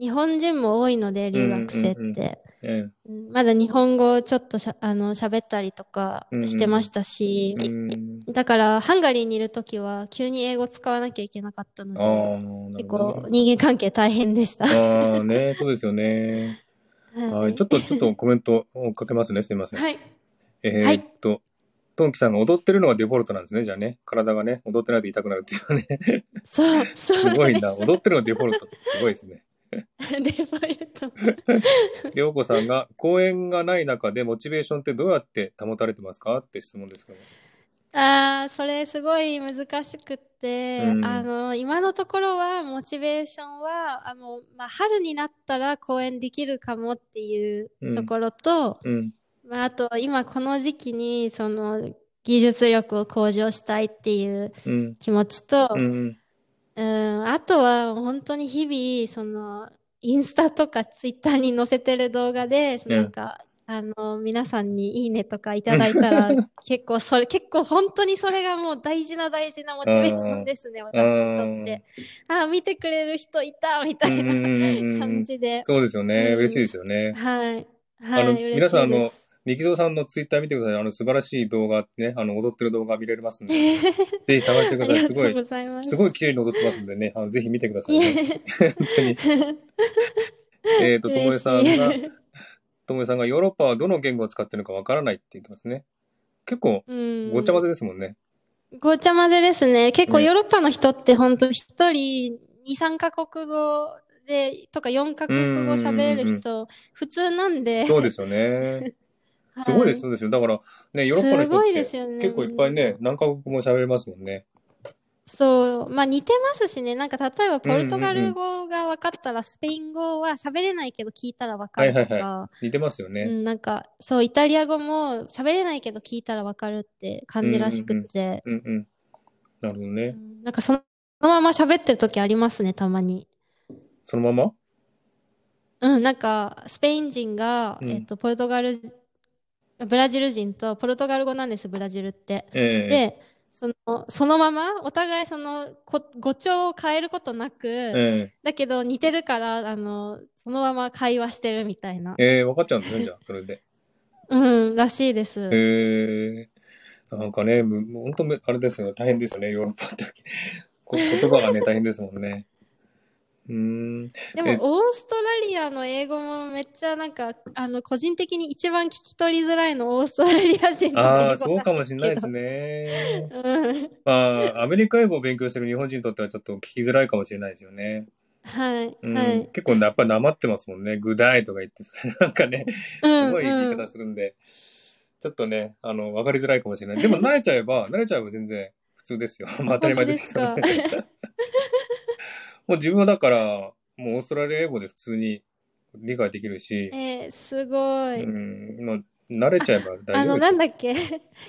[SPEAKER 2] 日本人も多いので、留学生っ
[SPEAKER 1] うんうんうん
[SPEAKER 2] て。
[SPEAKER 1] え
[SPEAKER 2] うんまだ日本語をちょっとしゃ、あの、喋ったりとか
[SPEAKER 1] うんうん
[SPEAKER 2] してましたし
[SPEAKER 1] え。、うん。
[SPEAKER 2] だから、ハンガリーにいるときは、急に英語使わなきゃいけなかったの
[SPEAKER 1] ああ、
[SPEAKER 2] で、
[SPEAKER 1] なる
[SPEAKER 2] 結
[SPEAKER 1] ほど
[SPEAKER 2] 構
[SPEAKER 1] ね。
[SPEAKER 2] 人間関係大変でした。
[SPEAKER 1] ああ、ね、そうですよね。
[SPEAKER 2] は
[SPEAKER 1] はい、
[SPEAKER 2] い
[SPEAKER 1] ちょっと、ちょっとコメント追っかけますね。すいません。
[SPEAKER 2] はい。
[SPEAKER 1] えーっと、トンキさんが踊ってるのがデフォルトなんですね。じゃあね、体がね、踊ってないと痛くなるっていうね。
[SPEAKER 2] そう、そう
[SPEAKER 1] すごい
[SPEAKER 2] な
[SPEAKER 1] な。
[SPEAKER 2] んで
[SPEAKER 1] 踊ってるのがデフォルトってすごいですね。
[SPEAKER 2] す。 デフォルト。
[SPEAKER 1] りょうこさんが、公演がない中でモチベーションってどうやって保たれてますかって質問ですけど。
[SPEAKER 2] ああ、それすごい難しくって、
[SPEAKER 1] うん
[SPEAKER 2] あの、今のところは、モチベーションは、あの、まあ、春になったら公演できるかもっていうところと、
[SPEAKER 1] うん。
[SPEAKER 2] まあ、あと、今この時期に、その、技術力を向上したいっていう
[SPEAKER 1] うん。
[SPEAKER 2] 気持ちと、
[SPEAKER 1] うん。
[SPEAKER 2] うん、あとは本当に日々、その、インスタとかツイッターに載せてる動画で、その
[SPEAKER 1] うん
[SPEAKER 2] なんか、あの、皆さんにいいねとかいただいたら、 結構それ、結構本当にそれがもう大事な大事なモチベーションですね、私にとって。ああ、見てくれる人いたみた
[SPEAKER 1] う
[SPEAKER 2] い
[SPEAKER 1] ん
[SPEAKER 2] な
[SPEAKER 1] うんう
[SPEAKER 2] 感
[SPEAKER 1] ん。
[SPEAKER 2] じで。
[SPEAKER 1] そうですよね。
[SPEAKER 2] うん
[SPEAKER 1] 嬉しいですよね。
[SPEAKER 2] はい。
[SPEAKER 1] あの
[SPEAKER 2] はい、嬉
[SPEAKER 1] 皆さん
[SPEAKER 2] しいです。
[SPEAKER 1] みきぞうさんのツイッター見てください。あの、素晴らしい動画ね、あの、踊ってる動画見れますん で、ぜひ探して
[SPEAKER 2] あ
[SPEAKER 1] くだ
[SPEAKER 2] り
[SPEAKER 1] さい。
[SPEAKER 2] が
[SPEAKER 1] すご
[SPEAKER 2] とう
[SPEAKER 1] い、
[SPEAKER 2] ございます
[SPEAKER 1] すごい綺麗に踊ってますんでね、あのぜひ見てください
[SPEAKER 2] い
[SPEAKER 1] ね。
[SPEAKER 2] え、
[SPEAKER 1] 本当に。えっと、とも
[SPEAKER 2] 嬉
[SPEAKER 1] え
[SPEAKER 2] し
[SPEAKER 1] さんが、
[SPEAKER 2] い。
[SPEAKER 1] ともえさんがヨーロッパはどの言語を使ってるのかわからないって言ってますね。結構、
[SPEAKER 2] うん
[SPEAKER 1] ごちゃ混ぜですもんね。
[SPEAKER 2] ごちゃ混ぜですね。結構
[SPEAKER 1] ね
[SPEAKER 2] ヨーロッパの人って本当一人2、3カ国語で、とか4カ国語喋れる人、普通なんで。
[SPEAKER 1] そうですよね。
[SPEAKER 2] はい
[SPEAKER 1] すごいです、そうですよ。だから、ね、ヨーロッパの
[SPEAKER 2] す
[SPEAKER 1] 人っ
[SPEAKER 2] ごいで
[SPEAKER 1] て
[SPEAKER 2] すよね。
[SPEAKER 1] 結構いっぱいね、何カ国も喋れますもんね。
[SPEAKER 2] そう。まあ似てますしね。なんか例えばポルトガル語が分かったらスペイン語は喋れないけど聞いたら分かると
[SPEAKER 1] はいは
[SPEAKER 2] か、
[SPEAKER 1] 似てますよ
[SPEAKER 2] う
[SPEAKER 1] ね。
[SPEAKER 2] ん、なんかそう、イタリア語も喋れないけど聞いたら分かるって感じらしくて、
[SPEAKER 1] うんうん。なるほどね。
[SPEAKER 2] うんなんかそのまま喋ってる時ありますね、たまに。
[SPEAKER 1] そのまま
[SPEAKER 2] うん、なんか、スペイン人が、
[SPEAKER 1] うん
[SPEAKER 2] えっと、ポルトガル、ブラジル人と、ポルトガル語なんです、ブラジルって。
[SPEAKER 1] え
[SPEAKER 2] で、その、そのまま、お互いその、こ語調を変えることな
[SPEAKER 1] え
[SPEAKER 2] く、
[SPEAKER 1] え
[SPEAKER 2] だけど似てるから、あの、そのまま会話してるみたいな
[SPEAKER 1] え、ええ分かっちゃうんですね、じゃあ、それで。
[SPEAKER 2] うん、らしいです。
[SPEAKER 1] ええなんかね、む本当む、あれですよね、大変ですよね、ヨーロッパって。 こ言葉がね、大変ですもんね。うーん。
[SPEAKER 2] で
[SPEAKER 1] え
[SPEAKER 2] も、オーストラリアの英語もめっちゃなんか、あの、個人的に一番聞き取りづらいの、オーストラリア人の
[SPEAKER 1] あ
[SPEAKER 2] 英
[SPEAKER 1] あ、そ
[SPEAKER 2] 語
[SPEAKER 1] う
[SPEAKER 2] なん
[SPEAKER 1] かもしれないで
[SPEAKER 2] ですす
[SPEAKER 1] ね。
[SPEAKER 2] けど。うん。
[SPEAKER 1] まあ、アメリカ英語を勉強してる日本人にとってはちょっと聞きづらいかもしれないですよね。
[SPEAKER 2] はい、
[SPEAKER 1] うん、
[SPEAKER 2] はい。
[SPEAKER 1] 結構ねやっぱりなまってますもんね。グダイとか言って、 なんかね、
[SPEAKER 2] うん、
[SPEAKER 1] すごい言い
[SPEAKER 2] うん
[SPEAKER 1] 方。するんで、ちょっとね、あの、わかりづらいかもしれない。でも慣れちゃえば、慣れちゃえば全然普通ですよ。 まあ当たり前ですけど、
[SPEAKER 2] 本
[SPEAKER 1] ね。 もう自分はだから、もうオーストラリア英語で普通に理解できるし、
[SPEAKER 2] えー、すご
[SPEAKER 1] う
[SPEAKER 2] い。
[SPEAKER 1] ん、もう慣れちゃえば
[SPEAKER 2] あ
[SPEAKER 1] 大丈
[SPEAKER 2] の、
[SPEAKER 1] 夫です
[SPEAKER 2] なん
[SPEAKER 1] よ。
[SPEAKER 2] だっけ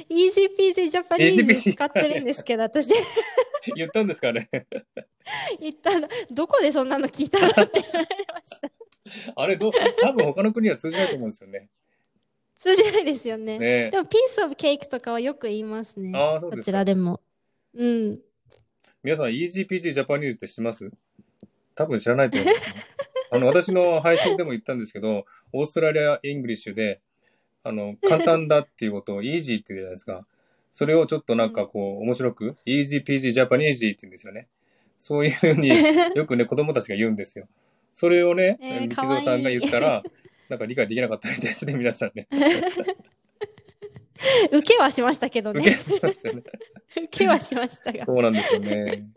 [SPEAKER 2] ?Easy Peasy
[SPEAKER 1] Easy
[SPEAKER 2] Japanese
[SPEAKER 1] peasy
[SPEAKER 2] 使ってるんですけど、私、
[SPEAKER 1] 言ったんですかね。
[SPEAKER 2] 言ったの、どこでそんなの聞いたのっ て言われました。
[SPEAKER 1] あれどう、多分他の国は通じないと思うんですよね。
[SPEAKER 2] 通じないですよね。
[SPEAKER 1] ね
[SPEAKER 2] でも、Piece of Cake とかはよく言いますね。
[SPEAKER 1] ああ、そう
[SPEAKER 2] こ
[SPEAKER 1] です
[SPEAKER 2] ち
[SPEAKER 1] か。
[SPEAKER 2] らでも。うん。
[SPEAKER 1] 皆さん EGPG ジャパニーズって知ってます多分知らないと思うんです よねあの、私の配信でも言ったんですけど、オーストラリア・イングリッシュで、あの、簡単だっていうことを easy って言うじゃないですか。それをちょっとなんかこう、面白く、EGPG ジャパニーズって言うんですよね。そういうふう に、よくね、子供たちが言うんですよ。それをね、
[SPEAKER 2] えー
[SPEAKER 1] みきぞうさんが
[SPEAKER 2] かわいい
[SPEAKER 1] 言ったら、なんか理解できなかったみたいですね、皆さんね。
[SPEAKER 2] 受けはしましたけど
[SPEAKER 1] 受け
[SPEAKER 2] ね。
[SPEAKER 1] 入れましたよね。
[SPEAKER 2] 受けはしましたが。
[SPEAKER 1] そうなんですよね。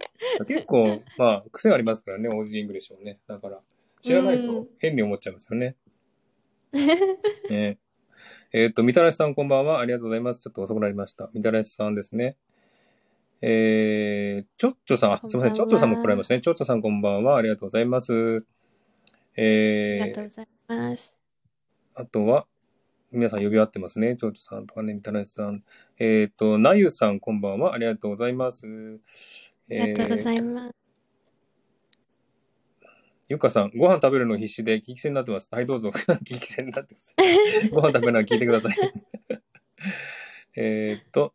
[SPEAKER 1] 結構、まあ、癖ありますからね、オージーイングリッシュもね。だから、知らないと変に思っちゃいますよね。ねえっ、と、みたらしさんこんばんは。ありがとうございます。ちょっと遅くなりました。みたらしさんですね。えー、ちょっちょさん、あすみません、ち
[SPEAKER 2] こ
[SPEAKER 1] ょっ
[SPEAKER 2] んばんは
[SPEAKER 1] ちょさんも来られますね。ちょっちょさんこんばんは、ありがとうございます。え
[SPEAKER 2] り
[SPEAKER 1] ー、
[SPEAKER 2] がとうございます。
[SPEAKER 1] あとは、皆さん呼び合ってますね。蝶々さんとかね、みたらしさん。えっ、と、なゆさん、こんばんは。ありがとうございます。
[SPEAKER 2] ありがとうござ
[SPEAKER 1] えー
[SPEAKER 2] います。
[SPEAKER 1] ゆかさん、ご飯食べるの必死で、聞き戦になってます。はい、どうぞ。 聞き戦になってます。 ご飯食べるのは聞いてください。 えっと、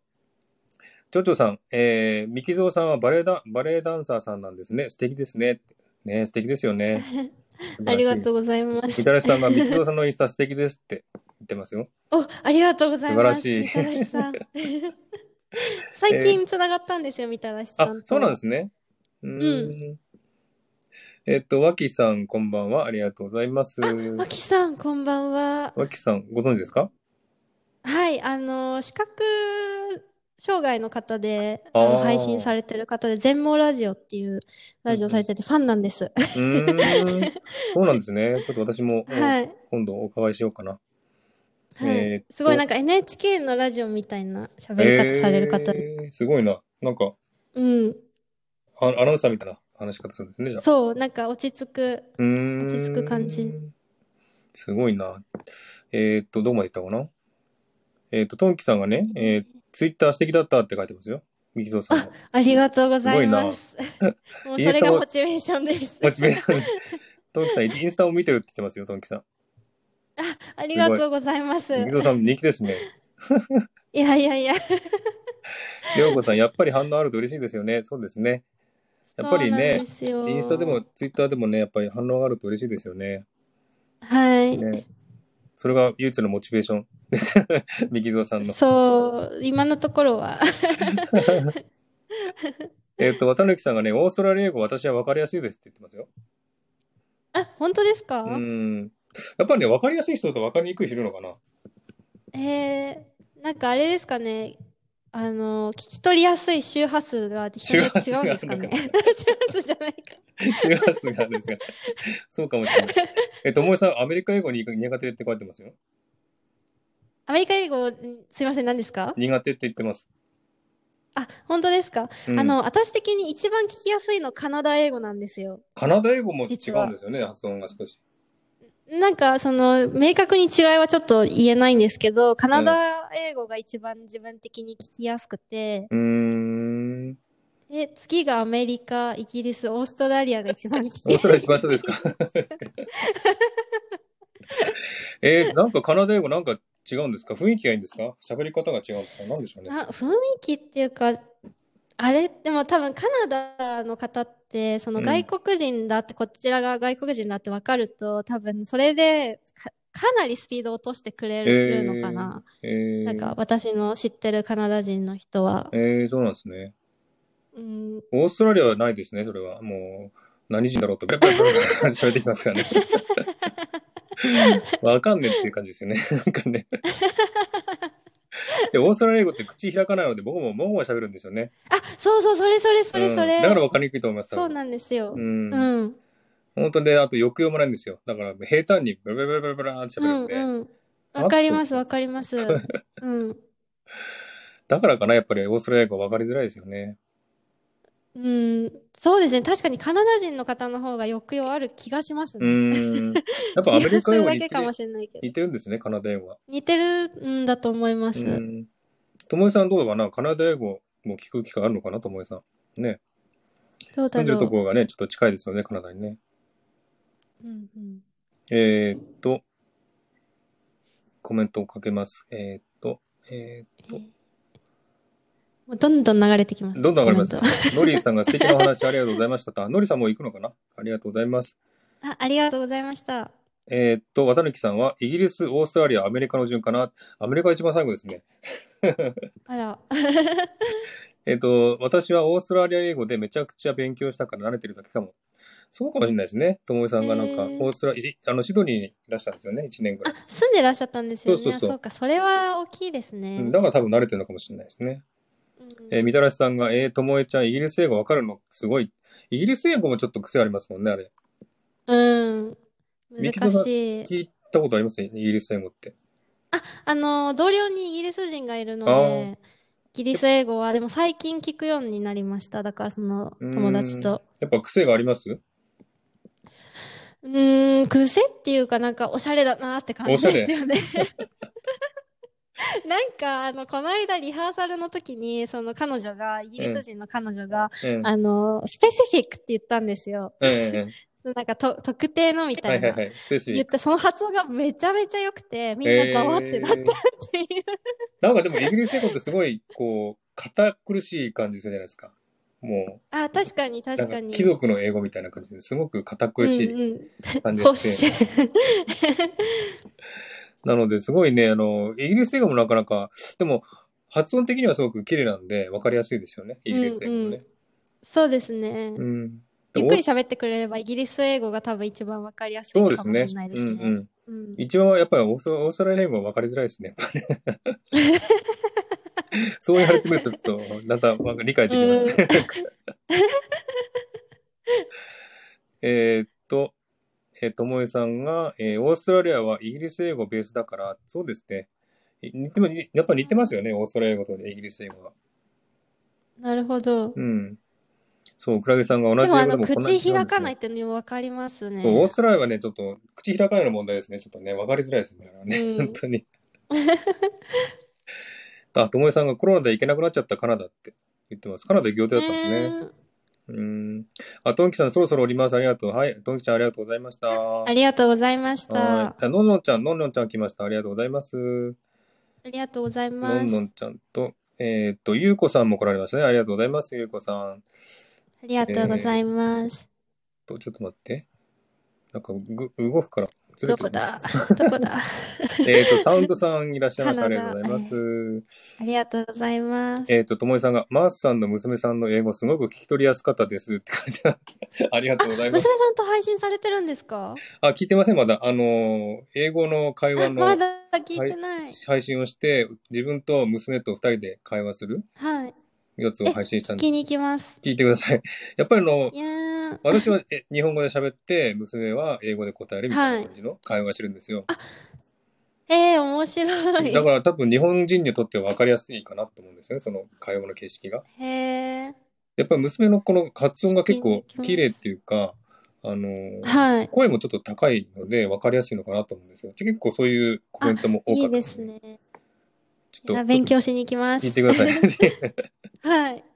[SPEAKER 1] ちょちょさん、えー、みきぞうさんはバレエダバレエダンサーさんなんですね。素敵ですね。ね、素敵ですよね。
[SPEAKER 2] ありがと
[SPEAKER 1] う。
[SPEAKER 2] うございま
[SPEAKER 1] み
[SPEAKER 2] す
[SPEAKER 1] た。らしさんがみきぞうさんのインスタ素敵ですって言ってますよ。
[SPEAKER 2] お、ありがとうございます。
[SPEAKER 1] 素晴らしい
[SPEAKER 2] みたらしさ ん。最近つながったんですよ、みたらしさ
[SPEAKER 1] あ
[SPEAKER 2] ん、と。
[SPEAKER 1] そうなんですね。うーん。えっと、わきさん、こんばんは。ありがとうござい ます。
[SPEAKER 2] わきさん、こんばんは。
[SPEAKER 1] わきさん、ご存知ですか
[SPEAKER 2] はい、あの、視覚障害の方で、あの
[SPEAKER 1] あー
[SPEAKER 2] 配信されてる方で、全盲ラジオっていうラジオされてて、ファンなんです。
[SPEAKER 1] うーん。そうなんですね。ちょっと私も、
[SPEAKER 2] はい。
[SPEAKER 1] 今度お伺いしようかな。
[SPEAKER 2] はい
[SPEAKER 1] えーっと
[SPEAKER 2] すごいなんか NHK のラジオみたいな喋り方される方。
[SPEAKER 1] えーすごいな。なんか、
[SPEAKER 2] うん。
[SPEAKER 1] あアナウンサーみたいな話し方するんですね、じゃあ。
[SPEAKER 2] そう、なんか落ち着く。
[SPEAKER 1] うーん
[SPEAKER 2] 落ち着く感じ。
[SPEAKER 1] すごいな。えーっと、どこまで行ったかなえーっと、トンキさんがね、えー、ツイッター素敵だったって書いてますよ。みきぞうさんが。
[SPEAKER 2] ありがとうござ います。もうそれが
[SPEAKER 1] インスタも
[SPEAKER 2] モチベーションです。
[SPEAKER 1] モチベーション。トンキさん、インスタを見てるって言ってますよ、トンキさん。
[SPEAKER 2] ありがとうございます。
[SPEAKER 1] 水野さん、人気ですね。
[SPEAKER 2] いやいやいや、
[SPEAKER 1] りょうこさん、やっぱり反応あると嬉しいですよね。そうですね。やっぱり
[SPEAKER 2] そうなん
[SPEAKER 1] ね
[SPEAKER 2] で、すよ。
[SPEAKER 1] インスタでも、ツイッターでもね、やっぱり反応があると嬉しいですよね。
[SPEAKER 2] はい。
[SPEAKER 1] ね。それが唯一のモチベーション。 右蔵さんの。
[SPEAKER 2] そう、今のところは。
[SPEAKER 1] えっと、綿貫さんがね、オーストラリア語、私は分かりやすいですって言ってますよ。
[SPEAKER 2] あ、本当ですか、
[SPEAKER 1] うん。やっぱりね、分かりやすい人と分かりにくい人いるのかな。
[SPEAKER 2] えー、なんかあれですかね。あの、聞き取りやすい周波数が人によって違うんですかね。 周波数じゃないか。
[SPEAKER 1] 周波数がですが。そうかもしれない。えっと、もえさん、アメリカ英語に苦手って書いてますよ。
[SPEAKER 2] アメリカ英語、んすいません、何ですか
[SPEAKER 1] 苦手って言ってます。
[SPEAKER 2] あ、本当ですか、
[SPEAKER 1] うん
[SPEAKER 2] あの、私的に一番聞きやすいのカナダ英語なんですよ。
[SPEAKER 1] カナダ英語も違うんですよね、発音が少し。
[SPEAKER 2] なんか、その、明確に違いはちょっと言えないんですけど、カナダ英語が一番自分的に聞きやすくて、
[SPEAKER 1] うーん。
[SPEAKER 2] で、次がアメリカ、イギリス、オーストラリアが一番聞き
[SPEAKER 1] オー
[SPEAKER 2] や
[SPEAKER 1] スト
[SPEAKER 2] す
[SPEAKER 1] ラリア。
[SPEAKER 2] い
[SPEAKER 1] 一番下 ですかえー、なんかカナダ英語なんか違うんですか雰囲気がいいんですか喋り方が違うんですかなんでしょうね。
[SPEAKER 2] あ、雰囲気っていうか、あれ、でも多分カナダの方って、その
[SPEAKER 1] うん
[SPEAKER 2] 外国人だって、こちらが外国人だって分かると、多分それでか、かなりスピードを落としてくれるのかな。
[SPEAKER 1] えー、
[SPEAKER 2] なんか私の知ってるカナダ人の人は。
[SPEAKER 1] えー、そうなんですね。
[SPEAKER 2] うん、
[SPEAKER 1] オーストラリアはないですね、それは。もう、何人だろうと、ペラペラペラペラ 喋ってきますからね。わかんねえっていう感じですよね。 なんか ね。で、オーストラリア語って口開かないので、僕も、僕も喋るんですよね。
[SPEAKER 2] あ、そうそう、それそれそれそれ。
[SPEAKER 1] うんだから分かりにくいと思います。多
[SPEAKER 2] そう
[SPEAKER 1] 分
[SPEAKER 2] なんですよ
[SPEAKER 1] う。ん
[SPEAKER 2] う。ん。
[SPEAKER 1] 本当で、あと抑揚もないんですよ。だから、平坦にブラブラブラブラーって
[SPEAKER 2] う
[SPEAKER 1] 喋るん
[SPEAKER 2] ん
[SPEAKER 1] で。
[SPEAKER 2] うん。わかります、
[SPEAKER 1] あと
[SPEAKER 2] わかります。うん。
[SPEAKER 1] だからかな、やっぱりオーストラリア語分かりづらいですよね。
[SPEAKER 2] うん、そうですね。確かにカナダ人の方の方が抑揚ある気がします
[SPEAKER 1] う
[SPEAKER 2] ね。
[SPEAKER 1] ー ん。やっぱアメリカ英語
[SPEAKER 2] 気がするだ
[SPEAKER 1] に似
[SPEAKER 2] け
[SPEAKER 1] て
[SPEAKER 2] か
[SPEAKER 1] る
[SPEAKER 2] もしれないけど。
[SPEAKER 1] 似てるんですね、カナダ英語は。
[SPEAKER 2] 似てるんだと思いま
[SPEAKER 1] う
[SPEAKER 2] す。
[SPEAKER 1] ん。ともえさんどうかなカナダ英語も聞く機会あるのかなともえさん。ね。
[SPEAKER 2] どうだ
[SPEAKER 1] 住んでる
[SPEAKER 2] ろ
[SPEAKER 1] と
[SPEAKER 2] う。
[SPEAKER 1] ころがね、ちょっと近いですよね、カナダにね。
[SPEAKER 2] うんうん。
[SPEAKER 1] えーっと、コメントをかけます。えーっと、え
[SPEAKER 2] えもうどんどん流れてきます。
[SPEAKER 1] どんどん流れます
[SPEAKER 2] コメン
[SPEAKER 1] ー、ノリーさんが素敵なお話ありがとうございましたと。あノリーさんもう行くのかなありがとうございます。
[SPEAKER 2] ト。あ、ありがとうございました。
[SPEAKER 1] えーっと、綿貫さんは、イギリス、オーストラリア、アメリカの順かな。アメリカが一番最後ですね。
[SPEAKER 2] あら。
[SPEAKER 1] えーっと、私はオーストラリア英語でめちゃくちゃ勉強したから慣れてるだけかも。そうかもしれないですね。ともえさんがなんか、
[SPEAKER 2] へー
[SPEAKER 1] オーストラリア、あの、シドニーにいらしたんですよね、1年ぐらい
[SPEAKER 2] あ。、住んでらっしゃったんですよね。
[SPEAKER 1] そうそうそう
[SPEAKER 2] あか、それは大きいですね。
[SPEAKER 1] うんだから多分慣れてるのかもしれないですね。えーみたらしさんが、えー、ともえちゃん、イギリス英語わかるのすごい。イギリス英語もちょっと癖ありますもんね、あれ。
[SPEAKER 2] うん。
[SPEAKER 1] ミキゾ
[SPEAKER 2] 難
[SPEAKER 1] さん
[SPEAKER 2] しい。
[SPEAKER 1] 聞いたことありますね、イギリス英語って。
[SPEAKER 2] あの、同僚にイギリス人がいるの
[SPEAKER 1] あー
[SPEAKER 2] で、ギリス英語は、でも最近聞くようになりました。だからその友達と。
[SPEAKER 1] やっぱ癖があります
[SPEAKER 2] うーん、癖っていうかなんかおしゃれだなって感じですよね。 なんかあのこの間リハーサルの時にその彼女がイギリス人の彼女が、
[SPEAKER 1] うん。
[SPEAKER 2] あのスペシフィックって言ったんですよ。
[SPEAKER 1] うんうんうん
[SPEAKER 2] なんかと特定のみた
[SPEAKER 1] はいいはい
[SPEAKER 2] な
[SPEAKER 1] はい。スペシフィ
[SPEAKER 2] 言
[SPEAKER 1] ッ
[SPEAKER 2] っ
[SPEAKER 1] ク。
[SPEAKER 2] てその発音がめちゃめちゃ良くてみんなざわってなったっ
[SPEAKER 1] えー
[SPEAKER 2] ていう、
[SPEAKER 1] なんかでもイギリス英語ってすごい、こう、堅苦しい感じするじゃないですか。も
[SPEAKER 2] あ確かに
[SPEAKER 1] う、な
[SPEAKER 2] 確
[SPEAKER 1] んか
[SPEAKER 2] かに
[SPEAKER 1] 貴族の英語みたいな感じですごく堅苦し
[SPEAKER 2] うん
[SPEAKER 1] い
[SPEAKER 2] うん
[SPEAKER 1] 感じ
[SPEAKER 2] ポ
[SPEAKER 1] が
[SPEAKER 2] ッ
[SPEAKER 1] して。
[SPEAKER 2] シュ
[SPEAKER 1] なので、すごいね、あの、イギリス英語もなかなか、でも、発音的にはすごく綺麗なんで、わかりやすいですよね、イギリス英語もね。
[SPEAKER 2] そうですね、
[SPEAKER 1] うん。
[SPEAKER 2] ゆっくり
[SPEAKER 1] で
[SPEAKER 2] 喋ってくれればイギリス英語が多分一番わかりやすい
[SPEAKER 1] お
[SPEAKER 2] か
[SPEAKER 1] そう
[SPEAKER 2] も
[SPEAKER 1] で
[SPEAKER 2] し
[SPEAKER 1] す
[SPEAKER 2] れ
[SPEAKER 1] ね。
[SPEAKER 2] ないで
[SPEAKER 1] う
[SPEAKER 2] す
[SPEAKER 1] ん
[SPEAKER 2] ね。
[SPEAKER 1] うん。
[SPEAKER 2] うん
[SPEAKER 1] 一番はやっぱりオーストオーストラリア英語は分かりづらいで すね。やっぱりねそう言われてみると、ちょっと、だんだんわか理解できます。えーっと、えー、ともえさんが、えーオーストラリアはイギリス英語ベースだから、そうですね。い似ても、にやっぱり似てますよね、オーストラリア英語とイギリス英語は。
[SPEAKER 2] なるほど。
[SPEAKER 1] うん。そう、クラゲさんが同
[SPEAKER 2] で
[SPEAKER 1] じ英
[SPEAKER 2] もあ
[SPEAKER 1] 語で
[SPEAKER 2] の
[SPEAKER 1] もこんなに違うんで
[SPEAKER 2] 口
[SPEAKER 1] すね
[SPEAKER 2] 開かないってのわかりますね。
[SPEAKER 1] そうオーストラリアはね、ちょっと、口開かないの問題ですね。ちょっとね、分かりづらいですね。あれはね
[SPEAKER 2] うん
[SPEAKER 1] 本当に。 あ、ともえさんがコロナで行けなくなっちゃったカナダって言ってます。カナダ行く予定だったんですね。
[SPEAKER 2] ね
[SPEAKER 1] うん。あ、トンキさんそろそろ降ります。ありがとう。はい。トンキちゃんありがとうございました。
[SPEAKER 2] ありがとうございました。
[SPEAKER 1] はい。
[SPEAKER 2] あ
[SPEAKER 1] あのんのんちゃん、のんのんちゃん来ました。ありがとうございます。
[SPEAKER 2] りがとうございま
[SPEAKER 1] のん
[SPEAKER 2] す。
[SPEAKER 1] のんちゃんと、えーっと、ゆうこさんも来られましたね。ありがとうございます。ゆうこさん。
[SPEAKER 2] ありがとうございます。
[SPEAKER 1] と、ちょっと待って。なんか、ぐ、動くから。ずれ
[SPEAKER 2] ど
[SPEAKER 1] て
[SPEAKER 2] こ
[SPEAKER 1] る
[SPEAKER 2] だどこだ
[SPEAKER 1] えっと、サウンドさんいらっしゃい ました。ありが
[SPEAKER 2] 花が
[SPEAKER 1] とうございます。
[SPEAKER 2] ありがとうございます。
[SPEAKER 1] えっ、と、ともえさんが、マースさんの娘さんの英語すごく聞き取りやすかったですって書いてある ありがとうございま
[SPEAKER 2] 娘
[SPEAKER 1] す。
[SPEAKER 2] さんと配信されてるんですか
[SPEAKER 1] あ、聞いてません、まだ。あのー、英語の会話の
[SPEAKER 2] まだ聞いてない。
[SPEAKER 1] 配信をして、自分と娘と二人で会話する
[SPEAKER 2] はい。
[SPEAKER 1] やつを配信した
[SPEAKER 2] 聞
[SPEAKER 1] んです。
[SPEAKER 2] きに行きます。
[SPEAKER 1] 聞いてください。 やっぱりあの
[SPEAKER 2] い、やー
[SPEAKER 1] 私はえ日本語で喋って、娘は英語で答えるみたいな感じの会話してるんですよ。
[SPEAKER 2] えー、面白い。
[SPEAKER 1] だから多分日本人にとっては分かりやすいかなと思うんですよね、その会話の形式が。
[SPEAKER 2] へえ。
[SPEAKER 1] やっぱり娘のこの発音が結構
[SPEAKER 2] 聞きに行きます
[SPEAKER 1] 綺麗っていうか、あの、
[SPEAKER 2] はい。
[SPEAKER 1] 声もちょっと高いので分かりやすいのかなと思うんですよ。結構そういうコメントも多
[SPEAKER 2] い
[SPEAKER 1] か
[SPEAKER 2] い
[SPEAKER 1] っ
[SPEAKER 2] で
[SPEAKER 1] た
[SPEAKER 2] す。ね。
[SPEAKER 1] ち
[SPEAKER 2] い
[SPEAKER 1] ょっ
[SPEAKER 2] や
[SPEAKER 1] と
[SPEAKER 2] 勉強しに行きま
[SPEAKER 1] 聞い
[SPEAKER 2] す
[SPEAKER 1] て。ください。
[SPEAKER 2] はい。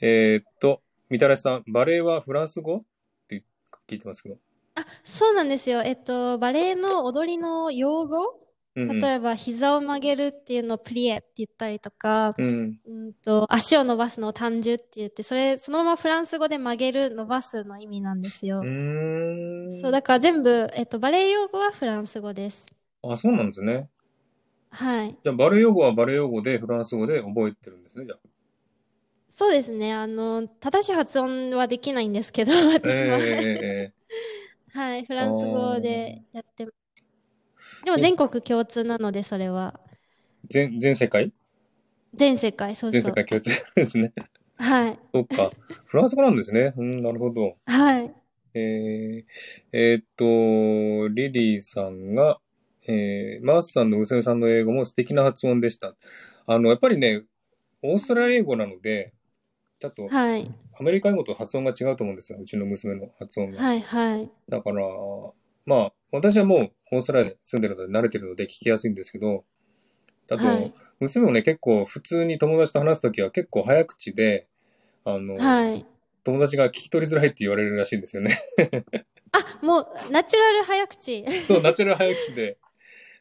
[SPEAKER 1] えーっと、みたらしさん、バレエはフランス語って聞いてますけど。
[SPEAKER 2] あ、そうなんですよ。えっと、バレエの踊りの用語、
[SPEAKER 1] うんうん、
[SPEAKER 2] 例えば膝を曲げるっていうのをプリエって言ったりとか、
[SPEAKER 1] うん。
[SPEAKER 2] うんと、足を伸ばすのを単純って言って、それ、そのままフランス語で曲げる、伸ばすの意味なんです
[SPEAKER 1] う。
[SPEAKER 2] よ
[SPEAKER 1] ーん。
[SPEAKER 2] そう、だから全部、えっと、バレエ用語はフランス語です。
[SPEAKER 1] あ、そうなんですね。
[SPEAKER 2] はい。
[SPEAKER 1] じゃあ、バレエ用語はバレエ用語でフランス語で覚えてるんですね、じゃあ。
[SPEAKER 2] そうですね。あの、正しい発音はできないんですけど、私は。
[SPEAKER 1] え
[SPEAKER 2] はい、フランス語でやってます。でも全国共通なので、それは。
[SPEAKER 1] ー、全、全世界
[SPEAKER 2] 全世界、そう
[SPEAKER 1] 全
[SPEAKER 2] そ
[SPEAKER 1] 世
[SPEAKER 2] う。
[SPEAKER 1] 界共通ですね。
[SPEAKER 2] はい、
[SPEAKER 1] そっか。フランス語なんですね。うん、なるほど。
[SPEAKER 2] はい。
[SPEAKER 1] えー、えーっと、リリーさんが、えー、マースさんの娘さんの英語も素敵な発音でした。あの、やっぱりね、オーストラリア英語なので、だと、
[SPEAKER 2] はい、
[SPEAKER 1] アメリカ英語と発音が違うと思うんですよ。うちの娘の発音が。
[SPEAKER 2] はい、はい。
[SPEAKER 1] だから、まあ、私はもう、オーストラリアで住んでるので慣れてるので聞きやすいんですけど、だと、
[SPEAKER 2] はい
[SPEAKER 1] 娘もね、結構、普通に友達と話すときは結構早口で、あの、
[SPEAKER 2] はい。
[SPEAKER 1] 友達が聞き取りづらいって言われるらしいんですよね。
[SPEAKER 2] あ、もう、ナチュラル早口。
[SPEAKER 1] そう、ナチュラル早口で。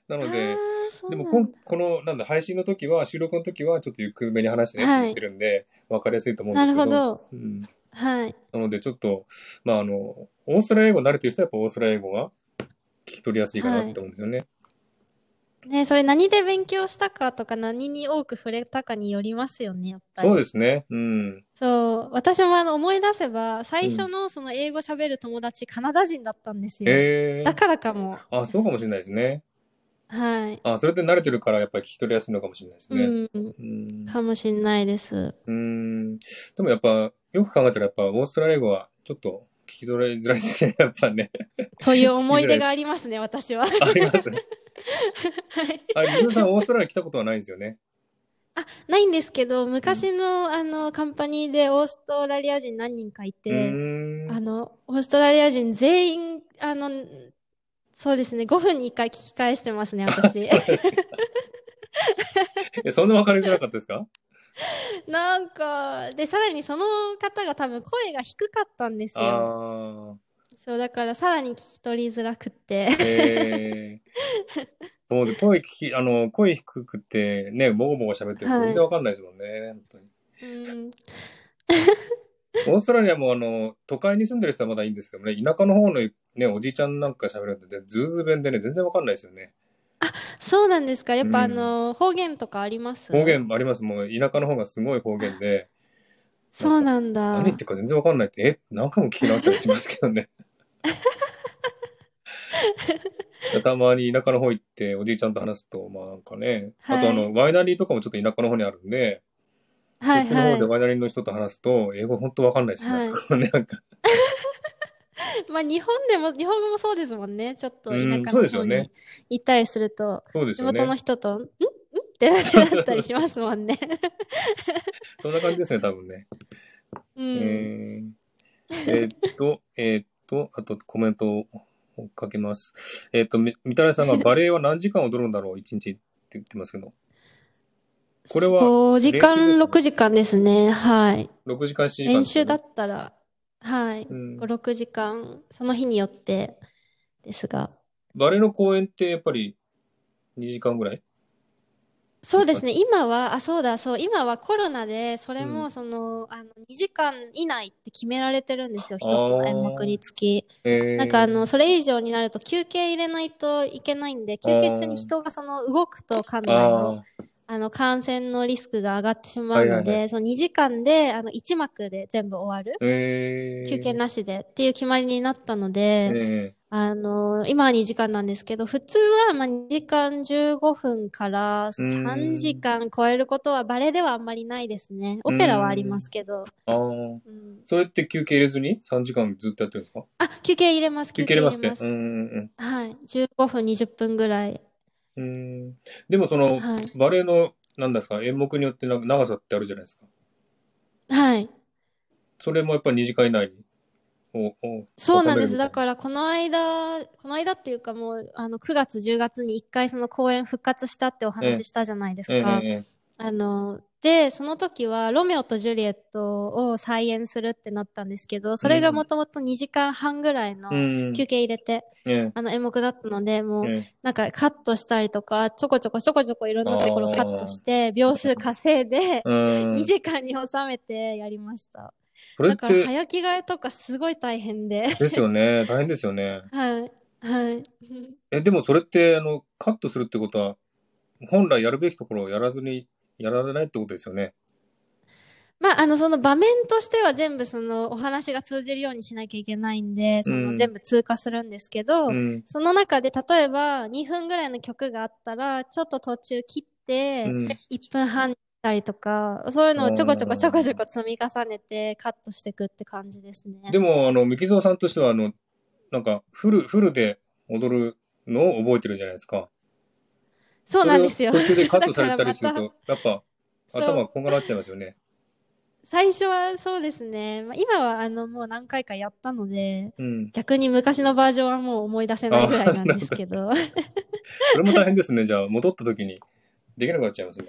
[SPEAKER 1] な
[SPEAKER 2] あ
[SPEAKER 1] ので、
[SPEAKER 2] ーそう
[SPEAKER 1] でも
[SPEAKER 2] なん
[SPEAKER 1] こん
[SPEAKER 2] だ
[SPEAKER 1] この、なんだ、配信の時は、収録の時は、ちょっとゆっくりめに話してねって言ってるんで、わ、かりやすいと思うんで
[SPEAKER 2] な
[SPEAKER 1] す
[SPEAKER 2] る
[SPEAKER 1] けど。
[SPEAKER 2] ほど。
[SPEAKER 1] うん。
[SPEAKER 2] はい。
[SPEAKER 1] なので、ちょっと、まあ、あの、オーストラリア英語慣れてる人は、やっぱオーストラリア英語が聞き取りやすいかなって思うんですよね。
[SPEAKER 2] ね、それ何で勉強したかとか、何に多く触れたかによりますよね、やっぱり。
[SPEAKER 1] そうですね。うん。
[SPEAKER 2] そう、私もあの思い出せば、最初のその英語喋る友達、カナダ人だったんですよ。
[SPEAKER 1] え
[SPEAKER 2] だ
[SPEAKER 1] ー。
[SPEAKER 2] からかも。
[SPEAKER 1] あ、そうかもしれないですね。
[SPEAKER 2] はい。
[SPEAKER 1] あ、それで慣れてるから、やっぱり聞き取りやすいのかもしれないですね。
[SPEAKER 2] うん、
[SPEAKER 1] うん
[SPEAKER 2] かもしんないです。
[SPEAKER 1] うーん。でもやっぱ、よく考えたらやっぱ、オーストラリア語はちょっと聞き取りづらいですね。や っぱね。
[SPEAKER 2] そういう思い出がありますね、 私は。はい
[SPEAKER 1] ありますね。あれ、皆さんオーストラリア来たことはないんですよね。
[SPEAKER 2] あ、ないんですけど、昔の、あの、カンパニーでオーストラリア人何人かいうて、
[SPEAKER 1] ーん
[SPEAKER 2] あの、オーストラリア人全員、あの、そうですね、5分に1回聞き返してます ね、私。
[SPEAKER 1] えそんな分かりづらかったですか
[SPEAKER 2] なんか、で、さらにその方が多分声が低かったんですよ。
[SPEAKER 1] ああ。
[SPEAKER 2] そう、だからさらに聞き取りづらくって。
[SPEAKER 1] えーそうで声聞きあの声低くてねボコボコ喋ってると
[SPEAKER 2] はい
[SPEAKER 1] 全然わかんないですもんね、本当に
[SPEAKER 2] うん、
[SPEAKER 1] オーストラリアもあの都会に住んでる人はまだいいんですけどね田舎の方のねおじいちゃんなんか喋ると全然ズーズー弁でね全然わかんないですよね
[SPEAKER 2] そうなんですか。やっぱ、あ
[SPEAKER 1] うん
[SPEAKER 2] の、方言とかあります
[SPEAKER 1] 方言もありますもう田舎の方がすごい方言で
[SPEAKER 2] そうなんだ。
[SPEAKER 1] 何言ってるか全然わかんないってえ何回も聞き直したりしますけど ねたまに田舎の方行っておじいちゃんと話すとまあなんかね、あとあ
[SPEAKER 2] は
[SPEAKER 1] のワイナリーとかもちょっと田舎の方にあるんで
[SPEAKER 2] は
[SPEAKER 1] そっ
[SPEAKER 2] い
[SPEAKER 1] ちの
[SPEAKER 2] は
[SPEAKER 1] 方
[SPEAKER 2] い
[SPEAKER 1] で。ワイナリーの人と話すと、英語本当わかんないですね。
[SPEAKER 2] はい
[SPEAKER 1] そこね、なんか。
[SPEAKER 2] まあ、日本でも、日本語もそうですもんね。ちょっと田
[SPEAKER 1] うんそ
[SPEAKER 2] 舎
[SPEAKER 1] う
[SPEAKER 2] の
[SPEAKER 1] ですよ
[SPEAKER 2] 方
[SPEAKER 1] ね
[SPEAKER 2] に行ったりすると、
[SPEAKER 1] そうです
[SPEAKER 2] 地
[SPEAKER 1] よ
[SPEAKER 2] 元の
[SPEAKER 1] ね。
[SPEAKER 2] 人と、んんんってなったりしますもん ね。
[SPEAKER 1] そんな感じですね、多分ね。
[SPEAKER 2] う
[SPEAKER 1] え
[SPEAKER 2] ん。
[SPEAKER 1] ーえーっと、えーっと、あとコメントを追っかけます。えーっと、みみたらしさん がバレエは何時間踊るんだろう、一日って言ってますけど。これは
[SPEAKER 2] 5時間、
[SPEAKER 1] 練習ですね
[SPEAKER 2] 6時間ですね。はい。
[SPEAKER 1] 6時間、7時間。
[SPEAKER 2] 練習だったら、はい。
[SPEAKER 1] うん
[SPEAKER 2] 5、6時間、その日によってですが。
[SPEAKER 1] バレエの公演ってやっぱり2時間ぐらい
[SPEAKER 2] そうですね、今は、あ、そうだ、そう、今はコロナで、それ
[SPEAKER 1] う
[SPEAKER 2] も、
[SPEAKER 1] ん
[SPEAKER 2] その、あの、2時間以内って決められてるんですよ、一つの演目につき。
[SPEAKER 1] えー
[SPEAKER 2] なんか、あの、それ以上になると休憩入れないといけないんで、休憩中に人がその、動くと館内の、
[SPEAKER 1] あ
[SPEAKER 2] あの、感染のリスクが上がってしまう
[SPEAKER 1] はい
[SPEAKER 2] の
[SPEAKER 1] はいは
[SPEAKER 2] で、その2時間で、あの、1幕で全部終わる。
[SPEAKER 1] ーえー
[SPEAKER 2] 休憩なしでっていう決まりになったので、
[SPEAKER 1] え
[SPEAKER 2] あの、今は2時間なんですけど、普通はまあ2時間15分から
[SPEAKER 1] ん
[SPEAKER 2] 3時間超えることはバレエではあんまりないですね。オペラはありますけど。
[SPEAKER 1] ーあー
[SPEAKER 2] うん
[SPEAKER 1] それって休憩入れずに3時間ずっとやってるんですか
[SPEAKER 2] あ、休憩入れます、
[SPEAKER 1] 休
[SPEAKER 2] 休
[SPEAKER 1] 憩入れ
[SPEAKER 2] 憩
[SPEAKER 1] ま
[SPEAKER 2] 入
[SPEAKER 1] す
[SPEAKER 2] れ
[SPEAKER 1] ね
[SPEAKER 2] ま。す
[SPEAKER 1] うん。うん
[SPEAKER 2] はい。15分、20分ぐらい。
[SPEAKER 1] うん。うんでもその、
[SPEAKER 2] はい。
[SPEAKER 1] バレエの、なんですか、演目によってな長さってあるじゃないですか。
[SPEAKER 2] はい。
[SPEAKER 1] それもやっぱり2時間以内に。おお
[SPEAKER 2] そうなん
[SPEAKER 1] 収めるみた
[SPEAKER 2] で
[SPEAKER 1] い
[SPEAKER 2] す。
[SPEAKER 1] な
[SPEAKER 2] だから、この間、この間っていうかもう、あの、9月、10月に1回その公演復活したってお
[SPEAKER 1] ええ
[SPEAKER 2] 話したじゃないです
[SPEAKER 1] ええ
[SPEAKER 2] か。
[SPEAKER 1] ええ
[SPEAKER 2] あの、で、その時は、ロメオとジュリエットを再演するってなったんですけど、それがもともと2時間半ぐらいの
[SPEAKER 1] うん。
[SPEAKER 2] 休憩入れて、
[SPEAKER 1] え
[SPEAKER 2] あの演目だったので、も
[SPEAKER 1] え
[SPEAKER 2] う、
[SPEAKER 1] え
[SPEAKER 2] なんかカットしたりとか、ちょこちょこちょこちょこいろんなところカットして、秒数稼いで
[SPEAKER 1] え、うん
[SPEAKER 2] 2。時間に収めてやりました。
[SPEAKER 1] それ
[SPEAKER 2] だ
[SPEAKER 1] っ
[SPEAKER 2] から、
[SPEAKER 1] て、
[SPEAKER 2] 早着替えとかすごい大変で、
[SPEAKER 1] ですよね。大変ですよね。
[SPEAKER 2] はい、はい。
[SPEAKER 1] え、でもそれって、あの、カットするってことは、本来やるべきところをやらずに、やられないってことですよね。
[SPEAKER 2] まあ、あの、その場面としては全部そのお話が通じるようにしなきゃいけないんで、そ
[SPEAKER 1] うん
[SPEAKER 2] の全部通過するんですけど、
[SPEAKER 1] うん。
[SPEAKER 2] その中で例えば2分ぐらいの曲があったら、ちょっと途中切って
[SPEAKER 1] う、ん。
[SPEAKER 2] 1分半にしたりとか、そういうのをちょこちょこちょこちょこ積み重ねてカットしていくって感じですね。
[SPEAKER 1] でも、あの、ミキゾーさんとしては、あの、なんか、フル、フルで踊るのを覚えてるじゃないですか。
[SPEAKER 2] そうなんですよ
[SPEAKER 1] それ。を途中でカットされたりすると、やっぱ、
[SPEAKER 2] そう
[SPEAKER 1] 頭がこんがらがっちゃいますよね。
[SPEAKER 2] 最初はそうですね。まあ、今はあのもう何回かやったので、
[SPEAKER 1] うん。
[SPEAKER 2] 逆に昔のバージョンはもう思い出せないぐらいなんですけど。
[SPEAKER 1] それも大変ですね。じゃあ、戻った時に、できなくなっちゃいますね。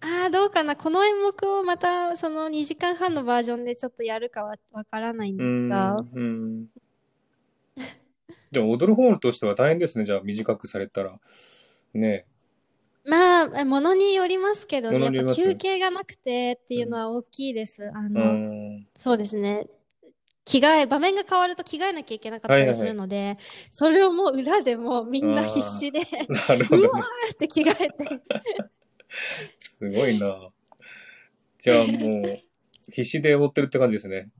[SPEAKER 2] ああ、どうかな。この演目をまた、その2時間半のバージョンでちょっとやるかはわからないん
[SPEAKER 1] う
[SPEAKER 2] です
[SPEAKER 1] ん。
[SPEAKER 2] が。
[SPEAKER 1] うん。じゃあ、踊る方としては大変ですね。じゃあ、短くされたら。ね
[SPEAKER 2] まあ、ものによりますけど
[SPEAKER 1] も
[SPEAKER 2] ね。
[SPEAKER 1] の
[SPEAKER 2] やっ
[SPEAKER 1] により
[SPEAKER 2] ぱ
[SPEAKER 1] ます
[SPEAKER 2] 休憩がなくてっていうのは大きいです。
[SPEAKER 1] え。
[SPEAKER 2] あ
[SPEAKER 1] う
[SPEAKER 2] の、
[SPEAKER 1] ん。
[SPEAKER 2] そうですね。着替え、場面が変わると着替えなきゃいけなかった
[SPEAKER 1] はいはいは
[SPEAKER 2] り
[SPEAKER 1] い
[SPEAKER 2] するので、それをもう裏でもうみんな必死で、
[SPEAKER 1] なるほ
[SPEAKER 2] う
[SPEAKER 1] ど
[SPEAKER 2] わ
[SPEAKER 1] ね。
[SPEAKER 2] ーって着替えて。
[SPEAKER 1] すごいな。じゃあ、もう、必死で踊ってるって感じですね。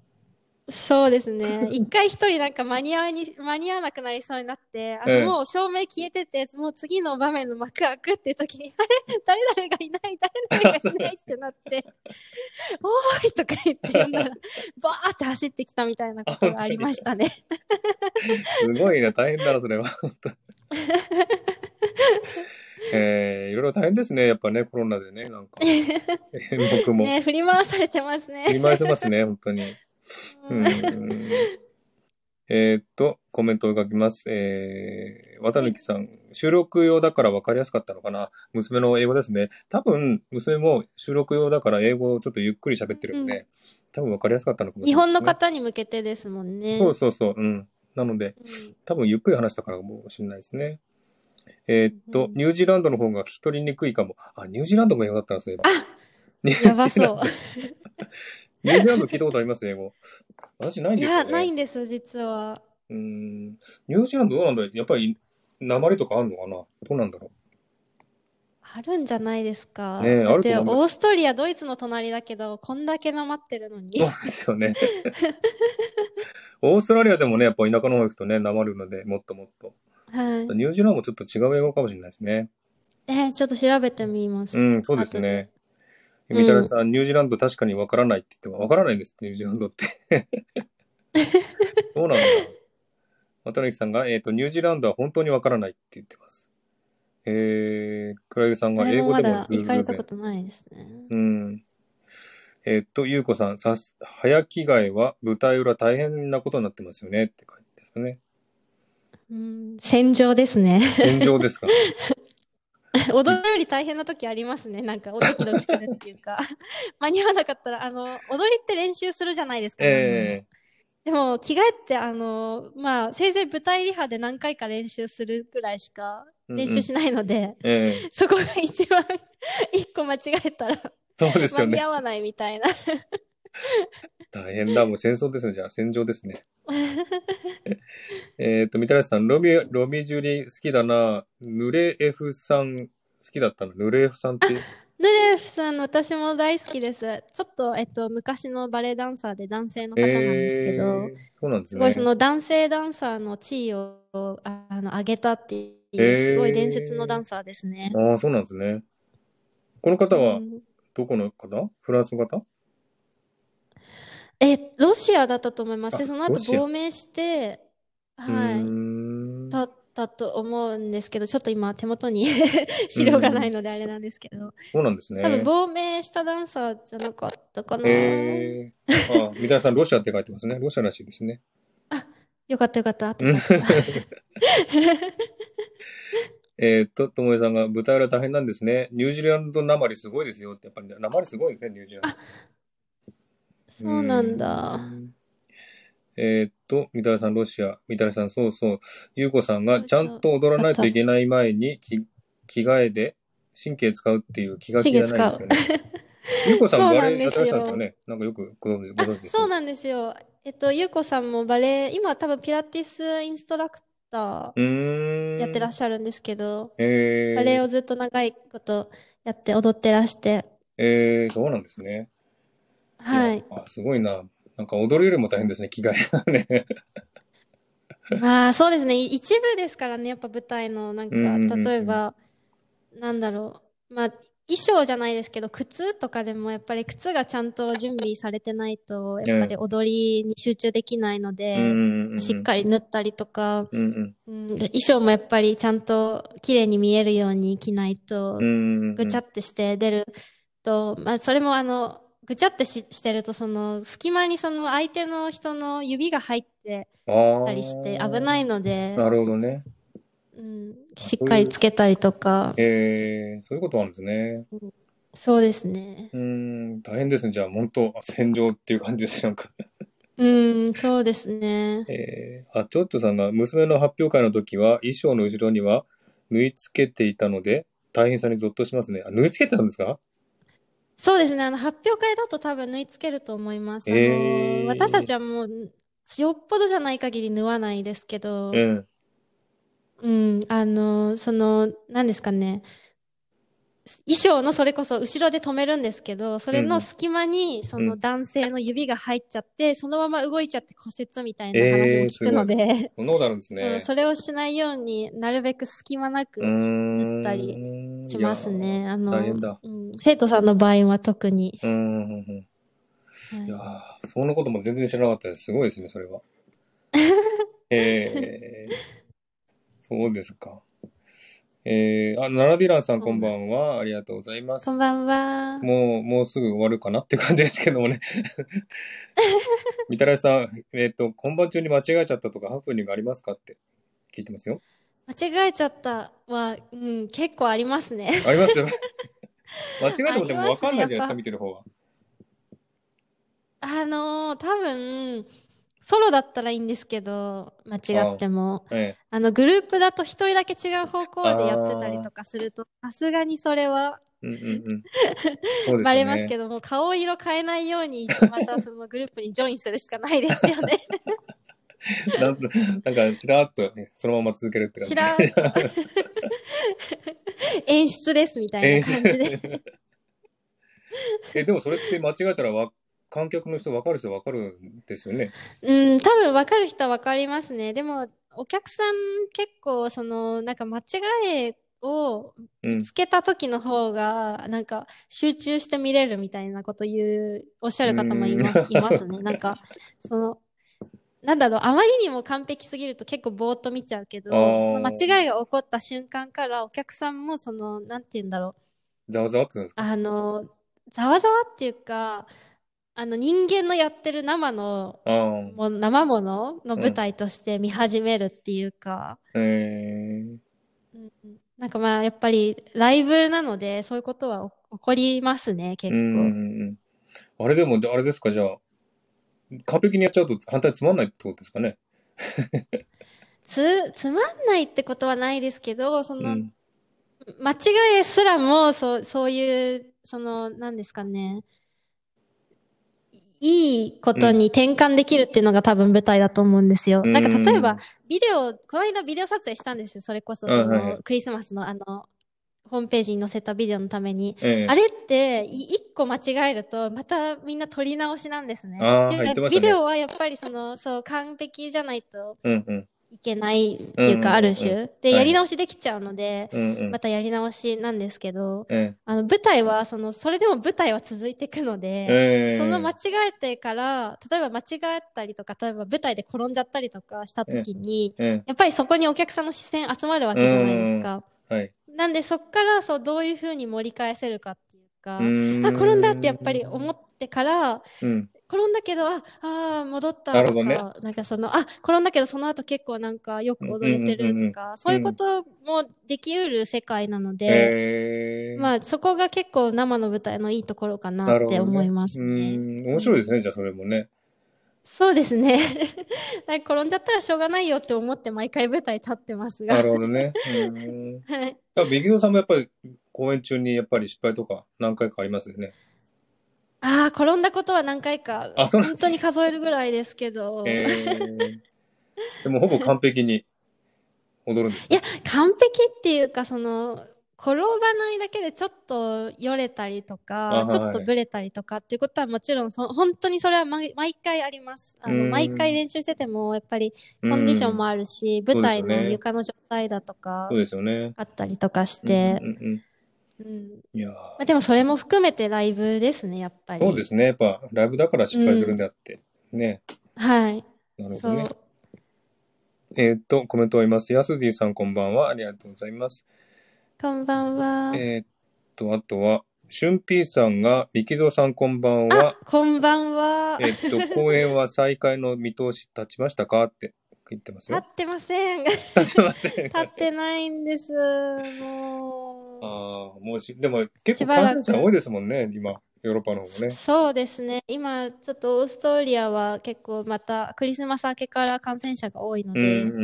[SPEAKER 2] そうで すね。一回一人なんか間に合わに、間に合わなくなりそうになって、あ
[SPEAKER 1] ええ
[SPEAKER 2] の、もう照明消えてて、もう次の場面の幕開くっていう時に、あれ誰々がいない、誰々がいないってなって、 おーいとか言って呼んだら、バーって走ってきたみたいなことがありましたね。
[SPEAKER 1] すごいな。大変だな、それは。えー、いろいろ大変ですね。やっぱね、コロナでね、なん か。僕 も。
[SPEAKER 2] ね、振り回されてますね。
[SPEAKER 1] 振り回してますね、本当に。うんえーっと、コメントを書きます。えー、綿貫さん、収録用だから分かりやすかったのかな娘の英語ですね。多分、娘も収録用だから英語をちょっとゆっくり喋ってるんで、多分分かりやすかったのかもし
[SPEAKER 2] 日
[SPEAKER 1] れない、
[SPEAKER 2] 本の方に向けてですもんね。
[SPEAKER 1] そうそうそう、うん。なので、多分ゆっくり話したからかもしれないですね。えーっと
[SPEAKER 2] う、ん
[SPEAKER 1] ニュージーランドの方が聞き取りにくいかも。あ、ニュージーランドも英語だったんですね。ニュー
[SPEAKER 2] うんや ば
[SPEAKER 1] ジーラン
[SPEAKER 2] そ。
[SPEAKER 1] ニュージーランド聞いたことあります英語。私ないうん
[SPEAKER 2] い
[SPEAKER 1] ですよ、ね。
[SPEAKER 2] や、ないんです、実は。
[SPEAKER 1] うーんニュージーランドどうなんだろうやっぱり、鉛とかあるのかなどうなんだろ
[SPEAKER 2] あるんじゃないですか。
[SPEAKER 1] ねえ
[SPEAKER 2] だ
[SPEAKER 1] ある
[SPEAKER 2] っ
[SPEAKER 1] と
[SPEAKER 2] て、
[SPEAKER 1] 思
[SPEAKER 2] オ
[SPEAKER 1] います
[SPEAKER 2] ーストリア、ドイツの隣だけど、こんだけなまってるの
[SPEAKER 1] う
[SPEAKER 2] に
[SPEAKER 1] そう。ですよね。オーストラリアでもね、やっぱ田舎の方行くとね、鉛るので、もっともっと。
[SPEAKER 2] はい。
[SPEAKER 1] ニュージーランドもちょっと違う英語かもしれないですね。
[SPEAKER 2] えーちょっと調べてみます。
[SPEAKER 1] うん、そうですね。
[SPEAKER 2] 後で
[SPEAKER 1] みたらしさん、ニュージーランド確かにわからないって言っても、わからないんですって、ニュージーランドって。 どうなんだろう。渡辺さんが、えっ、と、ニュージーランドは本当にわからないって言ってます。えー、倉木さんが
[SPEAKER 2] 誰
[SPEAKER 1] 英
[SPEAKER 2] も
[SPEAKER 1] 語
[SPEAKER 2] ま
[SPEAKER 1] でも
[SPEAKER 2] だ
[SPEAKER 1] ズー
[SPEAKER 2] 行
[SPEAKER 1] ズ
[SPEAKER 2] か
[SPEAKER 1] ー
[SPEAKER 2] れた
[SPEAKER 1] 弁
[SPEAKER 2] ことないですね。
[SPEAKER 1] うん。えっと、ゆうこさん、さす、早着替えは舞台裏大変なことになってますよねって感じですかね。
[SPEAKER 2] うん、戦場ですね。
[SPEAKER 1] 天井ですか。
[SPEAKER 2] 踊るより大変な時ありますね。なんか、おドキドキするっていうか。 間に合わなかったら、あの、踊りって練習するじゃないですか。
[SPEAKER 1] え
[SPEAKER 2] でも、着替えって、あの、まあ、せいぜい舞台リハで何回か練習するくらいしか
[SPEAKER 1] え
[SPEAKER 2] 練習しないので、
[SPEAKER 1] うんうんええ
[SPEAKER 2] そこが一番、 一個間違えたら
[SPEAKER 1] そうです
[SPEAKER 2] 間
[SPEAKER 1] よ
[SPEAKER 2] に
[SPEAKER 1] ね。
[SPEAKER 2] 合わないみたいな。
[SPEAKER 1] 大変だ。もう戦争ですね。じゃあ、戦場です ね。えっと、みたらしさん、ロミ、ロミジュリ好きだな。ヌレエフさん、好きだったの。ヌレエフさんって。
[SPEAKER 2] ヌレフさん、私も大好きです。ちょっと、えっと、昔のバレエダンサーで男性の方なんですけど、
[SPEAKER 1] ええそうなんですす
[SPEAKER 2] ごい
[SPEAKER 1] ね。
[SPEAKER 2] その男性ダンサーの地位をああの上げたっていう、
[SPEAKER 1] へー
[SPEAKER 2] すごい伝説のダンサーですね。
[SPEAKER 1] ああ、そうなんですね。この方
[SPEAKER 2] う
[SPEAKER 1] は、
[SPEAKER 2] ん
[SPEAKER 1] どこの方フランスの方
[SPEAKER 2] え、ロシアだったと思います。で、
[SPEAKER 1] あ
[SPEAKER 2] その後
[SPEAKER 1] ロシア
[SPEAKER 2] 亡命して、は
[SPEAKER 1] う
[SPEAKER 2] い、
[SPEAKER 1] ーん
[SPEAKER 2] だったと思うんですけど、ちょっと今手元に 資料がないのであれなんですけど、
[SPEAKER 1] そうなんですね。
[SPEAKER 2] 多分亡命したダンサーじゃなかったかな。
[SPEAKER 1] へえ。あ、三田さん、ロシアって書いてますね。ロシアらしいですね。
[SPEAKER 2] よかったよかった。
[SPEAKER 1] うんえーっと、ともえさんが、舞台裏大変なんですね。ニュージーランドなまりすごいですよって、やっぱり、なまりすごいですね、ニュージーランド。
[SPEAKER 2] そうなんだ
[SPEAKER 1] う。ん。えーっと、みたらしさん、ロシア。みたらしさん、そうそう。ゆうこさんが、
[SPEAKER 2] そう
[SPEAKER 1] ち
[SPEAKER 2] そ
[SPEAKER 1] ゃ
[SPEAKER 2] うん
[SPEAKER 1] と踊らないといけない前に、き着替えで、神経使うっていう気が気がないですよね。ゆうこさん、
[SPEAKER 2] そう
[SPEAKER 1] バ
[SPEAKER 2] な
[SPEAKER 1] レ
[SPEAKER 2] ん
[SPEAKER 1] エ
[SPEAKER 2] で
[SPEAKER 1] やっ
[SPEAKER 2] す
[SPEAKER 1] てら
[SPEAKER 2] よ
[SPEAKER 1] っしゃるんですよね。なんかよくご存知ご存知ですね。
[SPEAKER 2] そうなんですよ。えっと、ゆうこさんもバレエ、今多分ピラティスインストラクタ
[SPEAKER 1] うーん。
[SPEAKER 2] ーやってらっ
[SPEAKER 1] ゃ
[SPEAKER 2] しゃるんですけど、
[SPEAKER 1] る。えー
[SPEAKER 2] バレエをずっと長いことやって踊ってらして、
[SPEAKER 1] えー、そうなんですね。
[SPEAKER 2] はい
[SPEAKER 1] や。あ、すごいな。なんか踊るよりも大変ですね、着替え。ね。
[SPEAKER 2] まあそうですね。い一部ですからね、やっぱ舞台のなんか、
[SPEAKER 1] うんうんうん
[SPEAKER 2] 例えば、なんだろう。まあ衣装じゃないですけど、靴とかでもやっぱり靴がちゃんと準備されてないと、やっぱり踊りに集中できないの
[SPEAKER 1] う
[SPEAKER 2] で、
[SPEAKER 1] んうん
[SPEAKER 2] しっかり縫ったりとか、
[SPEAKER 1] り。うん
[SPEAKER 2] うん衣装もやっぱりちゃんと綺麗に見えるように着ないと
[SPEAKER 1] うん。う、ん
[SPEAKER 2] ぐちゃ
[SPEAKER 1] っ。
[SPEAKER 2] ってして出ると、まあ、それもあの、ぐちゃってし、してると、その、隙間にその相手の人の指が入ってたりして危ないいので、
[SPEAKER 1] なるほどね。
[SPEAKER 2] うん、しっかりつけたりとか、
[SPEAKER 1] えー、そういうことなんですね。
[SPEAKER 2] そうですね。
[SPEAKER 1] うーん、大変ですね。じゃあ、本当戦場っていう感じです。なんか。
[SPEAKER 2] うん、そうですね。
[SPEAKER 1] えー、あ、ちょっとさんが、娘の発表会の時は、衣装の後ろには縫い付けていたので、大変さにゾッとしますね。あ、縫い付けてたんですか
[SPEAKER 2] そうですね。あの、発表会だと多分縫い付けると思います。あの、
[SPEAKER 1] えー
[SPEAKER 2] 私たちはもう、よっぽどじゃない限り縫わないですけど、
[SPEAKER 1] うん。
[SPEAKER 2] うん、あの、その、何ですかね。衣装のそれこそ後ろで止めるんですけど、それ
[SPEAKER 1] うんう
[SPEAKER 2] の
[SPEAKER 1] ん
[SPEAKER 2] 隙間にその男性の指が入っちゃって、そのまま動いちゃって骨折みたい
[SPEAKER 1] えー
[SPEAKER 2] な話も聞くので、
[SPEAKER 1] そんなことあるんです
[SPEAKER 2] そ
[SPEAKER 1] ね
[SPEAKER 2] う。それをしないようになるべく隙間なく
[SPEAKER 1] うーん。
[SPEAKER 2] 縫ったりします
[SPEAKER 1] いや
[SPEAKER 2] ね。あ
[SPEAKER 1] ー。
[SPEAKER 2] の、
[SPEAKER 1] 大変だ。
[SPEAKER 2] うん、生徒さんの場合は特に。
[SPEAKER 1] うんうんうん。
[SPEAKER 2] はい
[SPEAKER 1] いやーそんなことも全然知らなかったです。すごいですね、それ は。えー、そうですか。えー、あ、奈良ディランさんこんばんは。ありがとうございます。
[SPEAKER 2] こんばんは。
[SPEAKER 1] もう、もうすぐ終わるかなって感じですけどもね。みたらしさん、えっ、と、本番中に間違えちゃったとか、ハプニングありますかって聞いてますよ。
[SPEAKER 2] 間違えちゃったは、うん、結構ありますね。
[SPEAKER 1] あります 間違えてもでも
[SPEAKER 2] あります
[SPEAKER 1] 分か
[SPEAKER 2] ね
[SPEAKER 1] んないじゃないです
[SPEAKER 2] やっ
[SPEAKER 1] か、
[SPEAKER 2] ぱ
[SPEAKER 1] 見てる方は。
[SPEAKER 2] あのー多分、ソロだったらいいんですけど、間違っても。
[SPEAKER 1] ええ。
[SPEAKER 2] あの、グループだと一人だけ違う方向でやってたりとかすると、さすがにそれは
[SPEAKER 1] うんうんうん。そうですね。
[SPEAKER 2] バレますけども、顔色変えないように、またそのグループにジョインするしかないですよ ね。
[SPEAKER 1] なんなんか、しらーっと、ね、そのまま続けるって感
[SPEAKER 2] 知
[SPEAKER 1] じ。
[SPEAKER 2] らん と。演出ですみたいな感じで。
[SPEAKER 1] え、でもそれって間違えたらわ、観客の人分かる人分かるんですよね。
[SPEAKER 2] うん、多分分かる人は分かりますね。でも、お客さん結構、その、なんか間違えを
[SPEAKER 1] うん。
[SPEAKER 2] つけた時の方が、なんか集中して見れるみたいなこと言う、おっしゃる方もいま
[SPEAKER 1] う
[SPEAKER 2] す
[SPEAKER 1] ん
[SPEAKER 2] いますね。なんか、その、なんだろう、あまりにも完璧すぎると結構ぼーっと見ちゃうけど、
[SPEAKER 1] あー
[SPEAKER 2] その間違いが起こった瞬間から、お客さんも、その、なんて言うんだろう、
[SPEAKER 1] ざわざわって言うんですか
[SPEAKER 2] あの、ざわざわっていうか、あの、人間のやってる生の、
[SPEAKER 1] ああ。
[SPEAKER 2] もう生ものの舞台として見始めるっていうか、
[SPEAKER 1] えー、
[SPEAKER 2] うんなんかまあやっぱりライブなのでそういうことは起こりますね結
[SPEAKER 1] うんうん
[SPEAKER 2] 構。
[SPEAKER 1] うん。あれでも、じゃああれですか、じゃあ、完璧にやっちゃうと反対つまんないってことですかね。
[SPEAKER 2] つつまんないってことはないですけどそうの
[SPEAKER 1] ん。
[SPEAKER 2] 間違いすらもそうそういうその何ですかねいいことに転換できるっていうのが多分舞台だと思うんですよ。なんか例えば、ビデオ、この間ビデオ撮影したんですよ。それこそ、そ
[SPEAKER 1] うんはいは
[SPEAKER 2] の、クリスマスのあの、ホームページに載せたビデオのために。
[SPEAKER 1] ええ
[SPEAKER 2] あれって、い一個間違えると、またみんな撮り直しなんですね。
[SPEAKER 1] あー
[SPEAKER 2] っていうか
[SPEAKER 1] 言ってました
[SPEAKER 2] ビ
[SPEAKER 1] ね
[SPEAKER 2] デオはやっぱりその、そう、完璧じゃないと
[SPEAKER 1] うんうん。
[SPEAKER 2] いけないっていう
[SPEAKER 1] うん
[SPEAKER 2] か、ある種。
[SPEAKER 1] は
[SPEAKER 2] で、
[SPEAKER 1] い
[SPEAKER 2] やり直しできちゃうので、
[SPEAKER 1] うんうん。
[SPEAKER 2] またやり直しなんですけど、
[SPEAKER 1] え
[SPEAKER 2] あの、舞台は、その、それでも舞台は続いていくの
[SPEAKER 1] え
[SPEAKER 2] で、
[SPEAKER 1] ええ
[SPEAKER 2] その間違えてから、例えば間違ったりとか、例えば舞台で転んじゃったりとかした時に、
[SPEAKER 1] え
[SPEAKER 2] やっぱりそこにお客さんの視線集まるわけじゃないですか。
[SPEAKER 1] えはい。
[SPEAKER 2] なんでそこからそうどういうふうに盛り返せるかっていうか、
[SPEAKER 1] うーん
[SPEAKER 2] あ、転んだってやっぱり思ってから、
[SPEAKER 1] うん。
[SPEAKER 2] 転んだけど、あ、あー戻った
[SPEAKER 1] なる
[SPEAKER 2] と
[SPEAKER 1] ほど
[SPEAKER 2] か、
[SPEAKER 1] ね
[SPEAKER 2] なんかその、あ、転んだけどその後結構なんかよく踊れてるとか、そういうこともできうる世界なので、
[SPEAKER 1] ええ
[SPEAKER 2] まあそこが結構生の舞台のいいところかな
[SPEAKER 1] なる
[SPEAKER 2] っ
[SPEAKER 1] ほど
[SPEAKER 2] て
[SPEAKER 1] ね
[SPEAKER 2] 思いますね。
[SPEAKER 1] うん。面白いですね、じゃあそれもね。
[SPEAKER 2] そうですね。 なんか転んじゃったらしょうがないよって思って毎回舞台立ってますが。
[SPEAKER 1] なるほどね。うん。
[SPEAKER 2] はい。
[SPEAKER 1] やっぱ、ビギノさんもやっぱり、公演中にやっぱり失敗とか何回かありますよね。
[SPEAKER 2] ああ、転んだことは何回か、
[SPEAKER 1] あそうなん
[SPEAKER 2] 本
[SPEAKER 1] です
[SPEAKER 2] 当に数えるぐらいですけど、
[SPEAKER 1] ええでも、ほぼ完璧に踊るんですね。
[SPEAKER 2] いや、完璧っていうか、その、転ばないだけでちょっとよれたりと
[SPEAKER 1] あ
[SPEAKER 2] か、
[SPEAKER 1] はい
[SPEAKER 2] ちょっとブレたりとかっていうことはもちろんそ、本当にそれは毎毎回あります。あ
[SPEAKER 1] う
[SPEAKER 2] の、
[SPEAKER 1] ん
[SPEAKER 2] 毎回練習してても、やっぱり コンディションも
[SPEAKER 1] あ
[SPEAKER 2] あるし、
[SPEAKER 1] うん
[SPEAKER 2] 舞台
[SPEAKER 1] そうですよ
[SPEAKER 2] の
[SPEAKER 1] ね
[SPEAKER 2] 床の状態だとか
[SPEAKER 1] そう、ですよね。
[SPEAKER 2] あったりとかして
[SPEAKER 1] う、んうんうん
[SPEAKER 2] うん。
[SPEAKER 1] いやー
[SPEAKER 2] まあ、でもそれも含めてライブですね、やっぱり。
[SPEAKER 1] そうですね。やっぱ、ライブだから失敗するんであって。ね。
[SPEAKER 2] はい。
[SPEAKER 1] なるほ
[SPEAKER 2] そ
[SPEAKER 1] ど
[SPEAKER 2] う
[SPEAKER 1] ね。。えーっと、コメントをいます。ヤスディさん、こんばんは。ありがとうございます。
[SPEAKER 2] こんばんは。
[SPEAKER 1] えーっと、あとは、シュンピーさんが、力蔵さん、こんばん
[SPEAKER 2] あ
[SPEAKER 1] は。、
[SPEAKER 2] こんばんは。
[SPEAKER 1] えー っと、公演は再開の見通し立ちましたかって言ってます
[SPEAKER 2] 立
[SPEAKER 1] よ。
[SPEAKER 2] ってません。
[SPEAKER 1] 立ちません。
[SPEAKER 2] 立ってないんです。も
[SPEAKER 1] ああ、もうし、でも結
[SPEAKER 2] し
[SPEAKER 1] 構
[SPEAKER 2] ばら
[SPEAKER 1] 感
[SPEAKER 2] く
[SPEAKER 1] 染者多いですもんね、今、ヨーロッパの方
[SPEAKER 2] う。
[SPEAKER 1] もね。
[SPEAKER 2] そうですね。今、ちょっとオーストリアは結構またクリスマス明けから感染者が多いの
[SPEAKER 1] うんう
[SPEAKER 2] で、
[SPEAKER 1] んうん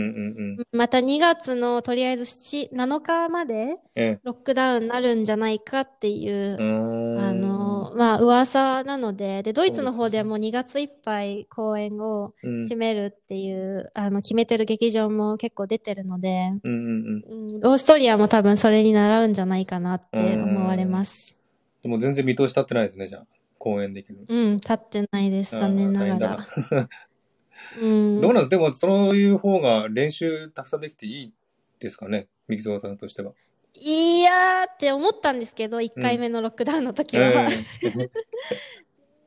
[SPEAKER 1] うん。
[SPEAKER 2] また2月のとりあえず7、7日まで
[SPEAKER 1] え
[SPEAKER 2] ロックダウンになるんじゃないかっていう
[SPEAKER 1] え。う、ーん。
[SPEAKER 2] あの、まあ、噂なので、で、ドイツの方ではもう2月いっぱい公演を
[SPEAKER 1] うん、
[SPEAKER 2] 閉めるっていう、あの、決めてる劇場も結構出てるので、
[SPEAKER 1] うんうんうん。
[SPEAKER 2] うん、オーストリアも多分それに習うんじゃないかなって思われます。
[SPEAKER 1] でも全然見通し立ってないですね、じゃあ。公演できる。
[SPEAKER 2] うん、立ってないです、
[SPEAKER 1] あー
[SPEAKER 2] 残念なが
[SPEAKER 1] 大
[SPEAKER 2] ら。 うん、
[SPEAKER 1] どうなんですでも、そういう方が練習たくさんできていいですかね、ミキゾーさんとしては。
[SPEAKER 2] いやーって思ったんですけど、1回目のロックダウンの時は。
[SPEAKER 1] ええ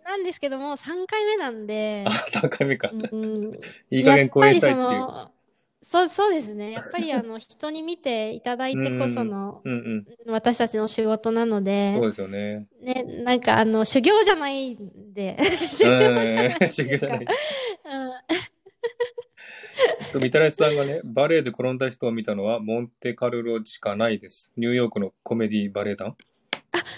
[SPEAKER 2] なんですけども、3回目なんで
[SPEAKER 1] あ、、3回目か。
[SPEAKER 2] うん、
[SPEAKER 1] いい加減公演したいってい
[SPEAKER 2] やっ
[SPEAKER 1] う。
[SPEAKER 2] ぱりその、そう、そうですね。やっぱりあの、人に見ていただいてこその、
[SPEAKER 1] うんうん。
[SPEAKER 2] 私たちの仕事なので
[SPEAKER 1] そう、ですよね。
[SPEAKER 2] ね、なんかあの、修行じゃないんで、 修行じゃない っていう
[SPEAKER 1] う
[SPEAKER 2] か
[SPEAKER 1] ん修行じゃない。
[SPEAKER 2] うん
[SPEAKER 1] でも、みたらしさんがね、バレエで転んだ人を見たのはモンテカルロしかないです。ニューヨークのコメディバレエ団。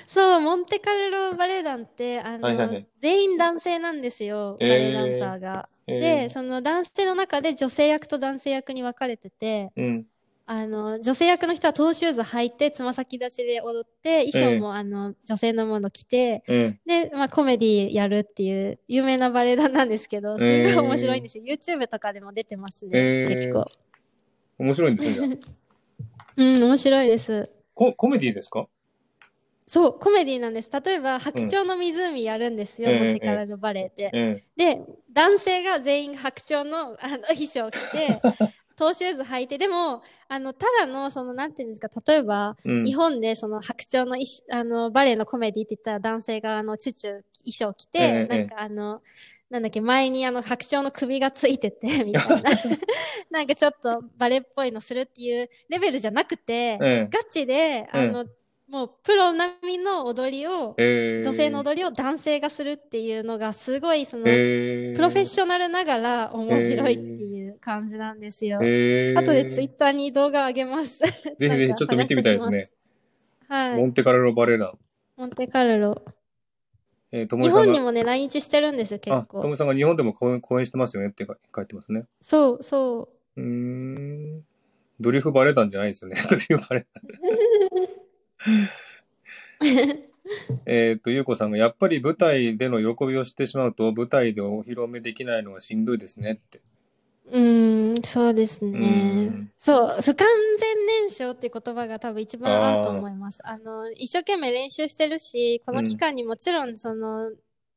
[SPEAKER 2] そう、モンテカルロバレエ団って、あの、
[SPEAKER 1] はいはいはい
[SPEAKER 2] 全員男性なんですよ、
[SPEAKER 1] え
[SPEAKER 2] バ
[SPEAKER 1] ー
[SPEAKER 2] レエダンサーが。で、
[SPEAKER 1] えー
[SPEAKER 2] その男性の中で女性役と男性役に分かれてて、
[SPEAKER 1] うん。
[SPEAKER 2] あの、女性役の人はトーシューズ履いて、つま先立ちで踊って、衣装も、あの、女性のもの着て、
[SPEAKER 1] うん。
[SPEAKER 2] で、まあ、コメディやるっていう有名なバレエ団なんですけど、それが面白いんですよ。YouTube とかでも出てます
[SPEAKER 1] え
[SPEAKER 2] ね、
[SPEAKER 1] ー
[SPEAKER 2] 結構。
[SPEAKER 1] 面白いんですねじゃあ。
[SPEAKER 2] うん、面白いです。
[SPEAKER 1] ココメディですか
[SPEAKER 2] そう、コメディなんです。例えば、白鳥の湖やるんですよ、
[SPEAKER 1] ええ
[SPEAKER 2] モンテカルロバレエで。
[SPEAKER 1] え
[SPEAKER 2] で、男性が全員白鳥のあの衣装を着 て、トーシューズ履いて、でも、あの、ただの、その、なんていうんですか、例えば、
[SPEAKER 1] え。うん
[SPEAKER 2] 日本でその白鳥の衣装あのバレエのコメディって言ったら男性があのチュチュ衣装着て、
[SPEAKER 1] ええええ
[SPEAKER 2] なんかあのなんだっけ前にあの白鳥の首がついててみたい ななんかちょっとバレエっぽいのするっていうレベルじゃなくて、
[SPEAKER 1] え
[SPEAKER 2] ガチであの、もうプロ並みの踊りを
[SPEAKER 1] え。ええ。
[SPEAKER 2] 女性の踊りを男性がするっていうのがすごいその、
[SPEAKER 1] ええ。
[SPEAKER 2] プロフェッショナルながら面白いっていう感じなんですよ。
[SPEAKER 1] ええ。
[SPEAKER 2] 後でツイッターに動画上げます。
[SPEAKER 1] ぜひぜ
[SPEAKER 2] な
[SPEAKER 1] ひ
[SPEAKER 2] んか
[SPEAKER 1] ちょっと見てみたいですね。
[SPEAKER 2] 探しておきます。はい。
[SPEAKER 1] モンテカルロバレエ団。
[SPEAKER 2] モンテカルロ。
[SPEAKER 1] えー、とも
[SPEAKER 2] 日
[SPEAKER 1] えさん
[SPEAKER 2] 本
[SPEAKER 1] が
[SPEAKER 2] にもね、来日してるんですよ、結
[SPEAKER 1] あ、と
[SPEAKER 2] 構。
[SPEAKER 1] もさんが日本でも公演公演してますよねってか書いてますね。
[SPEAKER 2] そう、そう
[SPEAKER 1] ーん。ドリフバレたんじゃないですよね。ド リフバレた。えっと、ゆうこさんが、やっぱり舞台での喜びを知ってしまうと、舞台でお披露目できないのはしんどいですねって。
[SPEAKER 2] う。うーん、そうです
[SPEAKER 1] う
[SPEAKER 2] ね
[SPEAKER 1] ん。
[SPEAKER 2] そう、不完全燃焼っていう言葉が多分一番合うと思います。あの、一生懸命練習してるし、この期間にもちろん、その、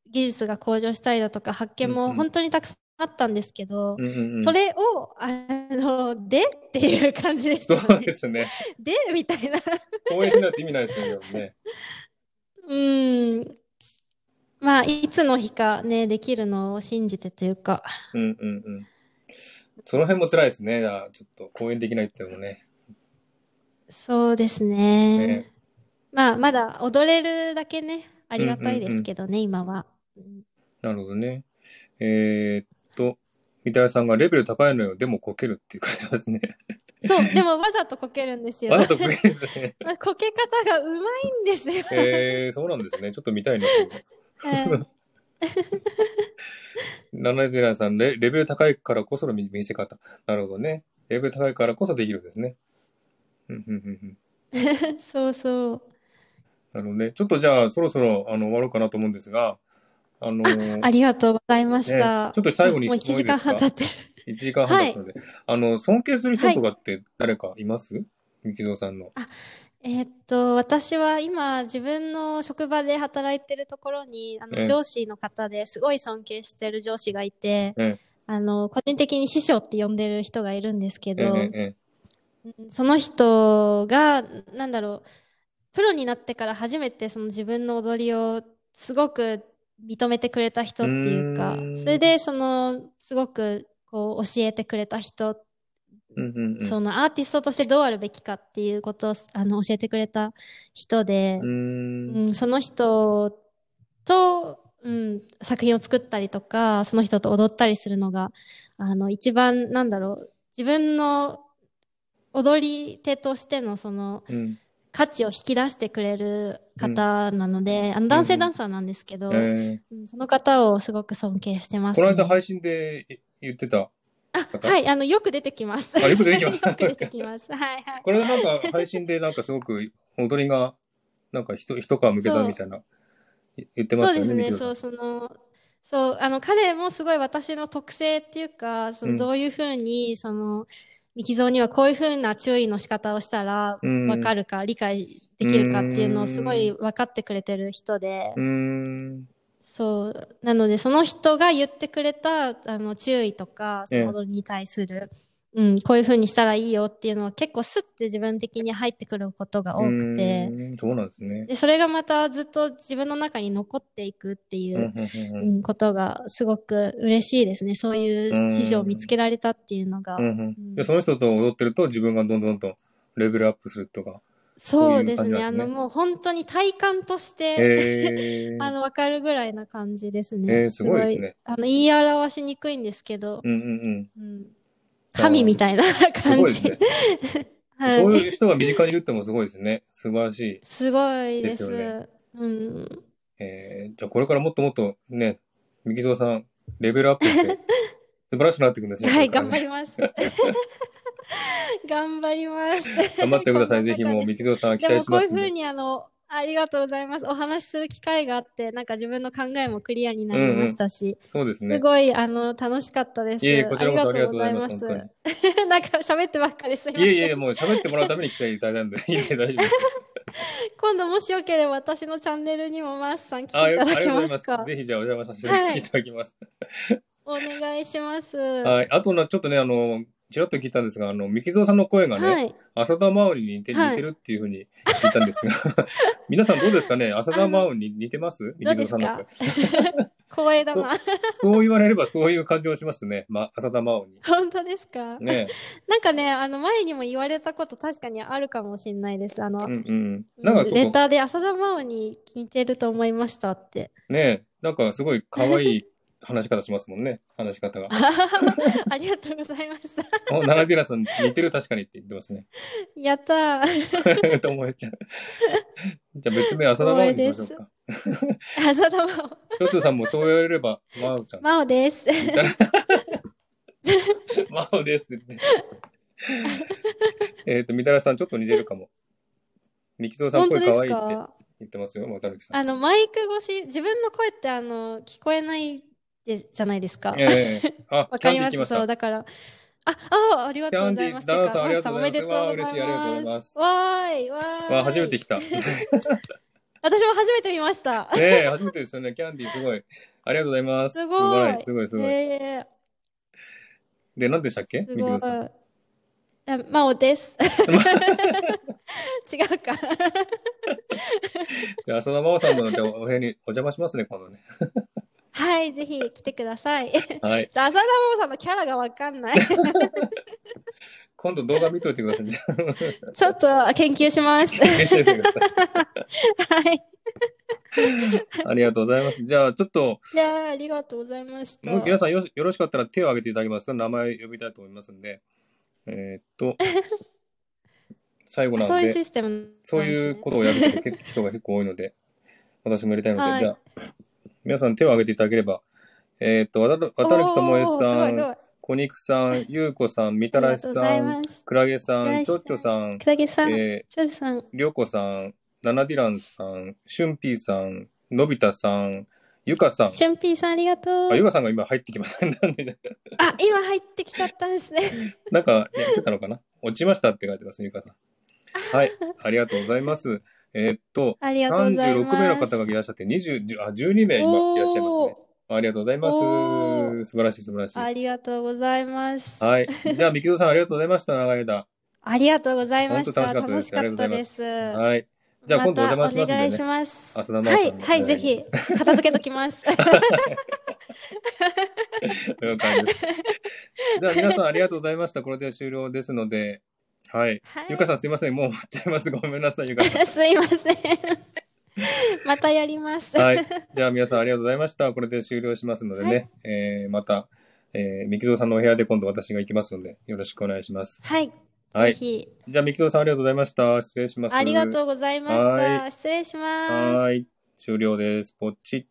[SPEAKER 2] 技術が向上したりだとか、発見
[SPEAKER 1] うんう
[SPEAKER 2] も
[SPEAKER 1] ん
[SPEAKER 2] 本当にたくさんあったんですけど、
[SPEAKER 1] うんうんうん
[SPEAKER 2] それを、あの、でっていう感じです
[SPEAKER 1] そ
[SPEAKER 2] よ
[SPEAKER 1] う
[SPEAKER 2] ね
[SPEAKER 1] で。すね。
[SPEAKER 2] でみたいな。
[SPEAKER 1] 公演しないと意味ないですよ ね。
[SPEAKER 2] うーん。まあ、いつの日かね、できるのを信じてというか。
[SPEAKER 1] うんうんうん。その辺も辛いですね。あちょっと公演できないっていうのもね。
[SPEAKER 2] そうですね。
[SPEAKER 1] ね
[SPEAKER 2] まあ、まだ踊れるだけね、ありがたいですけどね、今は。うん
[SPEAKER 1] なるほどね。えー、っと、三田さんがレベル高いのよ。でもこけるって書いてますね。
[SPEAKER 2] そう、でもわざとこけるんですよ。
[SPEAKER 1] わざとこけるんですね。
[SPEAKER 2] まあこけ方がうまいんです よ。
[SPEAKER 1] えー、そうなんですね。ちょっと見たいな。
[SPEAKER 2] はい
[SPEAKER 1] 七寺さんレ、レベル高いからこその見見せ方。なるほどね。レベル高いからこそできるんですね。うんうんうんうん。
[SPEAKER 2] そうそう。
[SPEAKER 1] なるほどね。ちょっとじゃあ、そろそろあの終わろうかなと思うんですが、あのー
[SPEAKER 2] ありがとうございまし
[SPEAKER 1] ね
[SPEAKER 2] た。
[SPEAKER 1] ちょっと最後に
[SPEAKER 2] もう
[SPEAKER 1] 質問
[SPEAKER 2] 1
[SPEAKER 1] いい
[SPEAKER 2] 時
[SPEAKER 1] で
[SPEAKER 2] 間
[SPEAKER 1] すか
[SPEAKER 2] 半経ってる。
[SPEAKER 1] 1時間半だったので、あの、尊敬する人とかって誰かいます、みきぞうさんの。
[SPEAKER 2] えーっと、私は今、自分の職場で働いてるところに、あ
[SPEAKER 1] ええ
[SPEAKER 2] の、上司の方ですごい尊敬してる上司がいて
[SPEAKER 1] ええ、
[SPEAKER 2] あの、個人的に師匠って呼んでる人がいるんですけ
[SPEAKER 1] ええ
[SPEAKER 2] ど、
[SPEAKER 1] ええ
[SPEAKER 2] うんその人が、なんだろう、プロになってから初めてその自分の踊りをすごく認めてくれた人っていうか
[SPEAKER 1] うーん、
[SPEAKER 2] それで、その、すごく、こう、教えてくれた人
[SPEAKER 1] うんうんうん。
[SPEAKER 2] そのアーティストとしてどうあるべきかっていうことをあの教えてくれた人で
[SPEAKER 1] う、
[SPEAKER 2] うん
[SPEAKER 1] ん。
[SPEAKER 2] その人と、うん、作品を作ったりとかその人と踊ったりするのがあの一番なんだろう自分の踊り手としてのその
[SPEAKER 1] うん。
[SPEAKER 2] 価値を引き出してくれる方なので、あの男性ダンサーなんですけど、
[SPEAKER 1] ええ
[SPEAKER 2] うんその方をすごく尊敬してます
[SPEAKER 1] この間
[SPEAKER 2] ね。
[SPEAKER 1] 配信で言ってた。
[SPEAKER 2] あ、はい、あの、よく出てきます。
[SPEAKER 1] あよく出てきます
[SPEAKER 2] よく出てきます。はいはい。
[SPEAKER 1] これなんか配信でなんかすごく踊りがなんか一一皮むけたみたいな言言ってましたよね。
[SPEAKER 2] そうですね、
[SPEAKER 1] みき
[SPEAKER 2] そ
[SPEAKER 1] お
[SPEAKER 2] う、その、そう、あの、彼もすごい私の特性っていうか、そ
[SPEAKER 1] うん
[SPEAKER 2] の、どういうふうに、その、ミキゾーにはこういうふうな注意の仕方をしたら
[SPEAKER 1] う、ん
[SPEAKER 2] わかるか、理解できるかっていうのをすごい分かってくれてる人で
[SPEAKER 1] さ、ん。う
[SPEAKER 2] そう、なので、その人が言ってくれた、あの、注意とか、そ
[SPEAKER 1] ええ
[SPEAKER 2] の、踊りに対する、うん、こういう風にしたらいいよっていうのは結構スッて自分的に入ってくることが多くて、
[SPEAKER 1] うんそうなんですね。
[SPEAKER 2] で、それがまたずっと自分の中に残っていくっていうう、
[SPEAKER 1] んうん
[SPEAKER 2] う
[SPEAKER 1] うん
[SPEAKER 2] ん、ことがすごく嬉しいですね。そういう師匠を見つけられたっていうのが。
[SPEAKER 1] うんうんいやその人と踊ってると自分がどんどんとレベルアップするとか。
[SPEAKER 2] そうですね。
[SPEAKER 1] そういう
[SPEAKER 2] あ
[SPEAKER 1] 感じなんですね
[SPEAKER 2] の、もう本当に体感として、
[SPEAKER 1] へえ
[SPEAKER 2] あの、わかるぐらいな感じですね。
[SPEAKER 1] えー、すごいですね。
[SPEAKER 2] あの、言い表しにくいんですけど、
[SPEAKER 1] うんうん
[SPEAKER 2] うん神みたいな
[SPEAKER 1] うん。す
[SPEAKER 2] 感
[SPEAKER 1] ごいで
[SPEAKER 2] じ
[SPEAKER 1] すね。。
[SPEAKER 2] は
[SPEAKER 1] そういう人が身近にいるってのもすごいですね。素晴らしい。
[SPEAKER 2] すごいで
[SPEAKER 1] ですよ
[SPEAKER 2] す。
[SPEAKER 1] ね
[SPEAKER 2] うん。
[SPEAKER 1] えー、じゃあこれからもっともっとね、右蔵さん、レベルアップ して、素晴らしくなっていくんですね。
[SPEAKER 2] はい、
[SPEAKER 1] これ
[SPEAKER 2] 頑
[SPEAKER 1] か
[SPEAKER 2] 張
[SPEAKER 1] ら
[SPEAKER 2] り
[SPEAKER 1] ね
[SPEAKER 2] ます。 頑張ります。
[SPEAKER 1] 頑張ってくださ
[SPEAKER 2] こ
[SPEAKER 1] い。
[SPEAKER 2] んな
[SPEAKER 1] ぜひもう、
[SPEAKER 2] 方で
[SPEAKER 1] 右蔵さん
[SPEAKER 2] すで
[SPEAKER 1] 期
[SPEAKER 2] も
[SPEAKER 1] 待し
[SPEAKER 2] こう
[SPEAKER 1] ま
[SPEAKER 2] いう
[SPEAKER 1] すん
[SPEAKER 2] ふう
[SPEAKER 1] で。
[SPEAKER 2] にあの、ありがとうございます。お話しする機会があって、なんか自分の考えもクリアになりましたし、
[SPEAKER 1] そうです
[SPEAKER 2] す
[SPEAKER 1] ね。
[SPEAKER 2] ごいあの楽しかったです。
[SPEAKER 1] いえいえ、こちらこそありがとうございま
[SPEAKER 2] あり
[SPEAKER 1] す。
[SPEAKER 2] がと
[SPEAKER 1] 本
[SPEAKER 2] う
[SPEAKER 1] 当
[SPEAKER 2] ご
[SPEAKER 1] に
[SPEAKER 2] ざい。ますなんか喋ってばっかですいま
[SPEAKER 1] い
[SPEAKER 2] せん
[SPEAKER 1] えいえ、もう喋ってもらうために来ていただいたんで、 いえいえ、大丈夫です。
[SPEAKER 2] 今度もしよければ私のチャンネルにもマースさん来
[SPEAKER 1] あ、
[SPEAKER 2] てい
[SPEAKER 1] よ
[SPEAKER 2] た
[SPEAKER 1] ありが
[SPEAKER 2] だけ
[SPEAKER 1] とうござ
[SPEAKER 2] ま
[SPEAKER 1] い
[SPEAKER 2] す
[SPEAKER 1] ます
[SPEAKER 2] か。
[SPEAKER 1] ぜひじゃあお邪魔させていただきます。
[SPEAKER 2] お願いします。
[SPEAKER 1] はい、
[SPEAKER 2] は
[SPEAKER 1] あとな、ちょっとね、あの、ちらっと聞いたんですが、あの、三木蔵さんの声がね、
[SPEAKER 2] い。
[SPEAKER 1] 浅田真央に似て,、
[SPEAKER 2] はい
[SPEAKER 1] 似てるっていうふうに聞いたんですが、 皆さんどうですかね浅田真央に似てます
[SPEAKER 2] どう
[SPEAKER 1] 三
[SPEAKER 2] で
[SPEAKER 1] 木
[SPEAKER 2] す
[SPEAKER 1] 蔵さん
[SPEAKER 2] か
[SPEAKER 1] の声。
[SPEAKER 2] 光栄だな。
[SPEAKER 1] そう言われればそういう感じをしますね。まあ、浅田真央に。
[SPEAKER 2] 本当ですか、
[SPEAKER 1] ね、
[SPEAKER 2] なんかね、あの前にも言われたこと確かにあるかもしれない です。あの、
[SPEAKER 1] うんうん。なんかそ
[SPEAKER 2] レ
[SPEAKER 1] こ、
[SPEAKER 2] ターで浅田真央に似てると思いましたって。
[SPEAKER 1] ね、なんかすごい可愛い話し方しますもんね。話し方が。
[SPEAKER 2] ありがとうございました。
[SPEAKER 1] お、奈良寺さん似てる確かにって言ってますね。
[SPEAKER 2] やったー。
[SPEAKER 1] と思えちゃう。じゃあ別名浅田真央に行きましょうか。
[SPEAKER 2] 浅田真央。
[SPEAKER 1] ちょっとさんもそう言われれば、真央ちゃん。
[SPEAKER 2] 真央です。
[SPEAKER 1] みたいな 真央ですって言って。えっと、みたらしさん、ちょっと似てるかも。みきぞうさん
[SPEAKER 2] 本
[SPEAKER 1] 声
[SPEAKER 2] 当
[SPEAKER 1] 可
[SPEAKER 2] で
[SPEAKER 1] 愛
[SPEAKER 2] す
[SPEAKER 1] いって
[SPEAKER 2] か
[SPEAKER 1] 言ってますよ、渡辺さん。
[SPEAKER 2] あの、マイク越し、自分の声ってあの、聞こえないでじゃないですか。
[SPEAKER 1] ええあ、キ
[SPEAKER 2] わか
[SPEAKER 1] ャン
[SPEAKER 2] り
[SPEAKER 1] ディー来
[SPEAKER 2] ます。
[SPEAKER 1] まし
[SPEAKER 2] そう、
[SPEAKER 1] た。
[SPEAKER 2] だから。あ、あ、ありが
[SPEAKER 1] キ
[SPEAKER 2] とう
[SPEAKER 1] ャ
[SPEAKER 2] ご
[SPEAKER 1] ン
[SPEAKER 2] ざ
[SPEAKER 1] デ
[SPEAKER 2] い
[SPEAKER 1] ィ
[SPEAKER 2] ま
[SPEAKER 1] ー、
[SPEAKER 2] す。
[SPEAKER 1] ダンさん、あり
[SPEAKER 2] て
[SPEAKER 1] が
[SPEAKER 2] か
[SPEAKER 1] とうござ
[SPEAKER 2] マスさんおめ
[SPEAKER 1] い
[SPEAKER 2] でと
[SPEAKER 1] ます。わあ、
[SPEAKER 2] う
[SPEAKER 1] 嬉しい、あ
[SPEAKER 2] ござ
[SPEAKER 1] りがとうござい
[SPEAKER 2] いま。
[SPEAKER 1] ますす。
[SPEAKER 2] わーい、わーい。
[SPEAKER 1] わあ、初めて来た。ね
[SPEAKER 2] 私も初めて見ました。
[SPEAKER 1] え、初めてですよね、キャンディー、すごい。ありがとうございます。
[SPEAKER 2] すごい
[SPEAKER 1] 素晴らしすごい、すごい。
[SPEAKER 2] え
[SPEAKER 1] で、何でしたっけ
[SPEAKER 2] ー、す
[SPEAKER 1] みき
[SPEAKER 2] ご
[SPEAKER 1] ぞ
[SPEAKER 2] い。
[SPEAKER 1] うさん。
[SPEAKER 2] え真央 です。違うか。
[SPEAKER 1] じゃあ、浅田真央さんのじゃあお部屋にお邪魔しますね、今度ね。
[SPEAKER 2] はい、ぜひ来てください。
[SPEAKER 1] はい。
[SPEAKER 2] じゃあ、浅田真央さんのキャラがわか んない。
[SPEAKER 1] 今度動画見といてください。じゃあ、
[SPEAKER 2] ちょっと研究します。は
[SPEAKER 1] 消しててください。
[SPEAKER 2] い。
[SPEAKER 1] ありがとうございます。じゃあ、ちょっと、
[SPEAKER 2] いやーありがとうございました。
[SPEAKER 1] もう皆さんよろしよろしかったら手を挙げていただけますか名前呼びたいと思いますんで。えーっと、最後な
[SPEAKER 2] そ
[SPEAKER 1] の
[SPEAKER 2] ういう
[SPEAKER 1] で、
[SPEAKER 2] システムなんですね
[SPEAKER 1] そういうことをやる人結構人が結構多いので、私もやりたいので、
[SPEAKER 2] はい
[SPEAKER 1] じゃあ、皆さん手を挙げていただければ、えーっと、渡る渡る木智恵
[SPEAKER 2] おーすごいす
[SPEAKER 1] さ
[SPEAKER 2] ご
[SPEAKER 1] ん、
[SPEAKER 2] い。
[SPEAKER 1] 小肉さん、ゆうこさん、み
[SPEAKER 2] あ
[SPEAKER 1] た
[SPEAKER 2] り
[SPEAKER 1] ら
[SPEAKER 2] が
[SPEAKER 1] し
[SPEAKER 2] とうござ
[SPEAKER 1] さ
[SPEAKER 2] い
[SPEAKER 1] ん、
[SPEAKER 2] ます。
[SPEAKER 1] くらげさ
[SPEAKER 2] くら
[SPEAKER 1] ん、
[SPEAKER 2] げ
[SPEAKER 1] ち
[SPEAKER 2] さん
[SPEAKER 1] ょっちょさん、
[SPEAKER 2] くらげさん、
[SPEAKER 1] え
[SPEAKER 2] 長司さん、
[SPEAKER 1] ー、りょうこさん、ナナディランさん、しゅんぴーさん、のび太さん、ゆかさん、
[SPEAKER 2] しゅんぴーさんありがとう。
[SPEAKER 1] あ、ゆかさんが今入ってきません。 なんで、
[SPEAKER 2] あ、今入ってきちゃったんですね。
[SPEAKER 1] なんか、やってたのかな落ちましたって書いてます、ゆかさん。はい、ありがとうございます。えーっと、
[SPEAKER 2] ありがとうござい
[SPEAKER 1] 36
[SPEAKER 2] ます。
[SPEAKER 1] 名の方がいらっしゃって、20、10あ、12名今いらっしゃいますね。ありがとうございます。
[SPEAKER 2] おー
[SPEAKER 1] 素晴らしい、素晴らし
[SPEAKER 2] おーあ
[SPEAKER 1] い。
[SPEAKER 2] りがとうございます。
[SPEAKER 1] はい。じゃあ、みきぞさん、ありがとうございました、長い間。
[SPEAKER 2] ありがとうございました。
[SPEAKER 1] 本当楽
[SPEAKER 2] 楽
[SPEAKER 1] し
[SPEAKER 2] し
[SPEAKER 1] か
[SPEAKER 2] か
[SPEAKER 1] ったです
[SPEAKER 2] ったです。
[SPEAKER 1] はい。じゃあ、今度お邪魔しますんで
[SPEAKER 2] お願い
[SPEAKER 1] ね
[SPEAKER 2] し。ます。
[SPEAKER 1] 浅田真央
[SPEAKER 2] は
[SPEAKER 1] さん
[SPEAKER 2] い、
[SPEAKER 1] の
[SPEAKER 2] はい、ぜひ、片付けとき ます。
[SPEAKER 1] 了解です。 じゃあ、皆さん、ありがとうございました。これで終了ですので、はい。
[SPEAKER 2] はい
[SPEAKER 1] ゆかさん、すいません。もう終わっちゃいます。ごめんなさい、ゆかさん。
[SPEAKER 2] すいません。 またやります。
[SPEAKER 1] はい。じゃあ皆さんありがとうございました。これで終了しますのでね、
[SPEAKER 2] は
[SPEAKER 1] えーまた、えー、みきぞうさんのお部屋で今度私が行きますので、よろしくお願いします。
[SPEAKER 2] はい、
[SPEAKER 1] は
[SPEAKER 2] ぜ
[SPEAKER 1] い。
[SPEAKER 2] ひ。
[SPEAKER 1] じゃあみきぞうさんありがとうございました。失礼します。
[SPEAKER 2] ありがとうございまし
[SPEAKER 1] は
[SPEAKER 2] た。失礼します。
[SPEAKER 1] はい。終了です。ポチッ。